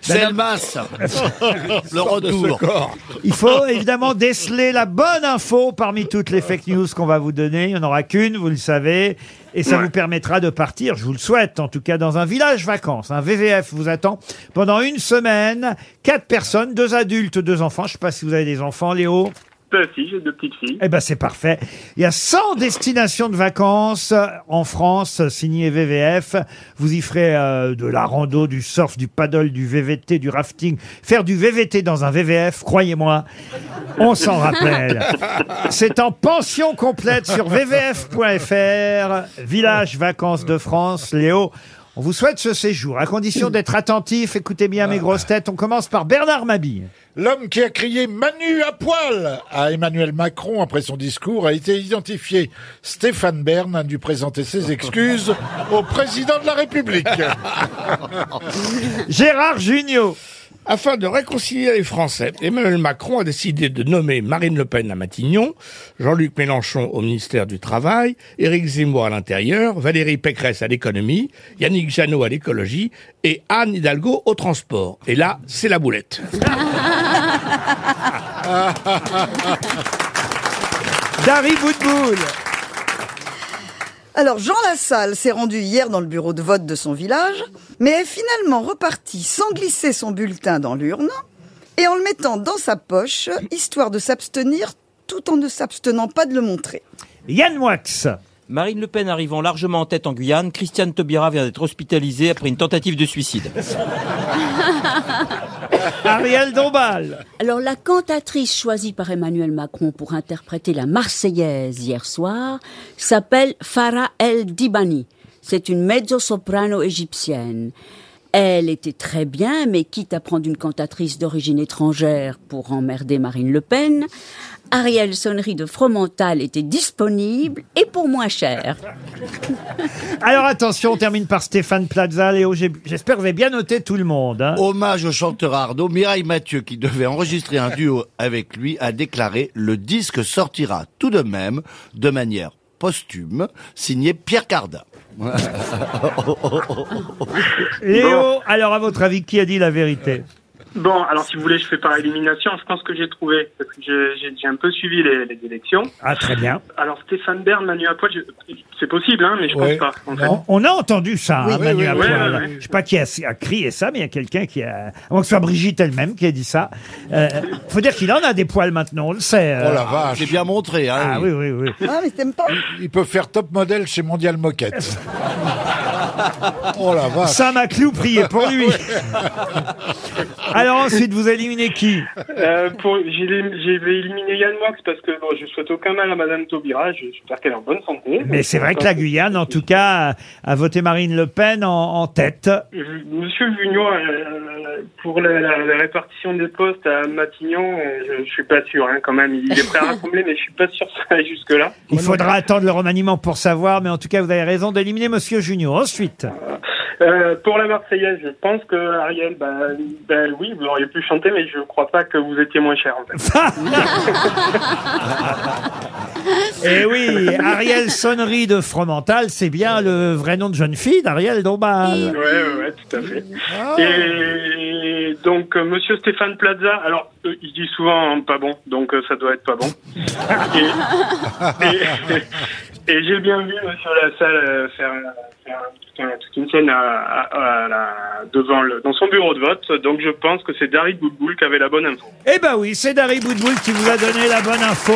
H: C'est le masse. Le retour.
B: Il faut évidemment déceler la bonne info parmi toutes les fake news qu'on va vous donner. Il n'y en aura qu'une, vous le savez. Et ça vous permettra de partir, je vous le souhaite, en tout cas dans un village vacances. Un VVF vous attend pendant une semaine. Quatre personnes, deux adultes, deux enfants. Je ne sais pas si vous avez des enfants, Léo.
Q: Toi aussi, Bah, j'ai deux petites filles.
B: Eh ben c'est parfait. Il y a 100 destinations de vacances euh, en France signées VVF. Vous y ferez euh, de la rando, du surf, du paddle, du VVT, du rafting. Faire du VVT dans un VVF, croyez-moi, on s'en rappelle. C'est en pension complète sur vvf.fr, Village Vacances de France, Léo. On vous souhaite ce séjour, à condition d'être attentif. Écoutez bien mes grosses têtes. On commence par Bernard Mabille.
C: L'homme qui a crié Manu à poil à Emmanuel Macron après son discours a été identifié. Stéphane Bern a dû présenter ses excuses au président de la République.
B: Gérard Junior.
D: Afin de réconcilier les Français, Emmanuel Macron a décidé de nommer Marine Le Pen à Matignon, Jean-Luc Mélenchon au ministère du Travail, Éric Zemmour à l'Intérieur, Valérie Pécresse à l'économie, Yannick Janot à l'écologie et Anne Hidalgo au transport. Et là, c'est la boulette.
B: Dari Boudboul.
E: Alors Jean Lassalle s'est rendu hier dans le bureau de vote de son village, mais est finalement reparti sans glisser son bulletin dans l'urne et en le mettant dans sa poche, histoire de s'abstenir tout en ne s'abstenant pas de le montrer.
B: Yann Wax.
G: Marine Le Pen arrivant largement en tête en Guyane, Christiane Taubira vient d'être hospitalisée après une tentative de suicide.
B: Ariel Dombal.
F: Alors la cantatrice choisie par Emmanuel Macron pour interpréter la Marseillaise hier soir s'appelle Farah El Dibani. C'est une mezzo-soprano égyptienne. elle était très bien, mais quitte à prendre une cantatrice d'origine étrangère pour emmerder Marine Le Pen, Ariel Sonnery de Fromental était disponible et pour moins cher.
B: Alors attention, on termine par Stéphane Plaza. Léo, j'ai- j'espère que vous avez bien noté tout le monde. hein.
H: Hommage au chanteur Arnaud, Mireille Mathieu, qui devait enregistrer un duo avec lui, a déclaré « Le disque sortira tout de même, de manière posthume, signé Pierre Cardin. Oh,
B: Léo, alors à votre avis, qui a dit la vérité
Q: Bon, alors si vous voulez, je fais par élimination. Je pense que j'ai trouvé, parce que j'ai- j'ai j'ai un peu suivi les, les élections.
B: Ah, très bien.
Q: Alors Stéphane Bern, Manu Apoil, je- c'est possible, hein, mais je
B: Ouais.
Q: pense pas. En fait.
B: On, on a entendu ça,
Q: Oui,
B: hein,
Q: oui,
B: Manu
Q: oui,
B: Apoil.
Q: oui, oui, oui.
B: Je sais pas qui a, a crié ça, mais il y a quelqu'un qui a... à moins que ce soit Brigitte elle-même qui a dit ça. Euh, faut dire qu'il en a des poils maintenant, on le sait. euh.
C: Oh la vache.
B: C'est
H: bien montré. hein,
B: Ah oui, oui, oui.
E: Ah, mais t'aimes pas
C: Il peut faire top modèle chez Mondial Moquette. oh la vache.
B: Ça m'a clouprié pour lui. Alors ensuite, vous éliminez qui
Q: Euh, pour- J'ai j'ai éliminé Yann Moix parce que bon, je souhaite aucun mal à Madame Taubira. Je- J'espère qu'elle est en bonne santé.
B: Mais c'est vrai que la Guyane, en tout cas, a, a voté Marine Le Pen en, en tête.
Q: Je- Monsieur Vugnot, euh, pour la, la- la répartition des postes à Matignon, euh, je, je suis pas sûr hein, quand même. Il est prêt à rassembler, mais je suis pas sûr que ça aille jusque-là.
B: Il faudra attendre le remaniement pour savoir, mais en tout cas, vous avez raison d'éliminer Monsieur Junior. Ensuite,
Q: Euh, pour la Marseillaise, je pense que Ariel, bah, bah oui, vous auriez pu chanter, mais je crois pas que vous étiez moins cher en fait.
B: eh oui, Ariel Sonnery de Fromental, c'est bien le vrai nom de jeune fille d'Ariel
Q: Ouais,
B: Dombal.
Q: ouais, ouais, tout à fait. Et donc, euh, monsieur Stéphane Plaza, alors, euh, il dit souvent hein, pas bon, donc euh, ça doit être pas bon. et et- et j'ai bien vu monsieur Lassalle euh, faire, faire toute un- toute une scène à, à- à la- devant le, dans son bureau de vote, donc je pense que c'est Dari Boudboul qui avait la bonne info.
B: Eh ben oui, c'est Dari Boudboul qui vous a donné la bonne info.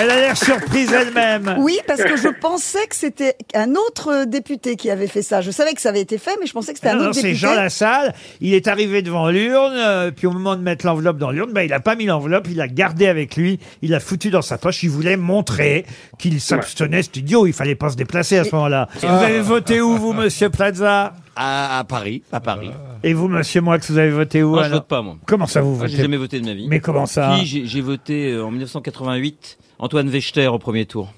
B: Elle a l'air surprise elle-même.
E: Ah Oui, parce que je pensais que c'était un autre député qui avait fait ça. Je savais que ça avait été fait, mais je pensais que c'était
B: Ah
E: un
B: non, non,
E: autre
B: c'est
E: député.
B: Jean Lassalle. Il est arrivé devant l'urne, euh, puis au moment de mettre l'enveloppe dans l'urne, ben, il n'a pas mis l'enveloppe, il l'a gardée avec lui, il l'a foutue dans sa poche. Il voulait montrer qu'il s'abstenait, c'est idiot, il fallait pas se déplacer à ce moment-là. Ah. Vous avez voté où, vous, monsieur Plaza
H: à, à Paris, à Paris.
B: Et vous, monsieur Moix, vous avez voté où
G: Moi, Ah, je
B: alors
G: vote pas, moi.
B: Comment ça, vous
G: Moi,
B: votez
G: J'ai jamais voté de ma vie.
B: Mais comment ça
G: Si, j'ai- j'ai voté euh, en 1988 Antoine Wechter au premier tour.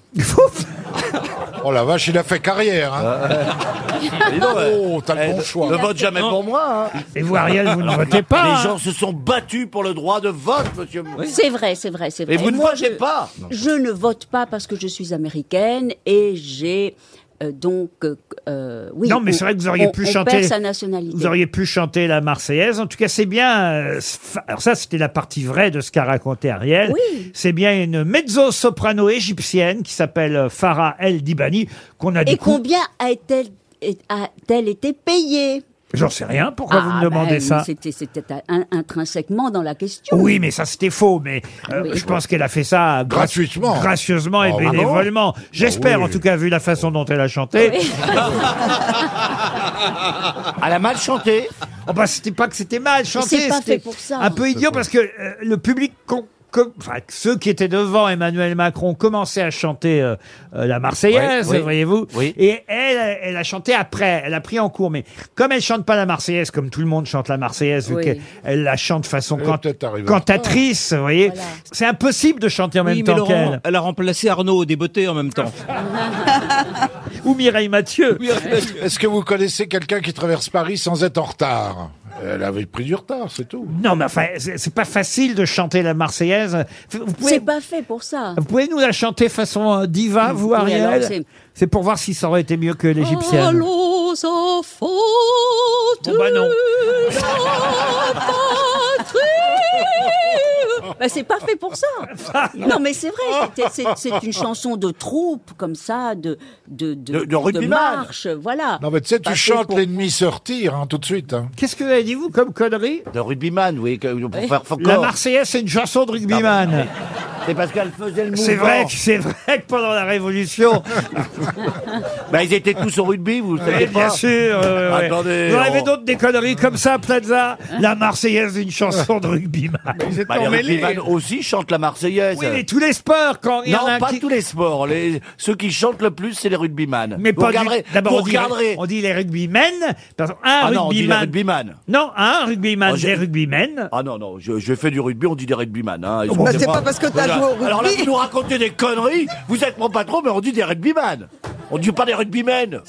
C: Oh la vache, il a fait carrière. Hein.
G: Ah,
C: oh, t'as
B: Eh,
C: le bon choix.
H: euh, Ne vote jamais pour moi. hein.
B: Et vous, Ariel, vous ne votez
H: Les
B: pas, hein.
H: gens se sont battus pour le droit de vote, monsieur. Mou-
F: C'est vrai, c'est vrai, c'est vrai.
H: Et vous ne
F: Moi,
H: votez
F: je-
H: pas
F: Je ne vote pas parce que je suis américaine et j'ai euh, donc euh, euh, oui.
B: non, mais
F: on-
B: c'est vrai que vous auriez
F: on-
B: pu
F: on
B: chanter.
F: perd sa nationalité.
B: Vous auriez pu chanter la Marseillaise. En tout cas, c'est bien. euh, fa- alors ça, c'était la partie vraie de ce qu'a raconté Ariel. C'est bien une mezzo-soprano égyptienne qui s'appelle euh, Farah El Dibani qu'on a
F: Et
B: du coup-
F: combien a-t-elle est- a-t-elle été payée
B: J'en sais rien. Pourquoi vous me
F: bah,
B: demandez ça
F: C'était c'était un- intrinsèquement dans la question.
B: Oui, mais ça c'était faux. Mais euh, je pense qu'elle a fait ça gra-
C: Gratuitement.
B: gracieusement et
C: Ah bon
B: bénévolement. J'espère,
C: Ah oui.
B: en tout cas, vu la façon dont elle a chanté.
H: Elle a mal chanté.
B: Oh bah c'était pas que c'était mal chanté.
F: c'est pas
B: c'était
F: fait pour ça.
B: Un peu idiot parce que euh, le public. con- com- enfin, ceux qui étaient devant Emmanuel Macron commençaient à chanter euh, euh, la Marseillaise,
H: Oui, oui.
B: voyez-vous.
H: Oui.
B: Et elle, elle a chanté après, elle a pris en cours. Mais comme elle chante pas la Marseillaise, comme tout le monde chante la Marseillaise, vu
R: Oui.
B: qu'elle elle la chante façon
C: Elle est
B: cant-
C: peut-être arrivée en
B: cantatrice, vous voyez. C'est impossible de chanter en
G: Oui,
B: même
G: mais
B: temps
G: Laurent,
B: qu'elle.
G: elle a remplacé Arnaud au débeauté en même temps.
B: Ou Mireille Mathieu.
C: Est-ce que vous connaissez quelqu'un qui traverse Paris sans être en retard Elle avait pris du retard, c'est tout.
B: Non, mais enfin, c'est c'est pas facile de chanter la Marseillaise. Vous pouvez-
F: C'est pas fait pour ça.
B: Vous pouvez nous la chanter façon euh, diva, vous,
F: Oui,
B: Ariel
F: alors, c'est- Oh,
B: C'est pour voir si ça aurait été mieux que l'égyptienne.
I: Allons enfants
B: Bon, bah non.
F: Bah, c'est pas fait pour ça. Non, mais c'est vrai. c'était- c'est- C'est une chanson de troupe comme ça, de de de,
C: De- de rugbyman.
F: marche, voilà.
C: Non, mais tu sais,
F: Pas
C: tu
F: fait
C: chantes
F: pour-
C: l'ennemi se retire hein, tout de suite. hein.
B: Qu'est-ce que vous avez dit, vous, comme connerie
H: De rugbyman, oui, que- pour
F: Oui.
H: faire Ah, fort
B: La
H: corps.
B: Marseillaise, c'est une chanson de rugbyman.
H: bah, C'est parce qu'elle faisait le mouvement.
B: C'est vrai, que- c'est vrai que pendant la Révolution.
H: Bah, ils étaient tous au rugby, vous
B: Mais
H: savez
B: bien
H: pas.
B: sûr. euh, ouais.
H: Attendez.
B: Vous en
H: on-
B: avez d'autres des conneries comme ça, Plaza Hein La Marseillaise, une chanson de rugbyman.
H: Bah, les rugbyman aussi chantent la Marseillaise.
B: Oui, mais tous les sports, quand il y
H: Non,
B: en a un
H: pas
B: qui-
H: tous les sports. Les... Ceux qui chantent le plus, c'est les rugbyman.
B: Mais
H: vous
B: pas du-
H: regarderez,
B: D'abord,
H: vous
B: on dit-
H: regarderez.
B: on, dit, les rugbymen. Parce qu'un
H: Ah non, on dit les
B: rugbyman.
H: rugbyman.
B: Non, un rugbyman,
H: Ah, j'ai-
B: des rugbymen.
H: Ah non, non, je- j'ai fait du rugby, on dit des rugbyman. Hein,
B: Bah, c'est pas parce que t'as
H: Voilà.
B: joué au rugby.
H: Alors là, vous nous racontez des conneries, vous êtes mon patron, mais on dit des rugbyman. On dit pas des rugbymen.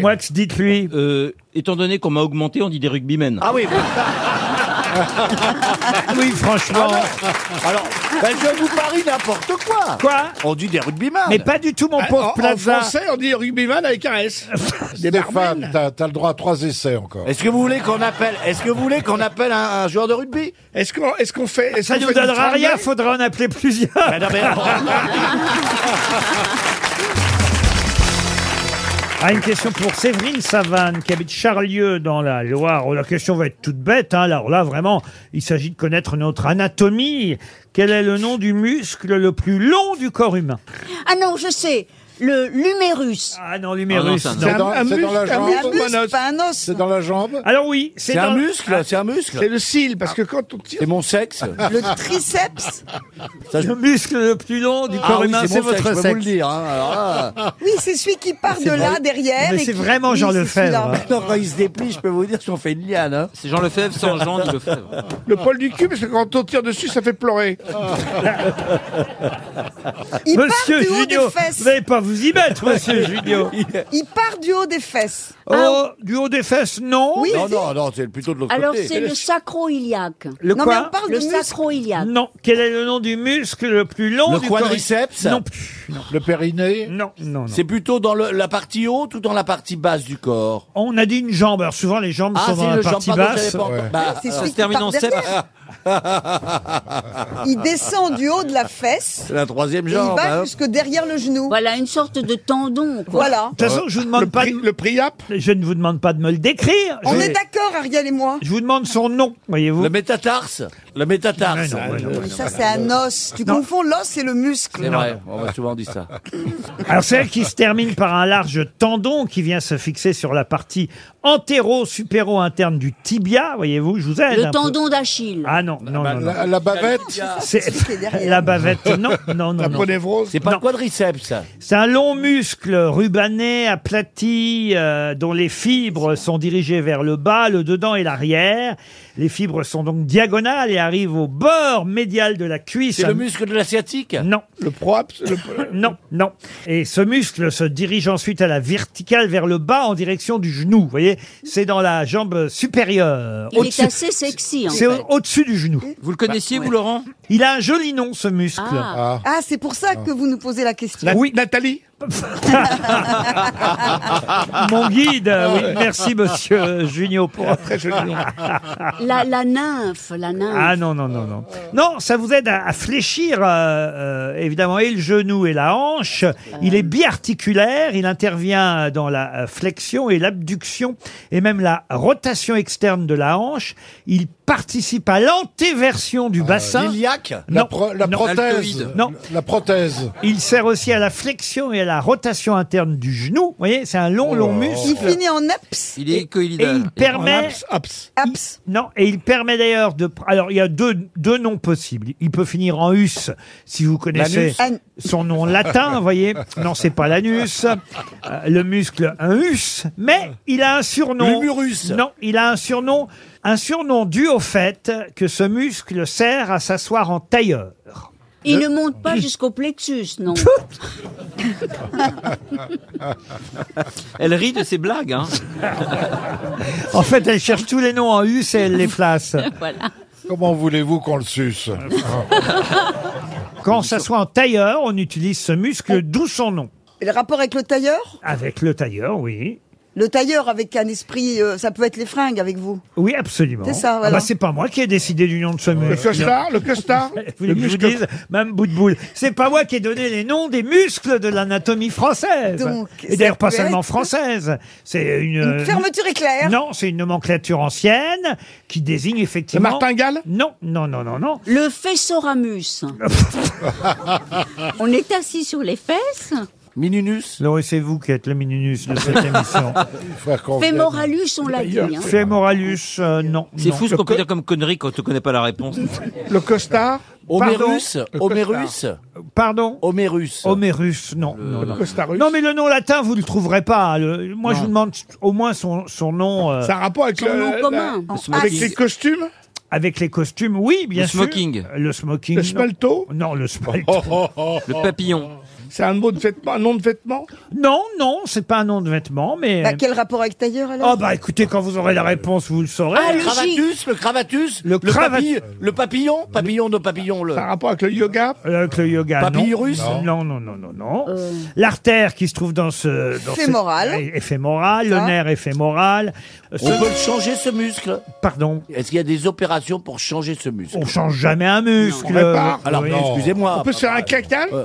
B: Moi, dites-lui.
G: Euh, étant donné qu'on m'a augmenté, on dit des rugbymen.
H: Ah oui.
B: oui, franchement.
H: Ah Alors, ben, je vous parie n'importe quoi.
B: Quoi
H: On dit des rugbyman.
B: Mais pas du tout, mon
D: Ah,
B: pauvre
D: en-
B: Plaza.
D: En français, on dit rugbyman avec un S.
C: Des Stéphane, t'as t'as le droit à trois essais encore.
H: Est-ce que vous voulez qu'on appelle Est-ce que vous voulez qu'on appelle un, un joueur de rugby
D: Est-ce qu'on est-ce qu'on fait est-ce
B: Ça
D: qu'on
B: nous
D: fait du
B: donnera
D: tramway
B: rien, faudra en appeler plusieurs. Ah, une question pour Séverine Savane, qui habite Charlieu dans la Loire. Oh, la question va être toute bête. Hein. Alors là, vraiment, il s'agit de connaître notre anatomie. Quel est le nom du muscle le plus long du corps humain
F: Ah non, je sais, le l'humérus.
B: Ah non, l'humérus, Ah non, ça, non.
C: Dans- C'est dans la jambe. C'est dans la jambe.
B: Alors oui, c'est
H: C'est un
B: dans- Ah.
H: muscle, c'est un muscle. Ah.
D: C'est le cil, parce que quand on tire.
H: C'est mon sexe.
E: Le triceps
H: Ça, je-
B: Le muscle le plus long du
H: Ah
B: corps
H: oui,
B: humain,
H: c'est
B: c'est
H: mon sexe,
B: votre
H: je peux
B: sexe.
H: vous le dire, hein. Alors là,
E: Ah. Oui, c'est celui qui part
H: C'est
E: de là,
H: vrai.
E: derrière.
B: Mais
E: et
B: Ah,
E: qui-
B: c'est vraiment
E: oui,
B: Jean
E: c'est
B: Lefebvre.
E: celui-là.
H: Maintenant, quand il se déplie, je peux vous dire si on fait une liane. Hein.
G: C'est Jean Lefebvre sans Jean dit Lefebvre.
D: Le poil du cul, parce que quand on tire dessus, ça fait pleurer.
E: Il part
B: Monsieur
E: du haut des
B: Junio,
E: fesses.
B: vous n'allez pas vous y mettre, monsieur Junio.
E: Il part du haut des fesses.
B: Oh, du haut des fesses, non
E: Ah, Oui,
H: non,
E: si.
H: non, non, c'est plutôt de l'autre
F: Alors
H: côté.
F: c'est le sacro-iliaque.
B: Le
E: Non,
B: quoi
E: mais on parle
F: Le
E: du muscle.
F: sacro-iliaque.
B: Non, quel est le nom du muscle le plus long
H: Le
B: du corps
H: quadriceps
B: Non plus. non.
C: Le périnée.
B: Non, non, non.
H: C'est plutôt dans le- la partie haute ou dans la partie basse du corps
B: On a dit une jambe. Alors souvent les jambes
H: Ah,
B: sont dans
H: c'est
B: la
H: le jambe,
B: partie
H: pardon,
B: basse.
H: j'avais pas entendu. Bah,
E: C'est
H: alors,
E: celui qui
G: termine
E: part
G: en sept.
E: derrière. Il descend du haut de la fesse.
H: c'est la troisième
E: Et il
H: jambe.
E: va
H: hein.
E: jusque derrière le genou.
F: Voilà, une sorte de tendon. quoi.
E: Voilà.
B: De toute façon, je vous demande pas. de-
D: Le priap
B: Je ne vous demande pas de me le décrire.
E: On
B: Je-
E: est d'accord, Ariel et moi.
B: Je vous demande son nom, voyez-vous.
H: Le métatarse Le
B: Mais
H: métatarse.
B: non, mais non.
E: Mais ça, c'est un os. Tu confonds l'os et le muscle.
H: C'est vrai, on m'a souvent dit ça.
B: Alors celle qui se termine par un large tendon qui vient se fixer sur la partie antéro-supéro-interne du tibia, voyez-vous, je vous aide. un
F: Le
B: peu.
F: tendon d'Achille.
B: Ah non, non,
H: Bah,
B: non, non.
C: La, la bavette.
E: Celui qui est
B: C'est
E: derrière.
B: la bavette. Non, non, non.
D: La
B: non.
D: ponévrose.
H: C'est pas
B: Non.
H: le quadriceps. ça.
B: C'est un long muscle rubané, aplati, euh, dont les fibres sont dirigées vers le bas, le dedans et l'arrière. Les fibres sont donc diagonales et arrivent au bord médial de la cuisse.
H: C'est le
B: Un-
H: muscle de l'asiatique
B: Non,
D: Le proaps. le-
B: non, non. Et ce muscle se dirige ensuite à la verticale vers le bas en direction du genou. Vous voyez, c'est dans la jambe supérieure.
F: Il est
B: Au-dessus-
F: assez sexy. En
B: C'est
F: fait.
B: au- au-dessus du genou. Bah,
G: Vous le connaissiez, vous, Laurent
B: Il a un joli nom, ce muscle.
F: Ah.
C: Ah.
E: Ah, c'est pour ça que vous nous posez la question.
D: oui. Nathalie
B: Mon guide. Oui, merci, monsieur Junio, pour
D: Très joli nom.
F: La, la nymphe, la nymphe.
B: Ah non, non, non, non. Non, ça vous aide à, à fléchir, euh, euh, évidemment, et le genou et la hanche. Il est biarticulaire, il intervient dans la euh, flexion et l'abduction, et même la rotation externe de la hanche. Il participe à l'antéversion du bassin.
H: L'iliaque
C: Ah, La,
B: Non,
C: pro- la
B: non,
C: prothèse.
G: l'altoïde.
B: Non.
C: La prothèse.
B: Il sert aussi à la flexion et à la rotation interne du genou. Vous voyez, c'est un long,
C: Oh
B: long
E: Il
B: muscle.
E: finit en abs.
G: Il est
B: Oh. Et il
G: coïlidal.
B: permet...
D: Aps, aps.
E: Abs.
B: Non, et il permet d'ailleurs de. Alors, il y a deux, deux noms possibles. Il peut finir en us, si vous connaissez
E: L'anus.
B: son nom latin, vous voyez. Non, c'est pas l'anus. Euh, le muscle, un us. Mais il a un surnom.
H: L'humérus.
B: Non, il a un surnom. Un surnom dû au fait que ce muscle sert à s'asseoir en tailleur.
F: Il ne monte pas jusqu'au plexus, non.
B: Ah.
G: Elle rit de ses blagues, hein.
B: En fait, elle cherche tous les noms en us et elle les place.
F: voilà.
C: Comment voulez-vous qu'on le suce
B: Quand on s'assoit en tailleur, on utilise ce muscle, d'où son nom.
E: Et le rapport avec le tailleur
B: Avec le tailleur, oui.
E: Le tailleur avec un esprit, euh, ça peut être les fringues avec vous.
B: Oui, absolument.
E: C'est ça,
B: Ah
E: voilà.
B: bah, c'est pas moi qui ai décidé du nom de ce muscle.
E: Le costard, le costard.
B: Vous voulez que je vous dise, même bout de boule. C'est pas moi qui ai donné les noms des muscles de l'anatomie française.
E: Donc,
B: Et d'ailleurs,
E: ça
B: pas
E: peut
B: seulement
E: être-
B: française. C'est une. euh,
E: Fermeture éclair.
B: Non, c'est une nomenclature ancienne qui désigne effectivement.
F: Le
B: martingale Non, non, non, non, non.
F: Le fessoramus. On est assis sur les fesses.
B: Mininus Non, et c'est vous qui êtes le Mininus de cette émission.
F: Fémoralus, on l'a dit. hein.
B: Fémoralus, euh, non.
G: C'est
B: non.
G: fou ce qu'on peut dire comme connerie quand on connaît pas la réponse.
B: Le costard
G: Homérus Homérus
B: Pardon Homérus. Homérus, non. non, non.
D: costarus.
B: Non, mais le nom latin, vous le trouverez pas. Le- moi, je vous demande au moins son, son nom. euh,
D: Ça a rapport avec, le- la- avec les costumes
B: Avec les costumes, oui, bien
D: Le
B: sûr.
D: smoking.
B: Le smoking.
D: Le
B: non.
D: spalto Oh,
B: Non, le spalto.
D: Le papillon. oh. C'est un mot de vêtement, un nom de vêtement
B: Non, non, c'est pas un nom de vêtement, mais.
E: Bah, quel rapport avec tailleur alors
B: Oh bah écoutez, quand vous aurez la réponse, vous Ah, le saurez.
H: le cravatus, le cravatus,
B: Le cravat-
H: papillon, le papillon, papillon de papillon, le.
D: Par rapport avec le yoga
B: Euh, Avec le yoga. Ah, non.
H: Papyrus
B: Non, non, non, non, non. L'artère qui se trouve dans ce. Dans ce-
H: Fémorale.
B: est fémorale. Ah, Le
H: Ça.
B: nerf est fémoral. Euh,
H: On
B: ce-
H: peut le changer ce muscle.
B: Pardon.
H: Est-ce qu'il y a des opérations pour changer ce muscle
B: On change jamais un muscle.
H: On répare. Alors,
B: Oui.
H: excusez-moi.
B: On peut se faire un
H: cacal
B: Euh,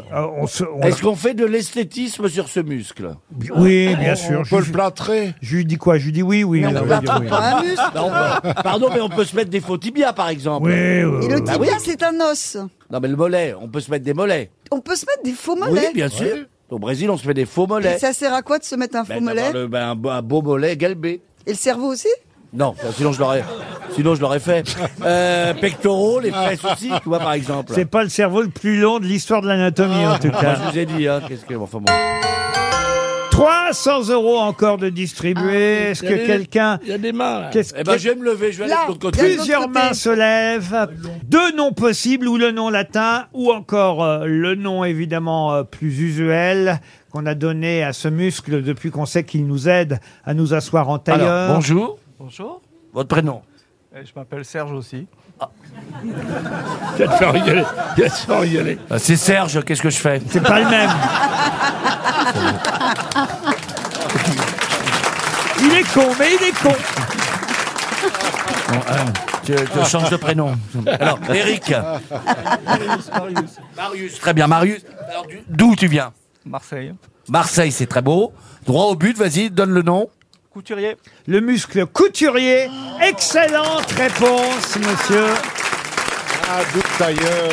H: Est-ce qu'on fait de l'esthétisme sur ce muscle
E: Ah,
B: Oui, bien sûr. Je- je-
H: plâtrer.
B: Je lui dis quoi Je lui dis oui, oui.
H: Mais on
B: elle
H: peut
B: va dire
H: pas
B: oui.
H: prendre un muscle. Bah, on peut- Pardon, mais on peut se mettre des faux tibias, par exemple.
B: Oui, Euh, oui,
E: Et le
H: Bah
E: tibia,
H: oui.
E: c'est un os.
H: Non, mais le mollet, on peut se mettre des mollets.
E: On peut se mettre des faux
H: Oui,
E: mollets.
H: bien sûr. Au Brésil, on se fait des faux mollets.
E: Et ça sert à quoi de se mettre un faux
H: Ben,
E: mollet
H: d'avoir le- ben, un, beau- un beau mollet galbé.
E: Et le cerveau aussi
H: Non, ben, sinon je l'aurais, sinon je l'aurais fait. Euh, pectoraux, les fesses aussi, tu vois par exemple. Ah.
B: C'est pas le cerveau le plus long de l'histoire de l'anatomie, en tout
H: Moi,
B: cas.
H: je vous ai dit, hein, qu'est-ce que, enfin bon.
B: 300 euros encore de
D: Ah.
B: distribuer. Est-ce
H: Il y a
B: que
H: des-
B: quelqu'un.
H: il y a des mains, là.
B: Qu'est-ce-
H: Eh ben, je vais me lever, je vais aller
B: Là,
H: de l'autre côté. de
B: Plusieurs
H: l'autre
B: mains se lèvent. Deux noms possibles, ou le nom latin, ou encore euh, le nom évidemment euh, plus usuel qu'on a donné à ce muscle depuis qu'on sait qu'il nous aide à nous asseoir en tailleur.
N: Alors, bonjour. Bonjour.
H: Votre prénom
N: je m'appelle Serge aussi.
D: Ah. Tu vas te faire rigoler. Tu vas te faire rigoler.
H: Ah, C'est Serge, qu'est-ce que je fais
B: C'est pas le même. Il est con, mais il est con.
H: hein, Tu, tu changes de prénom. Alors, Eric.
N: Marius.
H: Marius, très bien, Marius. Alors, du- d'où tu viens
N: Marseille.
H: Marseille, c'est très beau. Droit au but, vas-y, donne le nom.
N: Couturier.
B: Le muscle couturier. Excellente réponse, monsieur.
C: Ah, d'où d'ailleurs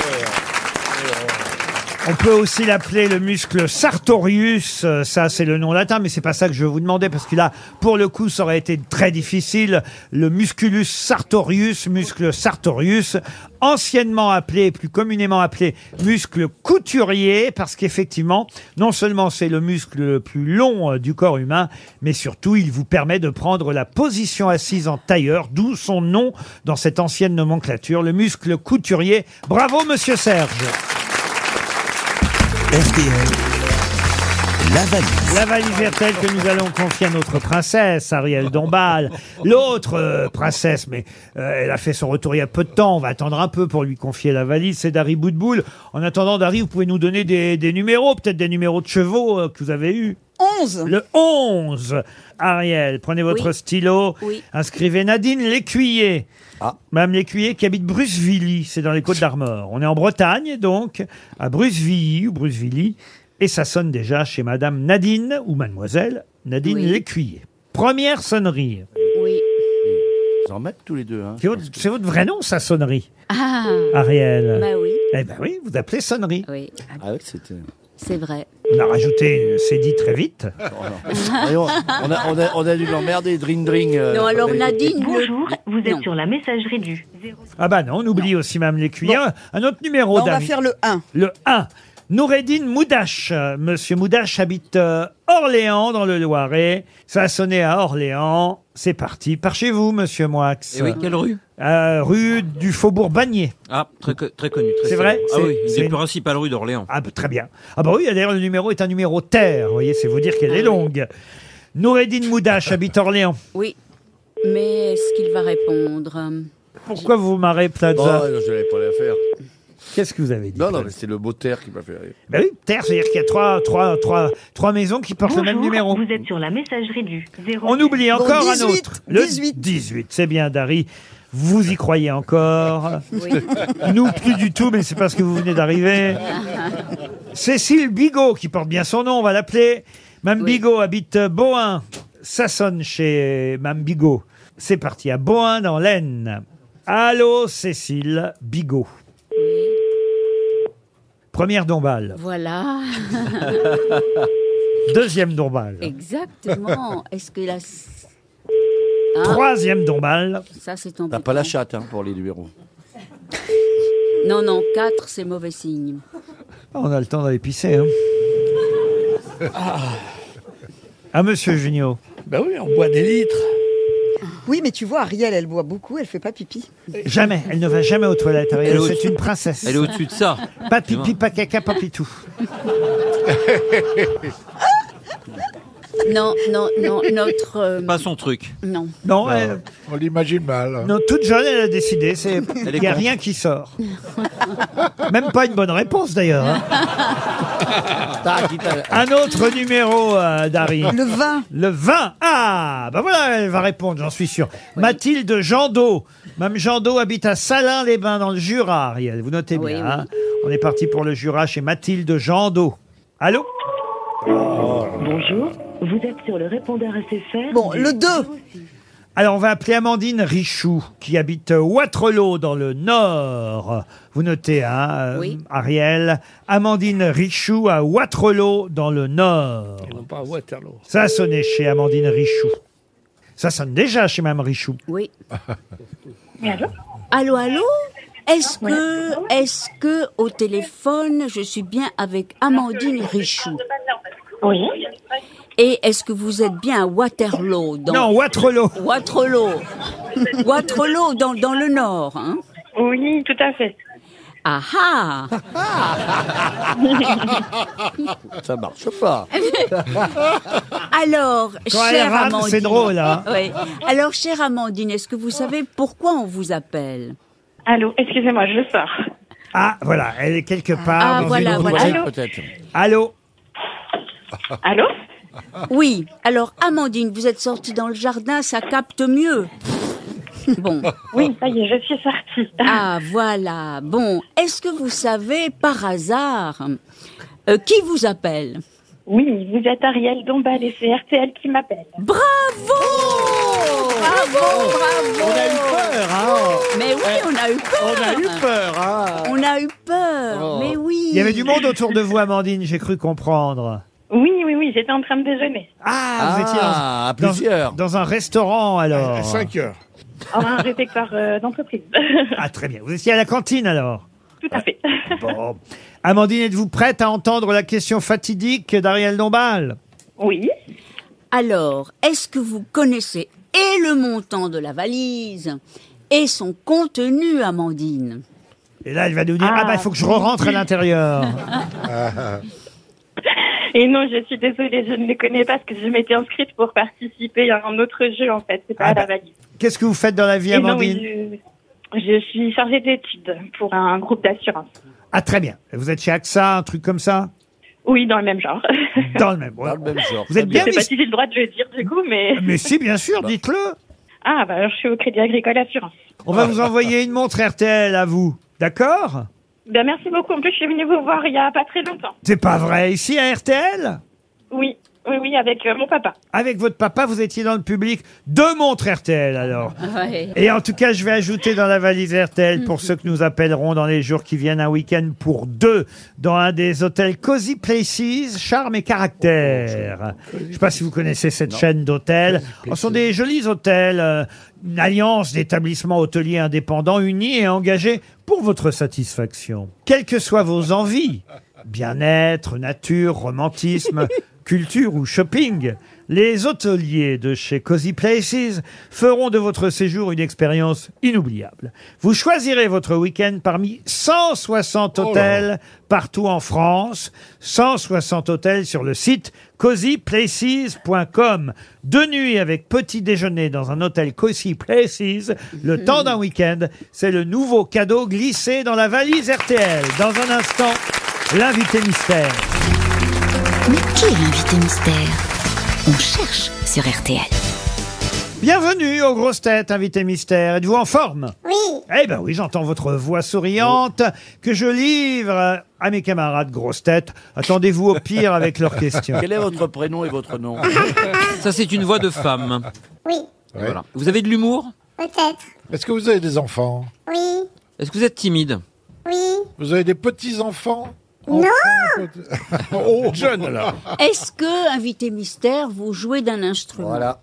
B: On peut aussi l'appeler le muscle sartorius, euh, ça c'est le nom latin, mais c'est pas ça que je vous demandais parce que là, pour le coup, ça aurait été très difficile. Le musculus sartorius, muscle sartorius, anciennement appelé, plus communément appelé muscle couturier, parce qu'effectivement, non seulement c'est le muscle le plus long euh, du corps humain, mais surtout il vous permet de prendre la position assise en tailleur, d'où son nom dans cette ancienne nomenclature, le muscle couturier. Bravo, monsieur Serge.
A: RTL, la valise.
B: La valise RTL que nous allons confier à notre princesse, Ariel Dombal. L'autre euh, princesse, mais euh, elle a fait son retour il y a peu de temps. On va attendre un peu pour lui confier la valise. C'est Dari Boudboul. En attendant, Dari, vous pouvez nous donner des, des numéros, peut-être des numéros de chevaux euh, que vous avez eus.
E: 11
B: Le 11. Ariel, prenez votre
F: Oui.
B: stylo.
F: Oui.
B: Inscrivez Nadine Lécuyer.
A: Ah.
B: Madame Lécuyer qui habite Brucevilly, c'est dans les Côtes d'Armor. On est en Bretagne, donc, à Brucevilly ou Brucevilly. Et ça sonne déjà chez Madame Nadine ou Mademoiselle Nadine Lécuyer. Première sonnerie.
F: Oui.
H: Ils en mettent tous les deux. Hein.
B: C'est votre, c'est votre vrai nom, ça, sonnerie,
F: Ah.
B: Ariel
F: Bah oui.
B: Eh ben oui, vous appelez sonnerie.
F: Oui,
H: Ah oui, c'était.
F: c'est vrai.
B: On a rajouté, euh, c'est dit très vite.
H: Voyons, on, a, on, a, on a dû l'emmerder, dring dring. euh,
F: non, alors
H: Nathalie.
F: Nadine. Bonjour,
P: vous êtes
F: sur la messagerie du.
B: Ah bah non, on oublie aussi Mme Lécuyer. Un autre numéro,
E: Bah, On va
B: Dari.
E: faire le 1.
B: Le 1. Noureddin Moudache. Euh, Monsieur Moudache habite euh, Orléans, dans le Loiret. Ça a sonné à Orléans. C'est parti. Par chez vous, monsieur Moix.
H: Eh
G: Et oui, quelle rue
B: Euh, Rue du Faubourg Bagné.
G: Ah, très, co- très connu. très
B: C'est
G: célèbre.
B: vrai
G: Ah
B: C'est-
G: oui, une
B: c'est
G: des
B: une-
G: principales rues d'Orléans.
B: Ah, bah, très bien. Ah, bah oui, d'ailleurs, le numéro est un numéro terre. Vous voyez, c'est vous dire qu'elle
H: Ah
B: est longue. Noureddin Moudache habite Orléans.
F: Oui. Mais est-ce qu'il va répondre
B: Pourquoi vous vous marrez,
H: Oh,
B: Plaza
H: non, je l'avais pas la faire.
B: Qu'est-ce que vous avez dit
H: Non, non, mais c'est le beau terre qui m'a fait rire.
B: Ben oui, terre, c'est-à-dire qu'il y a trois, trois, trois, trois maisons qui portent le même numéro.
P: Vous êtes sur la messagerie du 0.
B: On oublie encore un autre. Le 18. 18, c'est bien, Dari. Vous y croyez encore.
P: Oui.
B: Nous, plus du tout, mais c'est parce que vous venez d'arriver. Cécile Bigot, qui porte bien son nom, on va l'appeler. Mme Bigot habite Bohain. Ça sonne chez Mme Bigot. C'est parti, à Bohain, dans l'Aisne. Allô, Cécile Bigot. Première dombale.
F: Voilà.
B: Deuxième dombale.
F: Exactement. Est-ce que la... Ah,
B: Troisième dombale.
F: Ça, c'est embêtant.
H: T'as pas la chatte hein, pour les numéros.
F: Non, non, 4, c'est mauvais signe.
B: Ah, On a le temps d'aller pisser. Hein. Ah, monsieur Junio.
D: Ben oui, on boit des litres.
E: Oui, mais tu vois, Ariel, elle boit beaucoup, elle fait pas pipi.
B: Jamais, elle ne va jamais aux toilettes. Ariel.
G: Elle est
B: C'est
G: au-dessus-
B: une princesse.
G: elle est au-dessus de ça.
B: Ah. Pas pipi, pas caca, pas pitou.
E: Oh.
F: Non, non, non, notre... euh,
G: Pas son truc.
F: Non.
B: Non,
C: Ah.
G: Bah,
B: elle-
C: On l'imagine mal.
B: non, toute jeune, elle a décidé. c'est-
G: Elle est
B: Il n'y a
G: contre.
B: rien qui sort. Même pas une bonne réponse d'ailleurs. hein.
G: Ah,
B: Un autre numéro, euh, Dari.
E: Le 20.
B: Le 20. Ah, ben voilà, elle va répondre, j'en suis sûr. Mathilde Jandot. Mme Jandot habite à Salins-les-Bains, dans le Jura, Ariel. Vous notez bien. hein. On est parti pour le Jura chez Mathilde Jandot. Allô
P: Bonjour, vous êtes sur le répondeur SFR.
E: Bon,
P: du
E: le 2.
B: Alors, on va appeler Amandine Richou, qui habite Waterloo, dans le Nord. Vous notez, hein, euh,
D: Oui.
B: Ariel Amandine Richou à Waterloo, dans le Nord.
D: Ils n'ont pas à Waterloo.
B: Ça a sonné chez Amandine Richou. Ça sonne déjà chez Mme Richou.
F: Oui. Allô, allô Est-ce que, est-ce que au téléphone, je suis bien avec Amandine Richou
P: Oui.
F: Et est-ce que vous êtes bien à Waterloo dans...
B: Non, Waterloo.
F: Waterloo. Waterloo dans, dans le Nord, hein
P: Oui, tout à fait.
F: Ah ah
H: Ça marche pas.
F: Alors,
B: Quand elle
F: chère
B: rame,
F: Amandine.
B: c'est drôle, hein.
F: Oui. Alors, chère Amandine, est-ce que vous savez pourquoi on vous appelle
O: Allô, excusez-moi, je sors.
B: Ah, voilà, elle est quelque part.
F: Ah,
B: dans
F: voilà,
B: une autre Ah.
F: voilà.
B: boîte.
F: Allô
H: Peut-être.
B: Allô
O: Allô
F: Oui. Alors, Amandine, vous êtes sortie dans le jardin, ça capte mieux. Bon.
P: Oui, ça y est, je suis sortie.
F: Ah, voilà. Bon, est-ce que vous savez, par hasard, euh, qui vous appelle
P: Oui, vous êtes Ariel Dombal et c'est RTL qui m'appelle.
F: Bravo Bravo, bravo
P: On a eu
B: peur, hein
F: Mais oui, on a eu peur
B: On a eu peur, hein
F: On a eu peur,
B: Oh.
F: mais oui
B: Il y avait du monde autour de vous, Amandine, j'ai cru comprendre.
P: Oui, oui, oui, j'étais en train de déjeuner.
B: Ah,
H: Ah,
B: vous étiez dans-
H: à
B: dans,
H: plusieurs.
B: Dans, un restaurant, alors.
D: À 5 heures.
P: En Oh, un réfectoire euh, d'entreprise.
B: Ah, très bien. Vous étiez à la cantine, alors Ah,
P: tout à fait.
B: Bon. Amandine, êtes-vous prête à entendre la question fatidique d'Ariel Dombal
P: Oui.
F: Alors, est-ce que vous connaissez et le montant de la valise et son contenu, Amandine
B: Et là, elle va nous dire Ah, bah, il faut que je re-rentre à l'intérieur.
R: Ah.
P: Et non, je suis désolée, je ne les connais pas parce que je m'étais inscrite pour participer à un autre jeu en fait, c'est pas
B: Ah
P: à
B: bah,
P: la valise.
B: Qu'est-ce que vous faites dans la vie,
P: Et Eh non,
B: Amandine
P: oui, je, je suis chargée d'études pour un groupe d'assurance.
B: Ah, très bien. Vous êtes chez AXA, un truc comme ça
P: Oui, dans le même genre.
B: Dans le même.
H: Dans le même genre.
B: Vous êtes
P: Je
B: bien
P: sais pas
B: mis... Ah,
P: si j'ai le droit de le dire du coup, mais
B: Mais si, bien sûr, dites-le.
P: ah bah alors je suis au Crédit Agricole Assurance.
B: On va vous envoyer une montre RTL à vous. D'accord
P: Ben merci beaucoup. En plus, je suis venue vous voir il y a pas très longtemps.
B: C'est pas vrai. Ici, à RTL
P: Oui, oui, oui, avec euh, mon papa.
B: Avec votre papa, vous étiez dans le public. Deux montres RTL, alors.
F: Ouais.
B: Et en tout cas, je vais ajouter dans la valise RTL pour ceux que nous appellerons dans les jours qui viennent un week-end pour deux dans un des hôtels Cozy Places, Charme et Caractère. Je sais pas si vous connaissez cette chaîne d'hôtels. Ce sont des jolis hôtels, euh, une alliance d'établissements hôteliers indépendants unis et engagés pour votre satisfaction. Quelles que soient vos envies, bien-être, nature, romantisme, culture ou shopping, Les hôteliers de chez Cozy Places feront de votre séjour une expérience inoubliable. Vous choisirez votre week-end parmi 160 hôtels partout en France, 160 hôtels sur le site cozyplaces.com. Deux nuits avec petit déjeuner dans un hôtel Cozy Places, le temps d'un week-end, c'est le nouveau cadeau glissé dans la valise RTL. Dans un instant, l'invité mystère.
K: Mais qui est l'invité mystère On cherche sur RTL.
B: Bienvenue aux grosses têtes, invité mystère. Êtes-vous en forme Oui. Eh ben oui, j'entends votre voix souriante que je livre à mes camarades grosses têtes. Attendez-vous au pire avec leurs questions.
H: Quel est votre prénom et votre nom
G: Ça, c'est une voix de femme.
R: Oui,
G: Voilà. Vous avez de l'humour
R: peut-être.
C: Est-ce que vous avez des enfants
R: Oui,
G: Est-ce que vous êtes timide
R: oui.
C: Vous avez des petits-enfants
F: Non
C: Oh, jeune alors
F: Est-ce que, invité mystère, vous jouez d'un instrument
H: Voilà.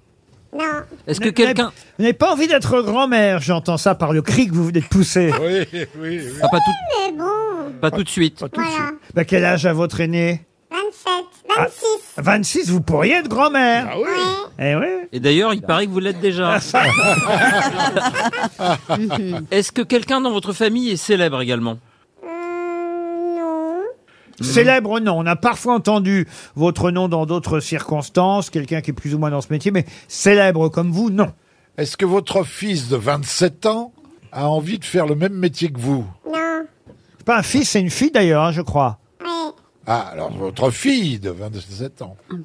R: Non.
G: Est-ce que quelqu'un...
B: Vous n'avez pas envie d'être grand-mère, j'entends ça par le cri que vous venez de pousser.
C: Oui, oui, oui.
G: Ah, pas, tout,
R: Mais bon,
G: pas tout de suite.
R: voilà.
B: Bah, quel âge a votre aîné
R: 27,
S: Ah.
R: 26.
B: 26, vous pourriez être grand-mère.
C: Ah oui
B: Eh oui.
G: Et d'ailleurs, il paraît que vous l'êtes déjà. Est-ce que quelqu'un dans votre famille est célèbre également
R: Hum, non.
D: Mhm.
B: Célèbre nom, on a parfois entendu votre nom dans d'autres circonstances, quelqu'un qui est plus ou moins dans ce métier, mais célèbre comme vous, non.
C: Est-ce que votre fils de 27 ans a envie de faire le même métier que vous
R: Non.
B: C'est Pas un fils, c'est une fille d'ailleurs, hein, je crois.
R: Oui.
C: Ah, alors votre fille de 27 ans.
R: Non.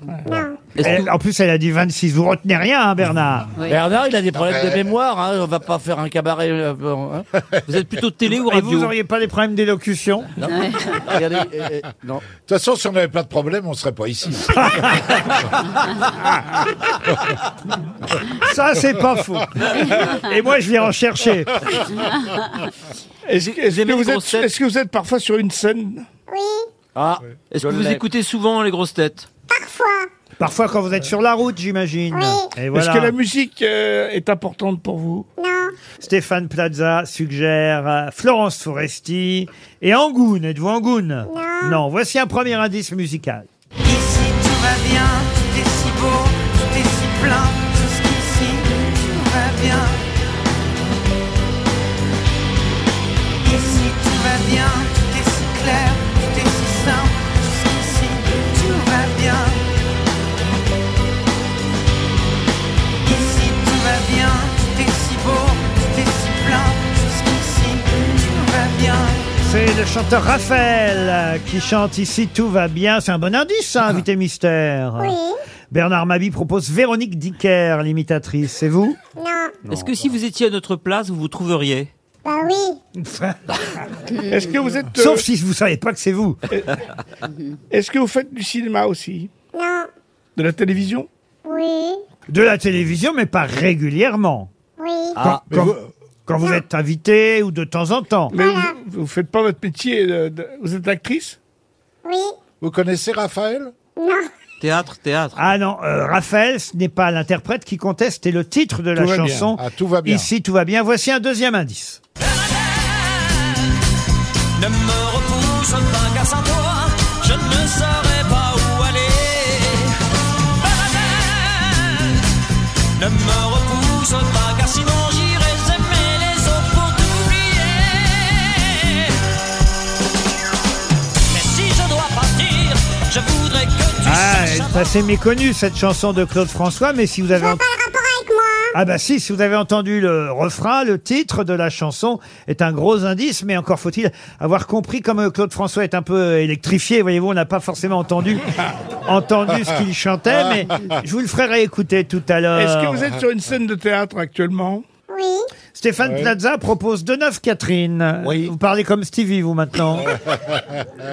G: Est-ce que-
B: Elle- en plus, elle a dit 26, vous retenez rien, hein, Bernard
H: Bernard, il a des problèmes de
C: mais-
H: mémoire. Hein. On va pas faire un cabaret. euh, bon, hein.
G: Vous êtes plutôt télé ou
B: Et vous
G: radio
B: n'auriez pas des problèmes d'élocution
H: Regardez, euh, euh, non.
C: De toute façon, si on n'avait pas de problème, on serait pas ici.
B: Ça, c'est pas faux. Et moi, je viens en chercher.
D: Est-ce que, est-ce
G: Vous aimez
D: que
G: le
D: vous êtes,
G: concept
D: est-ce que vous êtes parfois sur une scène
R: Oui,
H: Ah,
G: Est-ce
H: je
G: que vous
H: l'ai.
G: écoutez souvent les grosses têtes
R: parfois.
B: Parfois, quand vous êtes sur la route, j'imagine.
R: Oui.
B: Et voilà.
D: Est-ce que la musique euh, est importante pour vous
R: Non.
B: Stéphane Plaza suggère euh, Florence Foresti et Angoune. Êtes-vous Angoune
R: Non.
B: voici un premier indice musical.
I: Ici tout va bien, tout est si beau, tout est si plein, jusqu'ici tout va bien. Ici tout va bien, tout est si clair, tout est si simple, jusqu'ici tout va bien. Ici tout va bien, tout est si beau, tout est si plein, jusqu'ici tout va bien.
B: C'est le chanteur Raphaël euh, qui chante ici Tout va bien. C'est un bon indice, ça, invité mystère.
R: Ah. Oui.
B: Bernard Mabi propose Véronique Dicker, l'imitatrice. C'est vous
R: Non.
G: Est-ce que si vous étiez à notre place, vous vous trouveriez
R: Bah oui.
D: Est-ce que vous êtes, euh,
B: Sauf si vous savez pas que c'est vous.
D: est-ce que vous faites du cinéma aussi,
R: Non.
D: de la télévision
R: Oui.
B: De la télévision, mais pas régulièrement.
R: Oui.
H: Ah,
B: Quand, quand vous êtes invité ou de temps en temps.
D: Mais vous, vous faites pas votre métier. euh, de- vous êtes actrice
R: Oui.
C: Vous connaissez Raphaël
R: Non.
G: Théâtre, théâtre.
B: Ah non, euh, Raphaël, ce n'est pas l'interprète qui conteste, c'était le titre de la
D: Tout va bien.
B: chanson.
C: Ah, tout va bien.
B: Ici, tout va bien. Voici un deuxième indice.
I: Ne me repousse pas car sans toi, je ne saurais pas où aller. Baladel, ne me repousse pas car sinon j'irai aimer les autres pour t'oublier. Mais si je dois partir, je voudrais que tu
B: Ah,
I: saches.
B: ça c'est méconnu cette chanson de Claude François, mais si vous avez
R: Ça n'a
B: ent-
R: pas le rapport avec moi. hein.
B: ah bah si, si vous avez entendu le refrain, le titre de la chanson est un gros indice, mais encore faut-il avoir compris comme euh, Claude François est un peu électrifié, voyez-vous, on n'a pas forcément entendu entendu ce qu'il chantait, mais je vous le ferai réécouter tout à l'heure.
D: Est-ce que vous êtes sur une scène de théâtre actuellement
R: Oui.
B: Stéphane Plaza propose Deneuve Catherine.
H: Oui.
B: Vous parlez comme Stevie, vous, maintenant.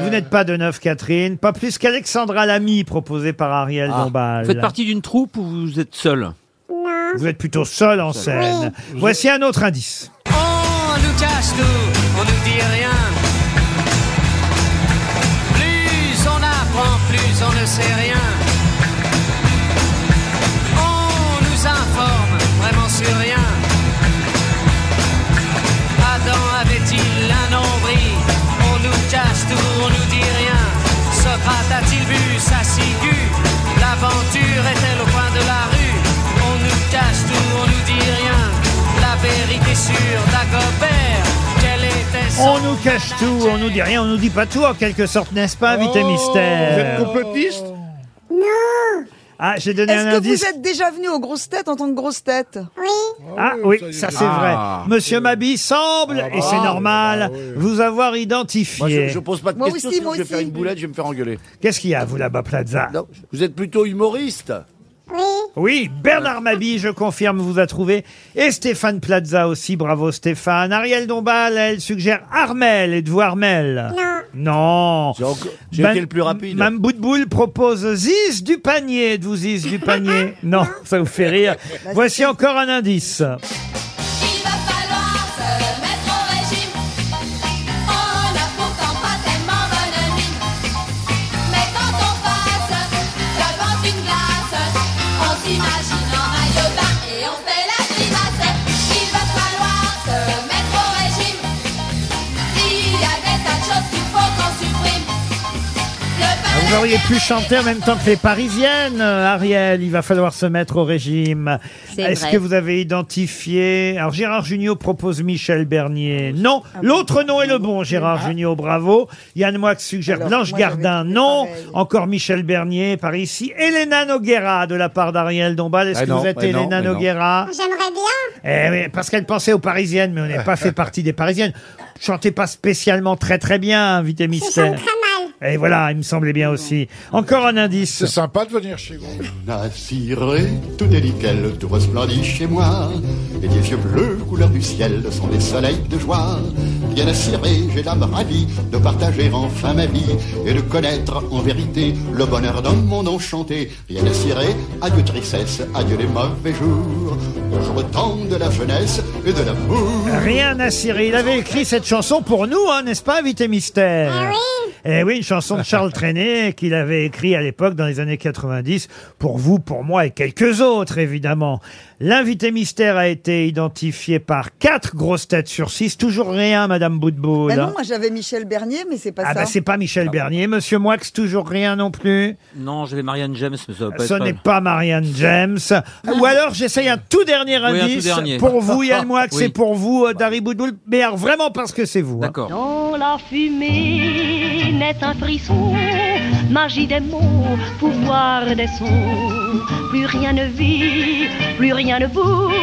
B: vous n'êtes pas Deneuve Catherine, pas plus qu'Alexandra Lamy, proposée par Ariel
H: Ah.
B: Dombal.
G: Vous faites partie d'une troupe ou vous êtes seul
R: Non.
B: Vous êtes plutôt seul en scène. Voici un autre indice.
I: On nous cache tout, on nous dit rien. Plus on apprend, plus on ne sait rien. On nous informe vraiment sur rien. Adam avait-il un nombril On nous cache tout, on nous dit rien. Socrate a-t-il vu sa ciguë L'aventure est-elle au point
S: sur Dagobert. Quelle était son
B: On nous cache tout, on nous dit rien, on nous dit pas tout en quelque sorte, n'est-ce pas, invité mystère
D: Oh, Vous êtes complotiste
B: Non Ah, j'ai donné un
E: Est-ce que
B: indice.
E: vous êtes déjà venu aux grosses têtes en tant que grosse tête
R: Oui.
B: Ah oui, ça c'est
H: Ah.
B: vrai. Monsieur Mabi semble, et c'est
H: bravo.
B: normal, vous avoir
H: Moi,
B: identifié.
H: je, je pose pas de questions, sinon je vais faire une boulette, je vais me faire engueuler.
B: Qu'est-ce qu'il y a, vous là-bas, Plaza
H: Non, vous êtes plutôt humoriste.
B: Oui, Bernard Mabille, je confirme, vous a trouvé. Et Stéphane Plaza aussi, bravo Stéphane. Ariel Dombal, elle suggère Armel, et de voir Armel. Non. Ben
H: j'ai été le plus rapide.
B: Mme Boutboul propose Ziz du panier. Êtes-vous Ziz du panier Non, ça vous fait rire. Bah, Voici encore un indice.
S: Mettre au régime, on n'a pourtant pas tellement bonne mine. Mais quand on passe devant une glace, on s'imagine en maillot de bain et on fait la grimace. Il va falloir se mettre au régime. Il y a des tas de choses qu'il faut qu'on supprime.
B: Ah, Vous auriez pu chanter en même temps que les Parisiennes, euh, Ariel. Il va falloir se mettre au régime.
T: C'est
B: Est-ce
T: vrai.
B: que vous avez identifié Alors Gérard Junior propose Michel Bernier. Non,
T: Ah
B: l'autre nom est le bon. Gérard Junior, bravo. Yann Moix suggère Blanche Gardin. Non, encore Michel Bernier par ici. Elena Noguera de la part d'Ariel Dombal. Est-ce
H: Eh
B: que
H: non,
B: vous êtes
H: eh non,
B: Elena
H: eh non.
B: Noguera
R: J'aimerais bien.
B: eh oui, parce qu'elle pensait aux Parisiennes, mais on n'est pas fait partie des Parisiennes. Chantez pas spécialement très très bien, invité
R: Je
B: mystère.
R: chante très mal.
B: Et voilà, il me semblait bien aussi. Encore un indice. C'est
C: sympa de venir chez vous.
U: La cirée, tout est nickel, tout resplendit chez moi. Et des yeux bleus, couleur du ciel, sont des soleils de joie. Bien assuré, j'ai l'âme ravie de partager enfin ma vie et de connaître en vérité le bonheur d'un monde enchanté. Bien assuré, adieu tristesse, adieu les mauvais jours. Au temps de la jeunesse et de l'amour.
B: Rien à cirer. Il avait écrit cette chanson pour nous, hein, n'est-ce pas, Vité Mystère Eh oui, une chanson de Charles Trenet qu'il avait écrit à l'époque, dans les années 90, pour vous, pour moi et quelques autres, évidemment. L'invité mystère a été identifié par quatre grosses têtes sur six. Toujours rien, Madame Boutboul.
E: Bah
B: hein.
E: non, moi j'avais Michel Bernier, mais c'est pas
B: ah
E: ça.
B: bah c'est pas Michel Bernier, Monsieur Moix, toujours rien non plus.
G: Non, j'avais Marianne James, mais ça va pas
B: Ce
G: être
B: n'est pas Marianne James. Ah. Ou alors j'essaye un tout dernier
G: Oui, Ah. un tout
B: indice
G: dernier.
B: pour vous, Yann Moix,
G: Oui.
B: et pour vous, euh, Dari Boudboul, mais alors, vraiment parce que c'est vous. hein.
V: Dans la fumée naît un frisson, magie des mots, pouvoir des sons. Plus rien ne vit, plus rien ne bouge,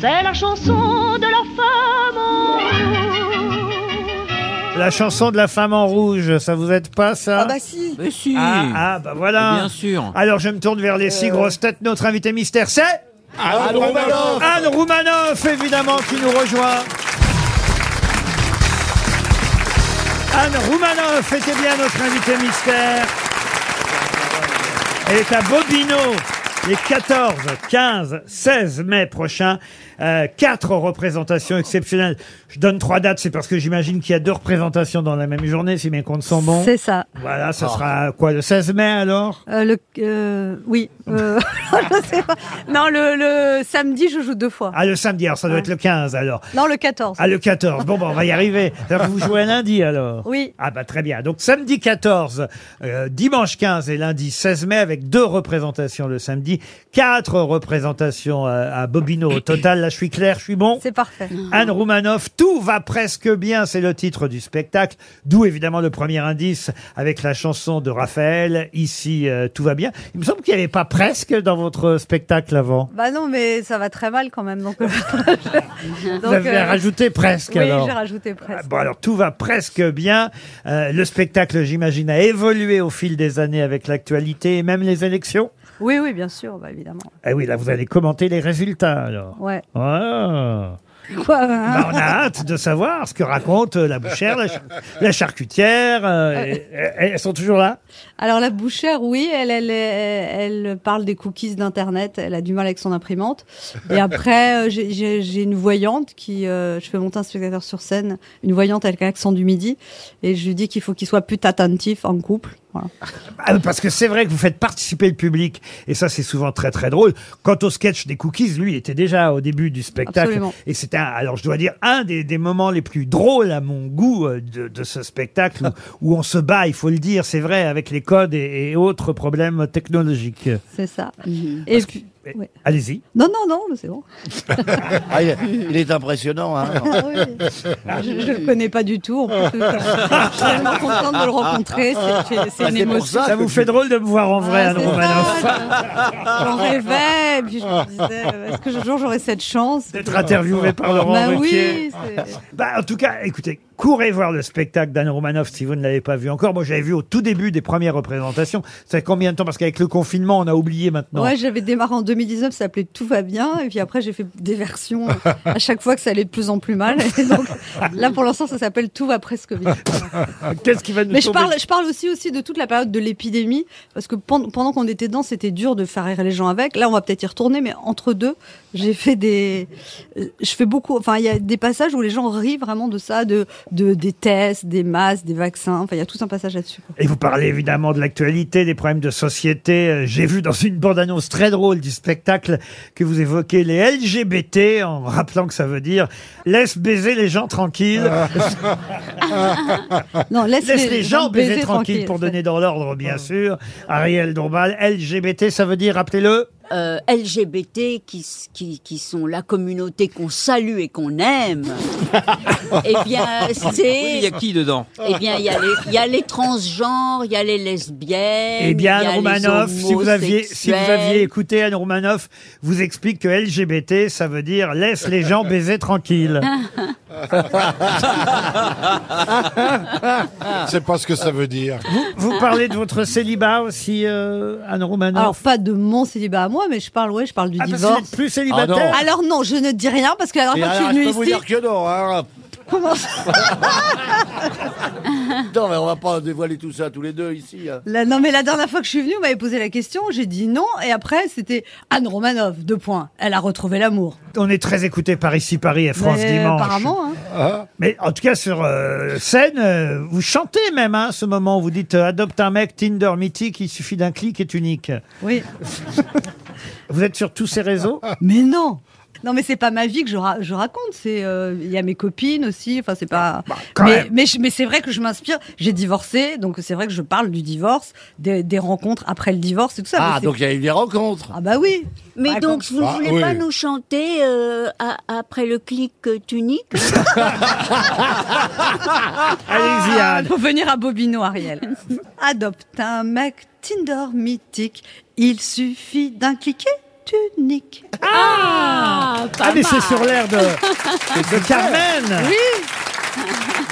V: c'est la chanson de la femme en rouge.
B: La chanson de la femme en rouge, ça vous aide pas ça
E: Ah bah si.
G: Mais si.
B: Ah, ah, bah voilà.
G: Bien sûr. Euh.
B: Alors je me tourne vers les six grosses têtes. Notre invité mystère, c'est
G: Anne Roumanoff.
B: Anne Roumanoff, évidemment, qui nous rejoint. Anne Roumanoff était bien notre invitée mystère. Elle est à Bobino les 14, 15, 16 mai prochains. Euh, quatre représentations exceptionnelles. Je donne trois dates, c'est parce que j'imagine qu'il y a deux représentations dans la même journée, si mes comptes sont bons.
W: C'est ça.
B: Voilà, ce
W: Ah.
B: sera quoi, le 16 mai alors
W: Euh, le, euh, oui. euh, je sais pas. Non, le, le samedi, je joue deux fois.
B: Ah, le samedi, alors ça doit
W: Ouais.
B: être le 15 alors.
W: Non, le 14.
B: Ah, le 14. Bon, bah, on va y arriver. Alors, vous jouez lundi, alors
W: Oui.
B: Ah, bah, très bien. Donc, samedi 14, euh, dimanche 15 et lundi 16 mai, avec deux représentations le samedi, quatre représentations euh, à Bobino au total. Là, je suis clair, je suis bon
W: C'est parfait.
B: Anne Roumanoff, tout va presque bien, c'est le titre du spectacle, d'où évidemment le premier indice avec la chanson de Raphaël, ici euh, tout va bien. Il me semble qu'il n'y avait pas presque dans votre spectacle avant.
W: Bah non, mais ça va très mal quand même. Donc, euh, je- euh,
B: Vous avez rajouté presque,
W: Oui,
B: alors.
W: j'ai rajouté presque.
B: Ah, Bon, alors tout va presque bien. Euh, le spectacle, j'imagine, a évolué au fil des années avec l'actualité et même les élections.
W: Oui, oui, bien sûr, bah, évidemment.
B: Eh oui, là, vous allez commenter les résultats, alors.
W: Ouais.
B: Ah.
W: Quoi hein
B: Bah, on a hâte de savoir ce que raconte euh, la bouchère, la, char- la charcutière. euh, et- et- et- elles sont toujours là
W: Alors la bouchère, oui, elle, elle, elle, elle parle des cookies d'internet. Elle a du mal avec son imprimante. Et après, euh, j'ai- j'ai j'ai une voyante qui, euh, je fais monter un spectateur sur scène, une voyante avec l'accent du midi, et je lui dis qu'il faut qu'il soit plus attentif en couple. Voilà.
B: Ah, parce que c'est vrai que vous faites participer le public, et ça c'est souvent très très drôle. Quant au sketch des cookies, lui était déjà au début du spectacle,
W: Absolument.
B: et c'était un- alors je dois dire un des, des moments les plus drôles à mon goût euh, de, de ce
W: Ah.
B: spectacle où, où on se bat, il faut le dire, c'est vrai, avec les codes et, et autres problèmes technologiques.
H: Mhm.
W: C'est ça. Et puis, Ouais.
B: Allez-y.
W: Non, non, non, c'est bon.
H: Ah, il, est- il est impressionnant. Hein
W: Ah Je ne le connais pas du tout. en plus, je suis tellement contente de le rencontrer. c'est- C'est c'est une émotion.
B: Ça vous fait drôle de me voir en vrai,
W: Ah,
B: Anne
W: c'est
B: Romanoff.
W: ça, J'en rêvais. Et puis je me disais, euh, est-ce que un jour j'aurai cette chance
B: D'être interviewé par Laurent
W: bah, Oui,
B: Ruquier.
W: c'est-
B: Bah, en tout cas, écoutez, courez voir le spectacle d'Anne Romanoff si vous ne l'avez pas vu encore. Moi, j'avais vu au tout début des premières représentations. Ça fait combien de temps Parce qu'avec le confinement, on a oublié maintenant.
W: Ouais, j'avais démarré en 2019, ça s'appelait Tout va bien, et puis après j'ai fait des versions euh, à chaque fois que ça allait de plus en plus mal. Et donc là pour l'instant ça s'appelle Tout va presque bien.
B: Qu'est-ce qui va nous
W: Mais je
B: tomber
W: parle, je parle aussi aussi de toute la période de l'épidémie, parce que pendant, pendant qu'on était dedans, c'était dur de faire rire les gens avec. Là, on va peut-être y retourner, mais entre deux, j'ai fait des, euh, je fais beaucoup. Enfin, il y a des passages où les gens rient vraiment de ça, de, de des tests, des masques, des vaccins. Enfin, il y a tout un passage là-dessus. quoi.
B: Et vous parlez évidemment de l'actualité, des problèmes de société. Euh, J'ai vu dans une bande-annonce très drôle du spectacle que vous évoquez les LGBT en rappelant que ça veut dire laisse baiser les gens tranquilles.
W: Non, laisse les-
B: les, gens baiser, tranquilles pour donner dans l'ordre, bien sûr. Ariel Dombal, LGBT, ça veut dire, rappelez-le.
F: Euh, LGBT qui, s- qui, qui sont la communauté qu'on salue et qu'on aime, eh bien,
G: Oui,
F: c'est...
G: il y a qui dedans
F: Eh bien, il y, a les- il y a les transgenres, il y a les lesbiennes.
B: Eh bien,
F: il y
B: Anne
F: a les
B: Romanoff, si vous aviez, si vous
F: homosexuels.
B: aviez écouté Anne Romanoff, vous explique que LGBT, ça veut dire laisse les gens baiser tranquilles.
C: C'est pas ce que ça veut dire.
B: Vous parlez de votre célibat aussi, euh, Anne Romanoff
F: Ah,
W: Alors pas de mon célibat à moi, mais je parle, ouais, je parle du
B: Ah, parce
W: divorce.
B: que vous êtes plus célibataire Ah, non.
W: Alors non, je ne dis rien parce que la
H: Et
W: dernière fois
H: alors,
W: que je
H: je peux
W: suis venue
H: vous
W: ici,
H: dire que non. Hein.
W: Comment
H: non, mais on va pas dévoiler tout ça tous les deux ici. hein.
W: La- non, mais la dernière fois que je suis venue, on m'avait posé la question, j'ai dit non, et après, c'était Anne Romanoff, deux points. Elle a retrouvé l'amour.
B: On est très écouté par ici Paris et France
W: Mais
B: dimanche.
W: apparemment, hein.
B: Ah. Mais en tout cas sur euh, scène, euh, vous chantez même hein, ce moment. où Vous dites euh, adopte un mec Tinder mythique. Il suffit d'un clic est unique.
W: Oui.
B: vous êtes sur tous ces réseaux
W: Mais non non mais c'est pas ma vie que je, ra- je raconte, c'est euh, il y a mes copines aussi, enfin c'est pas
B: Bah, quand
W: mais
B: même.
W: mais, je- mais c'est vrai que je m'inspire, j'ai divorcé, donc c'est vrai que je parle du divorce, des, des rencontres après le divorce et tout ça.
H: Ah,
W: mais c'est-
H: donc il y a eu des rencontres.
W: Ah bah oui.
F: Mais
W: Ah,
F: donc,
W: quand-
F: vous ne
H: Ah,
F: voulez
H: oui.
F: pas nous chanter euh, à- après le clic euh, tunique
B: Ah, Allez-y, Anne.
W: Faut Ah, venir à Bobino, Ariel. Adopte un mec Tinder mythique. Il suffit d'un cliquet tunique. Ah,
B: Ah mais c'est sur l'air de, de Carmen.
W: Oui.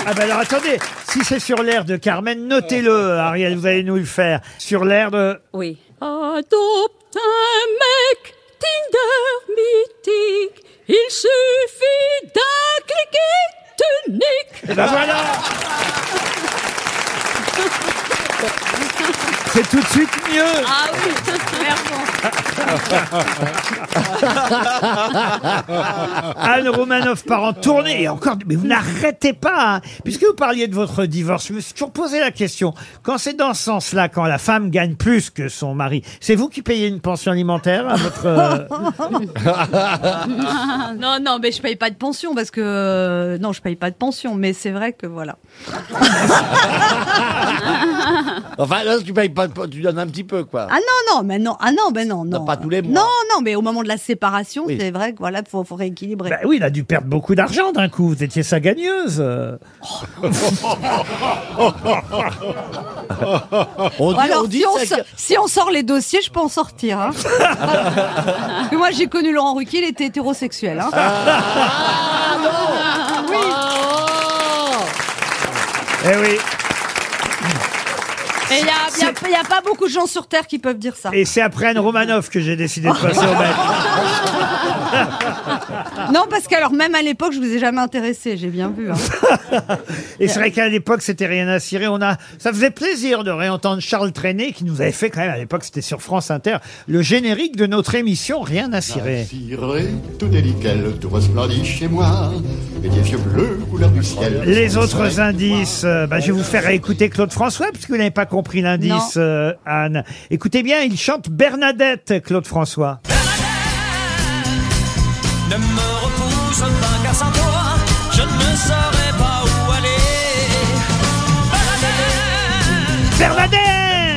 B: Ah bah alors attendez, si c'est sur l'air de Carmen, notez-le, Ariel, vous allez nous le faire. Sur l'air de...
F: Oui.
W: Oh.
J: Adopte un mec Tinder mythique. Il suffit d'un clic et tonique.
B: Et ben voilà C'est tout de suite mieux
J: Ah oui,
W: Ah,
J: clairement.
B: Anne Romanoff part en tournée et encore, mais vous n'arrêtez pas, hein. puisque vous parliez de votre divorce. Je me suis toujours posé la question. Quand c'est dans ce sens-là, quand la femme gagne plus que son mari, c'est vous qui payez une pension alimentaire à votre euh,
W: non, non, mais je paye pas de pension parce que euh, non, je paye pas de pension, mais c'est vrai que voilà.
H: Enfin, là, tu payes pas, de- tu donnes un petit peu, quoi.
W: Ah non, non, mais non, ah non, ben non, non.
H: pas tous les mois.
W: Non, non, mais au moment de la séparation,
B: Oui.
W: c'est vrai que voilà, faut, faut rééquilibrer.
B: Bah oui, il a dû perdre beaucoup d'argent d'un coup. Vous étiez sa gagneuse.
W: Oh,
H: On
W: Alors, si, on so- si on sort les dossiers, je peux en sortir. hein. Parce que moi, j'ai connu Laurent Ruquier, il était hétérosexuel. hein.
J: Ah,
W: Oui.
B: Eh oui.
W: Et il n'y a, y a- y a pas beaucoup de gens sur Terre qui peuvent dire ça.
B: Et c'est après Anne Romanoff que j'ai décidé de passer au maître.
J: ah.
W: Non, parce qu'alors, même à l'époque, je vous ai jamais intéressé, j'ai bien vu. hein.
B: Et c'est vrai qu'à l'époque, c'était rien à cirer. On a, ça faisait plaisir de réentendre Charles Trenet qui nous avait fait quand même à l'époque, c'était sur France Inter, le générique de notre émission Rien à cirer.
U: Tiré, tout est nickel, tout resplendit chez moi. Et des yeux bleus, couleur du ciel.
B: Les autres indices, euh, bah, je vais vous faire écouter Claude François, puisque vous n'avez pas compris l'indice, euh, Anne. Écoutez bien, il chante Bernadette, Claude François.
S: Ne me repousse pas car sans toi, je ne saurais pas où aller.
B: Bernadette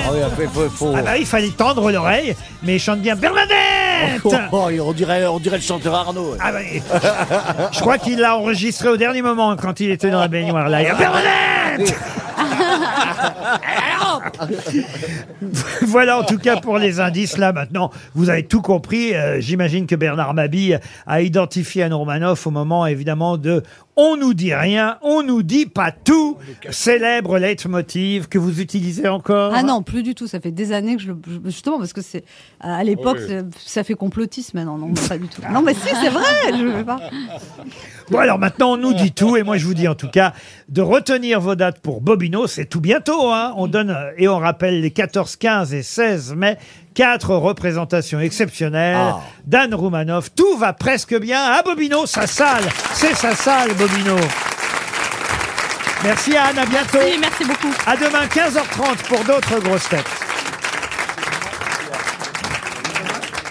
H: Ah oui, après, faut, faut...
B: Ah bah, il fallait tendre l'oreille, mais il chante bien Bernadette tête
H: on, dirait, on dirait le chanteur Arnaud.
B: Ah Je crois qu'il l'a enregistré au dernier moment quand il était dans la baignoire là. Il y a Bernadette voilà en tout cas pour les indices là maintenant. Vous avez tout compris. Euh, J'imagine que Bernard Mabille a identifié Anne Romanoff au moment évidemment de On nous dit rien, on nous dit pas tout. Célèbre leitmotiv que vous utilisez encore.
W: Ah non, plus du tout. Ça fait des années que je le. je- Justement, parce que c'est. À l'époque,
B: Oui.
W: c'est- ça fait complotiste maintenant. Non, pas du tout.
S: Ah.
W: Non, mais si, c'est vrai. Je veux pas.
B: Bon alors maintenant on nous dit tout et moi je vous dis en tout cas de retenir vos dates pour Bobino, c'est tout bientôt hein. On donne euh, et on rappelle les 14, 15 et 16 mai quatre représentations exceptionnelles
L: Ah.
B: d'Anne Roumanoff. Tout va presque bien à Bobino, sa salle, c'est sa salle Bobino. Merci Anne, à bientôt. Merci,
W: merci beaucoup.
B: À demain 15h30 pour d'autres grosses têtes.